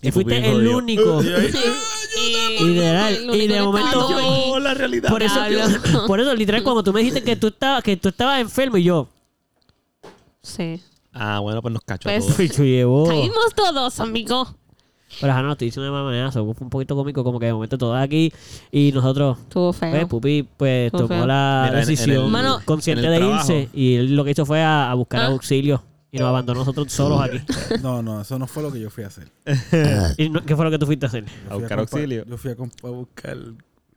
A: Y,
B: Y
A: fuiste
B: Pupi es
A: el
B: jodido.
A: único.
C: Y,
A: Literal.
C: Eh, el
A: Y de
C: único que
A: momento-
C: estaba
A: Yo-
C: ahí.
B: la realidad.
A: Por eso,
C: Diablo.
A: por eso, literal, cuando tú me dijiste que tú estabas, que tú estabas enfermo y yo.
C: Sí.
B: Ah, bueno, pues nos cachó a
C: Pues-
B: todos.
A: Pichu llevó.
C: Caímos todos, amigo.
A: Pero ajá, no, estoy diciendo de mala manera. eso Fue un poquito cómico, como que de momento todos aquí y nosotros.
C: Estuvo
A: Pues
C: feo.
A: Pupi pues
C: Todo
A: tomó
C: feo.
A: la
B: Mira, en- en
A: decisión
B: el-
C: Mano,
A: consciente
B: en
A: de
B: el trabajo.
A: irse y él lo que hizo fue a, a buscar
C: Ah.
A: auxilio y nos abandonó nosotros solos aquí.
D: No, no, eso no fue lo que yo fui a hacer.
A: ¿Y no- qué fue lo que tú fuiste a hacer?
D: Yo
B: A
D: fui
B: buscar
D: compa-
B: auxilio.
D: Yo fui a, comp- a buscar.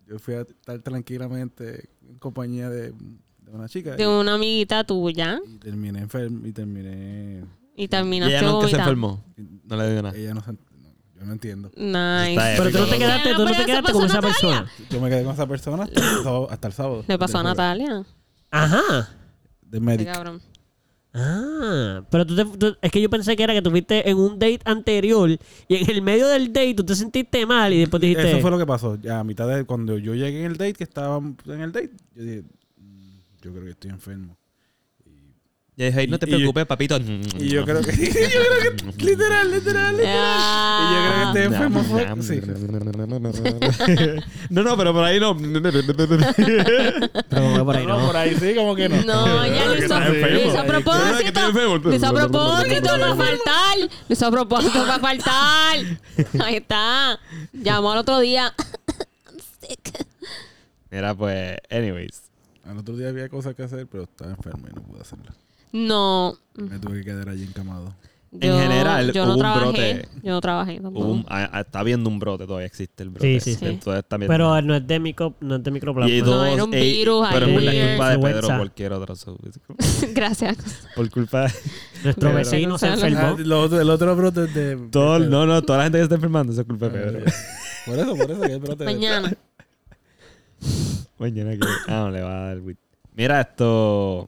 D: Yo fui a estar tranquilamente en compañía de, de una chica.
C: De una amiguita tuya.
D: y, y terminé enfermo. Y terminé.
C: Y
B: Y
C: terminaste
B: ella nunca se
C: vomitando.
B: enfermó. No le dio nada.
D: Ella no, se- no, Yo no entiendo.
C: Nice.
B: Está
A: Pero tú no te
B: Porque
A: quedaste, tú no te quedaste con esa persona.
D: Yo me quedé con esa persona hasta el sábado. hasta el sábado.
C: Le pasó a
D: Del jueves,
C: Natalia.
A: Ajá.
D: Del
C: Qué
D: médico.
C: cabrón.
A: Ah, pero tú, te, tú- es que yo pensé que era que tú fuiste en un date anterior y en el medio del date tú te sentiste mal y después dijiste.
D: Eso fue lo que pasó. Ya a mitad de cuando yo llegué en el date, que estaba en el date, yo dije, "Mm, yo creo que estoy enfermo.
B: Ya dije, "Ay, no te
D: Y- y yo-
B: preocupes, papito. Mm,
D: Y yo creo que, yo creo que literal, literal, literal. Y yo
C: Ah,
B: Ah,
D: creo que estoy enfermo. fue- sí.
B: No, no, pero por ahí no.
A: Pero como que por ahí
D: No,
A: no.
D: por ahí sí, como que no.
C: No, ya lo hizo,
B: Está enfermo.
C: lo
B: Ay, que
C: hizo a
B: estoy
C: propósito.
B: enfermo.
C: Lo hizo a propósito para faltar. Lo hizo a propósito para faltar. Ahí está. Llamó al otro día.
B: Mira, pues, anyways.
D: Al otro día había cosas que hacer, pero estaba enfermo y no pude hacerlo.
C: No.
D: Me tuve que quedar allí encamado.
C: Yo,
B: general,
C: yo
B: hubo
C: no
B: un
C: trabajé.
B: brote.
C: Yo no trabajé tampoco.
B: Hubo un- ah, ah, está viendo un brote, todavía existe el brote.
A: Sí, sí, sí.
B: Entonces también.
A: Pero no es de, micro, no es de microplasma.
B: y
C: No,
B: dos,
C: era un
B: ey,
C: virus ahí
B: Pero es por la
A: weird.
B: culpa de Pedro
A: Influenza.
B: o cualquier otro. so, es como-
C: Gracias.
B: Por culpa de
A: Nuestro
C: Pero-
A: vecino se
C: Ah,
A: enfermó.
D: el otro brote de.
B: todo. No, no, toda la gente que se está enfermando, eso es culpa de Pedro.
D: Por eso, por eso que el brote de-
C: Mañana.
B: Mañana que. Ah, no, le va a dar weed. Mira esto.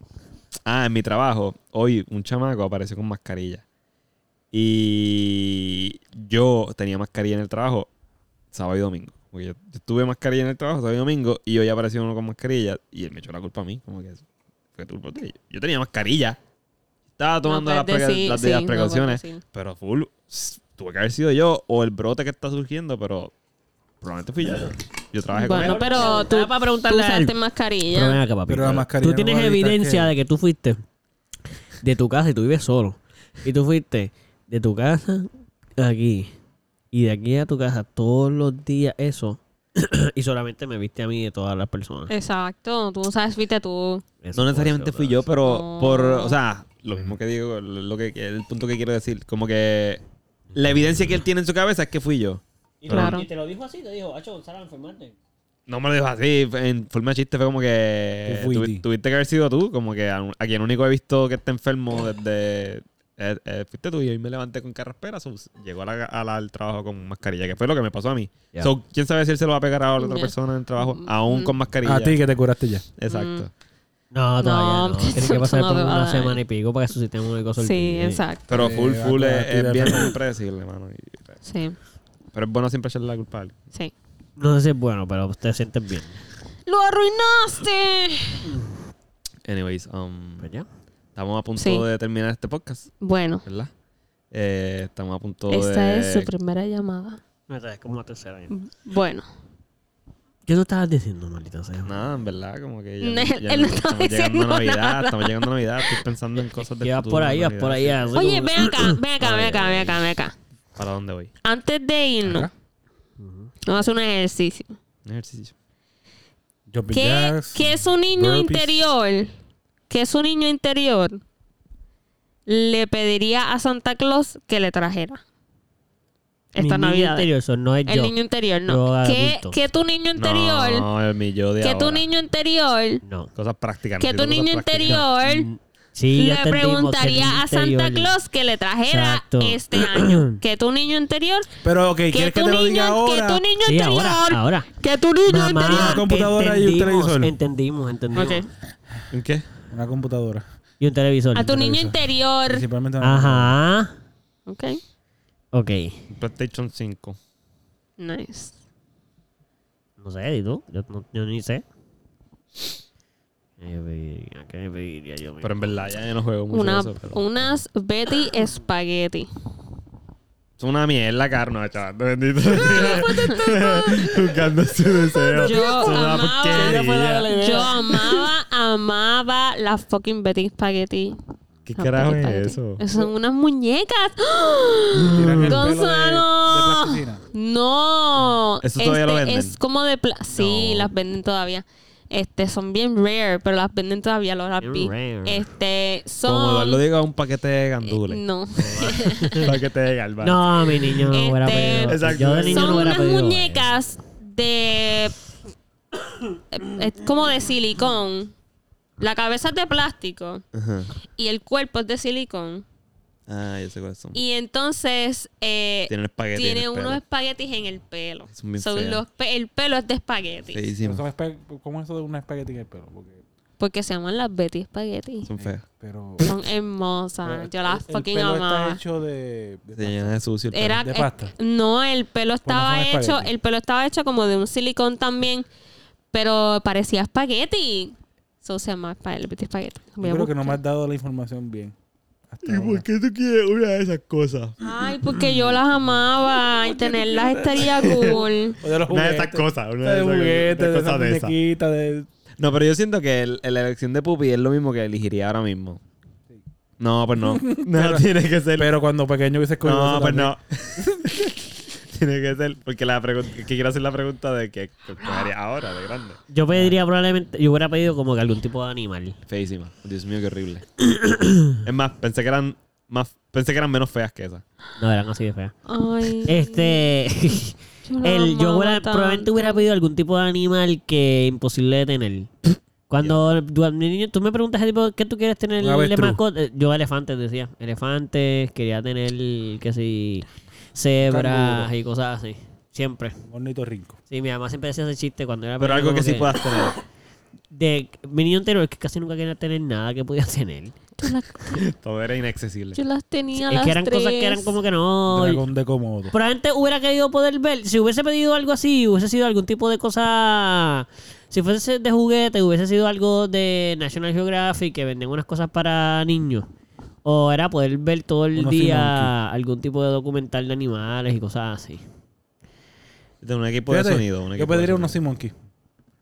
B: Ah, en mi trabajo, hoy un chamaco apareció con mascarilla. Y yo tenía mascarilla en el trabajo sábado y domingo. Porque yo, yo tuve mascarilla en el trabajo sábado y domingo y hoy apareció uno con mascarilla y él me echó la culpa a mí. Como que fue tu culpa. Yo tenía mascarilla. Estaba tomando
C: No
B: las,
C: puedes
B: preca-
C: decir-
B: las
C: sí,
B: debidas
C: no puedes
B: precauciones.
C: decir.
B: pero full. s- Tuve que haber sido yo o el brote que está surgiendo, pero probablemente fui yo. Yo trabajé con él.
C: Bueno, pero tú,
A: para
C: tú
A: preguntarle a él.
C: usaste
A: Pero ven
C: mascarilla.
A: acá, papi.
D: Pero la mascarilla
A: Tú tienes
D: no va a evitar
A: evidencia
D: que-
A: de que tú fuiste de tu casa y tú vives solo. Y tú fuiste de tu casa aquí. Y de aquí a tu casa todos los días eso. y solamente me viste a mí de todas las
C: Eh,
A: personas.
C: Exacto. Tú no sabes, viste tú.
A: Eso
B: No necesariamente
A: puede
B: fui
A: ser
B: yo,
A: otra
B: pero
C: No.
B: por, o sea, lo mismo que digo, lo que el punto que quiero decir, como que la evidencia que él tiene en su cabeza es que fui
A: vez.
B: yo.
C: te- Claro. y
A: te lo dijo así, te dijo, Hacho González, informante.
B: No me lo dijo así, fue- en forma de chiste fue como que
D: Tú fuiste.
B: tuvi- tuviste que haber sido tú, como que a, a quien único he visto que está enfermo desde eh, eh, fuiste tú y hoy me levanté con carraspera, so, llegó a la, a la- al trabajo con mascarilla, que fue lo que me pasó a mí.
A: Ya.
B: So, quién sabe si él se lo va a pegar a la otra
C: Ya. Mm,
B: persona en el trabajo, aún con mascarilla.
D: A ti que te curaste ya.
B: Exacto.
A: No, todavía no.
C: porque
A: Tiene
C: eso
A: que pasar
C: no
A: por
C: me va a
A: una
C: dar.
A: semana y pico para que su sistema único se
C: Sí,
A: olvide.
C: exacto.
B: Pero
D: Eh,
B: full, full
D: acuérdate
B: es,
D: de
B: es bien
D: atrás.
B: impredecible, mano. y-
C: Sí,
B: Pero es bueno siempre echarle la culpa a alguien.
C: sí.
A: No sé si es bueno, pero te sientes bien.
C: ¡Lo arruinaste!
B: Anyways, um,
A: Pues ya.
B: estamos a punto
C: Sí.
B: de terminar este podcast,
C: Bueno,
B: ¿verdad? Eh, estamos a punto
C: esta
B: de...
C: es su primera llamada.
A: No, esta es como la tercera. ya.
C: Mm. Bueno,
A: ¿Qué tú estabas diciendo, maldita sea?
B: Nada, en verdad, como que
C: No,
B: ya, ya-
C: él
B: ya
C: no estaba
B: estamos llegando
C: diciendo
B: a Navidad,
C: nada.
B: estamos llegando a Navidad, estoy pensando en cosas de
A: Que vas por ahí, vas por ahí. así
C: oye,
A: como-
C: ven acá, ven acá, ven acá,
B: Ay,
C: ven acá, ven acá.
B: ¿Para dónde voy?
C: Antes de irnos, vamos a hacer un ejercicio.
A: Pues
B: Un ejercicio.
D: Jumping
C: ¿Qué,
D: jacks,
C: qué es un niño
D: burpees.
C: interior? ¿Qué es un niño interior? Le pediría a Santa Claus que le trajera.
A: Mi
C: Esta
A: niño
C: Navidad. eh.
A: interior, eso no es
C: El
A: yo.
C: niño interior,
A: Yo
C: no.
A: de
C: ¿Qué,
A: adulto.
C: qué tu niño interior?
B: No, el mi yo de
C: que tu
B: ahora.
C: niño interior?
A: No.
B: Cosas prácticas.
C: Que tu
B: necesito
C: niño
B: cosas prácticas.
C: interior?
A: Sí, ya entendimos que
C: le
A: el niño
C: preguntaría a Santa
A: interior-
C: Claus que le trajera
A: Exacto.
C: este año. Que tu niño interior.
D: Pero, ok,
C: Que
D: ¿quieres que
C: tu
D: te lo diga
C: niño, que
D: ahora?
C: tu niño
A: Sí,
C: interior.
A: ahora, ahora.
C: Que tu niño
A: Mamá,
D: Una
C: interior.
D: computadora y un
A: entendimos,
D: televisor.
A: Entendimos, entendimos.
C: Ok.
B: ¿En qué?
D: Una computadora.
A: Y un televisor.
C: A tu niño
D: Televisor.
C: interior.
D: Principalmente una computadora.
A: Ajá.
C: Ok.
A: Ok.
B: Un PlayStation 5.
C: Nice.
A: No sé, ¿y tú? Yo, no- yo ni sé. ¿Qué le pediría? ¿Qué le pediría yo? mismo?
B: Pero en verdad ya yo no juego mucho
C: Una,
B: de eso. Pero...
C: unas Betty Spaghetti.
B: Es una mierda, carno, chaval. Bendito. Buscando su deseo.
C: Yo
B: Es una
C: amaba-
B: porquería.
C: Yo amaba, amaba las fucking Betty Spaghetti.
B: ¿Qué
C: Las
B: carajo
C: Betty
B: es
C: Spaghetti.
B: eso?
C: Son unas muñecas.
D: Tiran el pelo de- de
C: Gonzalo.
D: plasticina.
C: No. este,
B: ¿Eso todavía lo venden?
C: Es como de pla Sí, las venden todavía. Este, son bien rare, pero las venden todavía los
A: Bien
C: rapi.
A: rare.
C: Este, son. Eh,
B: Como Eduardo diga, un paquete de gandules.
C: no.
B: Un paquete de galván.
A: No, mi niño no hubiera
C: Este,
A: pedido.
B: Exacto.
A: Yo de niño
C: son
A: no hubiera
C: unas
A: pedido.
C: muñecas de. eh, es como de silicón. La cabeza es de plástico
B: Ajá.
C: y el cuerpo es de silicón.
B: Ah, yo sé cuáles son.
C: Y entonces eh,
B: Tienen espagueti. en
C: tiene
B: el pelo.
C: unos espaguetis en el pelo.
B: Son bien
C: Son
B: feas.
C: los pe- el pelo es de espagueti.
B: Feísimos.
D: Eso es espe- ¿Cómo es eso de una espagueti en el pelo? Porque,
C: Porque se llaman las Betty Spaghetti.
B: Son feas.
D: pero...
C: Son hermosas. Yo las
D: el-
C: fucking
D: El pelo
C: amaba.
D: está hecho de... de
B: Se llenan de sucio. el pelo.
C: Era,
D: de
C: eh,
D: pasta.
C: no, el pelo estaba
D: son
C: hecho,
D: espagueti.
C: el pelo estaba hecho como de un silicón también, pero parecía espagueti. Eso se llama espa- el Betty Spaghetti. Voy
D: Yo
C: a
D: creo que no me
C: buscar.
D: has dado la información bien. Hasta ahora.
B: qué tú quieres una de esas cosas?
C: Ay, porque yo las amaba y tenerlas estaría cool.
D: O de los
B: Una de
D: juguetes.
B: esas cosas. Una
D: De
B: de esas
D: juguetes,
B: de
D: de
B: cosas de esas.
D: muñequitas, de...
B: No, pero yo siento que el- la elección de Pupi es lo mismo que elegiría ahora mismo. No, pues no. No tiene que ser.
D: Pero cuando pequeño hubiese escogido
B: no,
D: eso
B: pues
D: también.
B: no. tiene que ser. Porque la pregunta. Que quiero hacer la pregunta de que que cogería ahora, de grande.
A: Yo pediría probablemente, yo hubiera pedido como que algún tipo de animal.
B: Feísima. Dios mío, qué horrible. es más, pensé que eran. Más, pensé que eran menos feas que esas.
A: No, eran así de feas.
C: Ay.
A: Este,
C: las
A: el, yo
C: amaba
A: hubiera,
C: tanto.
A: probablemente hubiera pedido algún tipo de animal que imposible de tener. Cuando tú, mi niño, tú me preguntas tipo, qué tú quieres tener
D: Un avestruz.
A: de mascota, eh, yo elefantes decía, elefantes, quería tener que si cebras
D: Canguro.
A: y cosas así, siempre.
D: Un ornitorrinco.
A: Sí, mi mamá siempre decía ese chiste cuando era
B: Pero
A: pequeño,
B: algo
A: como
B: que sí puedas tener.
A: de mi niño entero es que casi nunca quería tener nada que podía tener.
C: Yo las,
B: Todo era inaccesible.
C: yo las tenía
A: es
C: las
A: que eran cosas
C: tres.
A: que eran como que no.
D: Dragón de Komodo.
A: Probablemente hubiera querido poder ver. Si hubiese pedido algo así, hubiese sido algún tipo de cosa. Si fuese de juguete, hubiese sido algo de National Geographic que venden unas cosas para niños. O era poder ver todo el
D: Unos
A: día algún tipo de documental de animales y cosas así.
B: De Este un equipo
D: Fíjate,
B: de sonido. un
D: yo
B: equipo de
D: pediría
B: sonido.
D: unos Sea Monkey.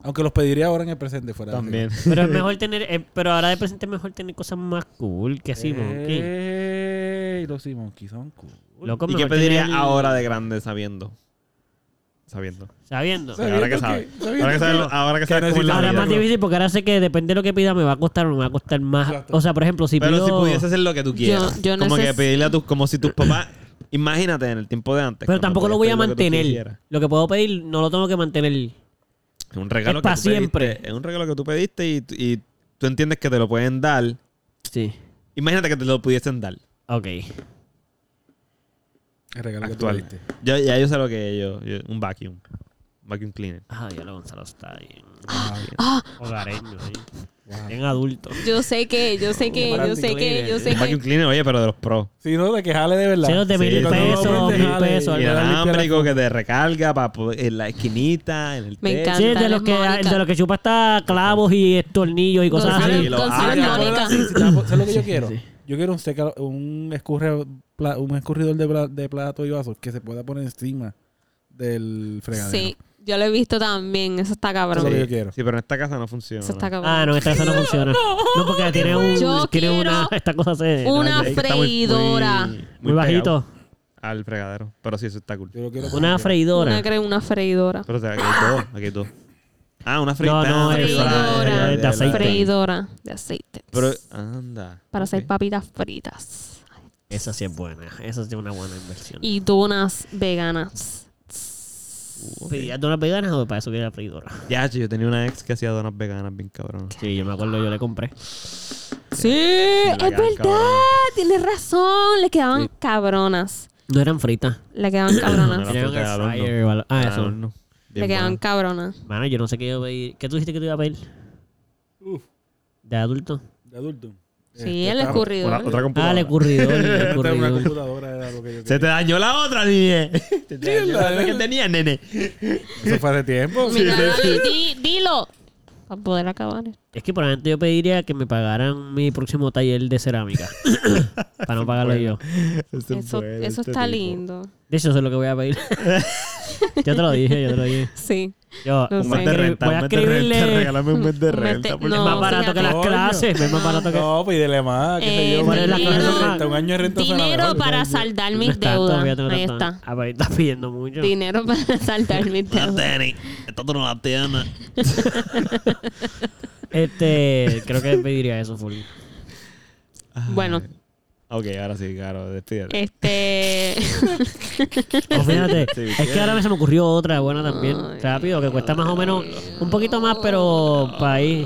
D: Aunque los pediría ahora en el presente fuera. de
B: También.
A: Pero es mejor tener. eh, pero ahora de presente es mejor tener cosas más cool que
B: Eh,
A: así,
D: Ey,
A: monkey.
D: Los Sea Monkey son cool.
A: Loco,
B: ¿Y qué
A: mejor
B: pediría
A: tener-
B: ahora de grande sabiendo? Sabiendo.
A: Sabiendo.
D: Sí. Sabiendo
B: ahora que
D: que-
B: sabes.
D: sabiendo
B: Ahora que sabes,
D: que-
B: ahora que
D: que
B: sabes cómo es
D: necesitas
B: la
A: Ahora es
B: vida.
A: más difícil porque ahora sé que depende de lo que pida me va a costar o me va a costar más. O sea, por ejemplo, si
B: Pero
A: pido...
B: si pudiese hacer lo que tú quieras.
C: yo
B: como que
C: neces-
B: pedirle a tus, como si tus papás. Imagínate en el tiempo de antes.
A: Pero
B: cuando
A: tampoco lo voy
B: podías
A: a
B: pedir que tú
A: mantener.
B: quisieras.
A: lo que puedo pedir no lo tengo que mantener.
B: Es un regalo
A: Es
B: que
A: pa'
B: tú pediste,
A: siempre.
B: Es un regalo que tú pediste y, y tú entiendes que te lo pueden dar.
A: Sí.
B: Imagínate que te lo pudiesen dar.
A: Ok.
D: El regalo
B: Actual.
D: que tú diste.
B: Yo, ya yo sé lo que yo, yo- Un vacuum. Vacuum cleaner.
A: Ah, diablo, Gonzalo está bien.
C: Ah,
A: Hogareño, ahí. Bien adulto.
C: yo sé que, yo sé que, yo sé que, yo sé
B: Un vacuum
C: que.
B: cleaner, oye, pero de los pros.
D: Si no, de que jale de verdad.
A: Ceros de
B: Sí,
A: mil
B: cuando uno
A: pesos,
B: aprende,
A: mil
D: jale.
A: pesos.
B: Y
D: le
A: algo
D: da limpia la
B: inalámbrico que te recarga pa- po- en la esquinita, en el
C: Me
B: techo.
C: encanta.
A: Sí, el de
C: Dale,
A: los que,
C: Mónica.
A: el de los que chupa hasta clavos y tornillos y cosas
C: Gonzalo,
A: así.
B: lo
C: Gonzalo
B: haga.
C: es Mónica.
D: Sí, sí, te hago- ¿Sabes lo que yo quiero?
A: sí.
D: Yo quiero un, seca, un, escurre- pla- un escurridor de, pla- de plato y vasos que se pueda poner encima del fregadero.
C: Sí, yo lo he visto también. Eso está cabrón.
D: lo que
B: Sí,
D: yo quiero.
B: Sí, pero en esta casa no funciona.
C: Eso está cabrón.
A: Ah, no, esta cosa no funciona. No, porque tiene un.
C: Yo
A: tiene
C: quiero
A: una. Esta cosa se.
C: una-
B: Es que está muy-
C: freidora.
B: Muy,
A: Muy
B: pegado
A: bajito.
B: Al fregadero. Pero sí, eso está cool.
D: Yo lo quiero
A: Una
D: como quiero.
A: freidora.
C: Una, cre- una freidora.
B: Pero o sea, aquí hay dos. Aquí hay dos. Ah, una
A: No,
B: freidora.
A: no, es
C: Freidora.
A: es de aceite.
C: Freidora de aceite.
B: Pero, anda.
C: para hacer
B: ok.
C: papitas fritas.
A: Esa sí es buena. Esa sí es una buena inversión.
C: Y donas veganas.
A: ¿Pedías donas veganas o para eso que era freidora?
B: Ya, che, yo tenía una ex que hacía donas veganas bien cabrón.
A: Sí, yo me acuerdo, yo le compré.
C: Sí,
B: la
C: es
B: gran
C: verdad.
B: cabrona.
C: Tienes razón. Le quedaban cabronas.
A: No eran fritas.
C: Le quedaban cabronas.
B: Era
A: Eran
B: fruta de
A: air
B: adorno.
A: fryer o algo- Ah,
B: Ah,
A: eso.
B: no.
C: Le
B: Bien
C: quedaban
B: buena.
C: cabronas.
A: Mano, yo no sé qué iba a pedir. ¿Qué tú dijiste que te iba a pedir? ¿De adulto?
D: De adulto.
C: Sí,
D: Este,
C: el
D: estaba-
C: escurridor.
B: Una- Otra
A: Ah,
B: computadora.
A: el escurridor.
B: Este
A: el
D: Yo tengo una
A: escurridor.
D: computadora era lo que yo
B: Se te
D: quería.
B: dañé la otra, niñe. Se te dañó la
D: Mierda.
B: otra que tenía, nene.
D: Eso fue hace tiempo.
C: Mira, David, di- dilo. Para poder acabar.
A: Es que probablemente yo pediría que me pagaran mi próximo taller de cerámica. para no pagarlo yo.
C: Eso, eso está lindo.
A: De hecho, eso es lo que voy a pedir. yo te lo dije, yo te lo dije.
C: Sí.
A: Yo,
C: No
B: Un mes
C: sé.
B: de
A: Voy a
B: renta, un mes de renta.
A: escribirle-
B: Regálame un mes de
C: Un mes de-
B: renta. por
C: no,
A: es más barato que las
D: Coño.
A: clases. Es más barato que...
D: No, pídele más, qué sé
C: Eh,
D: yo.
A: ¿cuál es la
D: Un año de
A: cosa?
D: renta, Un año de renta suena
C: Dinero
D: mejor,
C: para
D: o sea, yo-
C: saldar
A: No
C: mis
A: es tanto,
C: deudas.
A: fíjate, no es
C: Ahí
A: tanto.
C: está.
A: Ah, pero estás pidiendo mucho.
C: Dinero para saldar mis deudas.
B: Tenis. Esto tú no la tienes.
A: Este, creo que pediría eso, full.
C: Bueno,
B: Ok, ahora sí, claro, despídete.
C: este.
A: O Pues fíjate,
B: Sí,
A: es que ahora me se me ocurrió otra buena también, rápido, que cuesta más o menos un poquito más, pero para ahí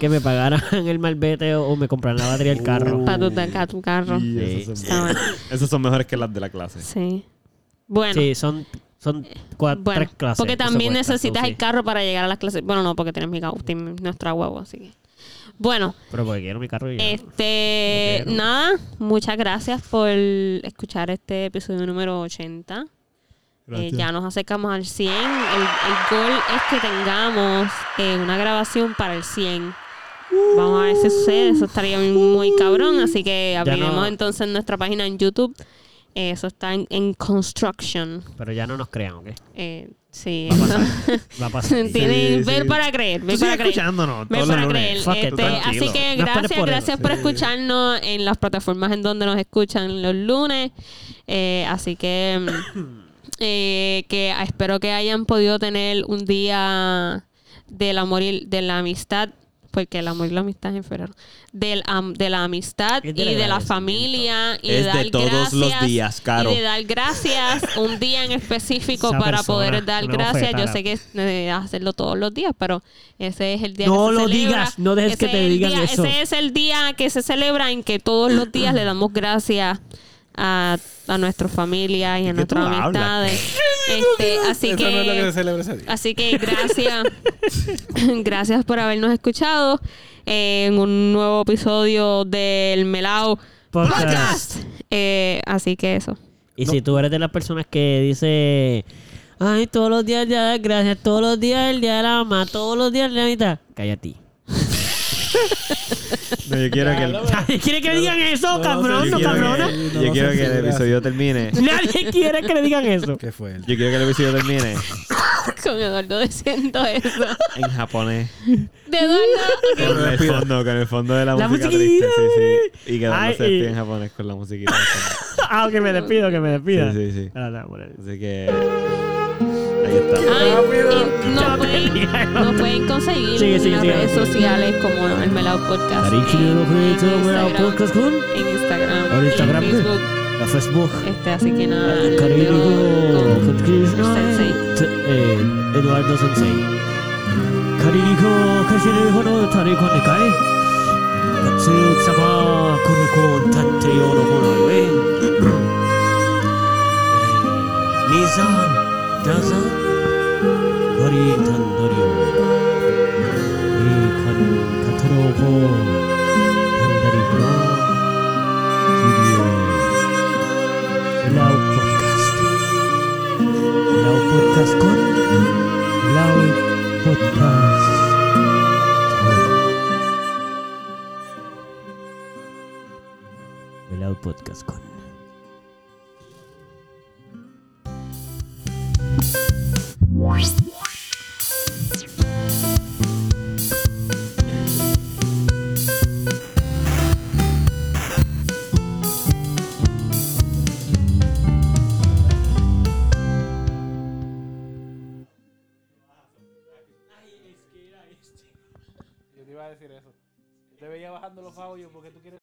A: que me pagaran el malvete o o me compraran la batería del carro.
C: Para tu, para tu carro.
B: Y esas
C: Está
B: son-
C: bueno.
B: Esas son mejores que las de la clase.
C: Sí. Bueno.
A: Sí, son, son cuatro,
C: Bueno,
A: tres clases.
C: porque
A: eso
C: también
A: cuesta,
C: necesitas
A: eso
C: el carro para llegar a las clases. Bueno, no, porque tienes mi carro, tienes nuestra huevo, así que. Bueno,
A: sí. Pero porque quiero mi carro y ya.
C: este,
A: no.
C: nada, muchas gracias por escuchar este episodio número 80. Eh, ya nos acercamos al 100. El, el gol es que tengamos eh, una grabación para el 100.
A: Uh.
C: Vamos a ver si sucede. Eso estaría muy cabrón. Así que abriremos
A: no-
C: entonces nuestra página en YouTube. Eh, Eso está en, en construction.
A: Pero ya no nos crean, ¿ok?
C: Eh, sí.
A: Va a
C: eso-
A: pasar. Va a pasar.
C: Tiene,
B: Sí,
C: ver
B: sí.
C: para creer, ver para creer.
B: escuchándonos.
C: Ver para creer.
A: Fuck it,
C: Este,
B: tranquilo.
C: así que
A: Nos pones
C: gracias,
A: por
C: gracias por escucharnos en las plataformas en donde nos escuchan los lunes. Eh, así que, mm, eh, que espero que hayan podido tener un día del amor y de la amistad. Porque el amor y la amistad es en febrero. Del, am- de la amistad
A: Es
C: y
A: del
C: de la
A: agradecimiento.
C: familia. Y
B: Es
C: dar
B: de todos los
C: gracias,
B: días, Caro.
C: Y de dar gracias. Un día en específico
A: Esa
C: para
A: persona,
C: poder dar
A: una
C: gracias. Yo
A: bofetada.
C: sé que es eh, hacerlo todos los días, pero ese es el día
A: No
C: que se
A: lo
C: celebra.
A: digas, no dejes
C: Ese
A: que te
C: es el
A: digan
C: día-
A: eso.
C: Ese es el día que se celebra en que todos los días le damos gracias a, a nuestra familia y
B: ¿De
C: a
B: qué
C: nuestras
B: tú hablas?
C: amistades. Este, así
D: Eso no es lo que se
C: que,
D: celebra ese día.
C: así que gracias, gracias por habernos escuchado en un nuevo episodio del Melao
A: Podcast.
C: Podcast. Eh, así que eso.
A: Y si tú eres de las personas que dice, ay, todos los días el día de las gracias, todos los días el día de la mamá, todos los días el día de la mitad, cállate.
B: No, yo quiero que el,
A: Nadie quiere que le digan eso, cabrón,
B: yo
A: no,
B: quiero
A: cabrona.
B: que-
D: No,
B: yo
D: no
B: quiero
D: sé
B: que
D: si
B: el
D: gracias.
B: episodio termine.
A: Nadie quiere que le digan eso.
D: ¿Qué fue él?
B: Yo quiero que el episodio termine
C: Con Eduardo diciendo eso.
B: en japonés.
C: De Eduardo.
B: Con el fondo, con el fondo de la,
A: La
B: música
A: musiquita.
B: triste. Sí, sí. Y que
A: Ay,
B: no se
A: y-
B: despide en japonés con la musiquita.
A: Ah, que me despido, que me despida.
B: Sí, sí, sí.
A: Ah, no, bueno.
B: Así que. Ahí está.
C: Ay, y no pueden, no pueden conseguir
A: Sigue, sigue,
C: en las
A: sigue.
C: redes sociales como el Melao Podcast.
A: Carichi
C: en-
A: de los Reyes,
C: en
A: Melao
C: Instagram,
A: Podcast con-
C: En Instagram.
A: ¿Ahora Instagram
C: En
A: qué?
C: Facebook.
A: La Facebook.
C: Este, así que nada.
A: Cariño
C: yo-
A: con Krishna.
C: Sensei.
A: T- eh, Eduardo Sensei. Cariño, Krishna, Hono, Tari, Kon, Nekai. Katsu, Sama, Kon, Kon, Tate, Ono, Hono, Yoe. Eh, Nizan, Dazan, tori tandorio 이 간- 간타로 호 단다리로 기리오 라우 podcast 라우 podcast con 라우 podcast con 라우 podcast con
G: Yo te iba a decir eso. Yo te veía bajando los audios porque tú quieres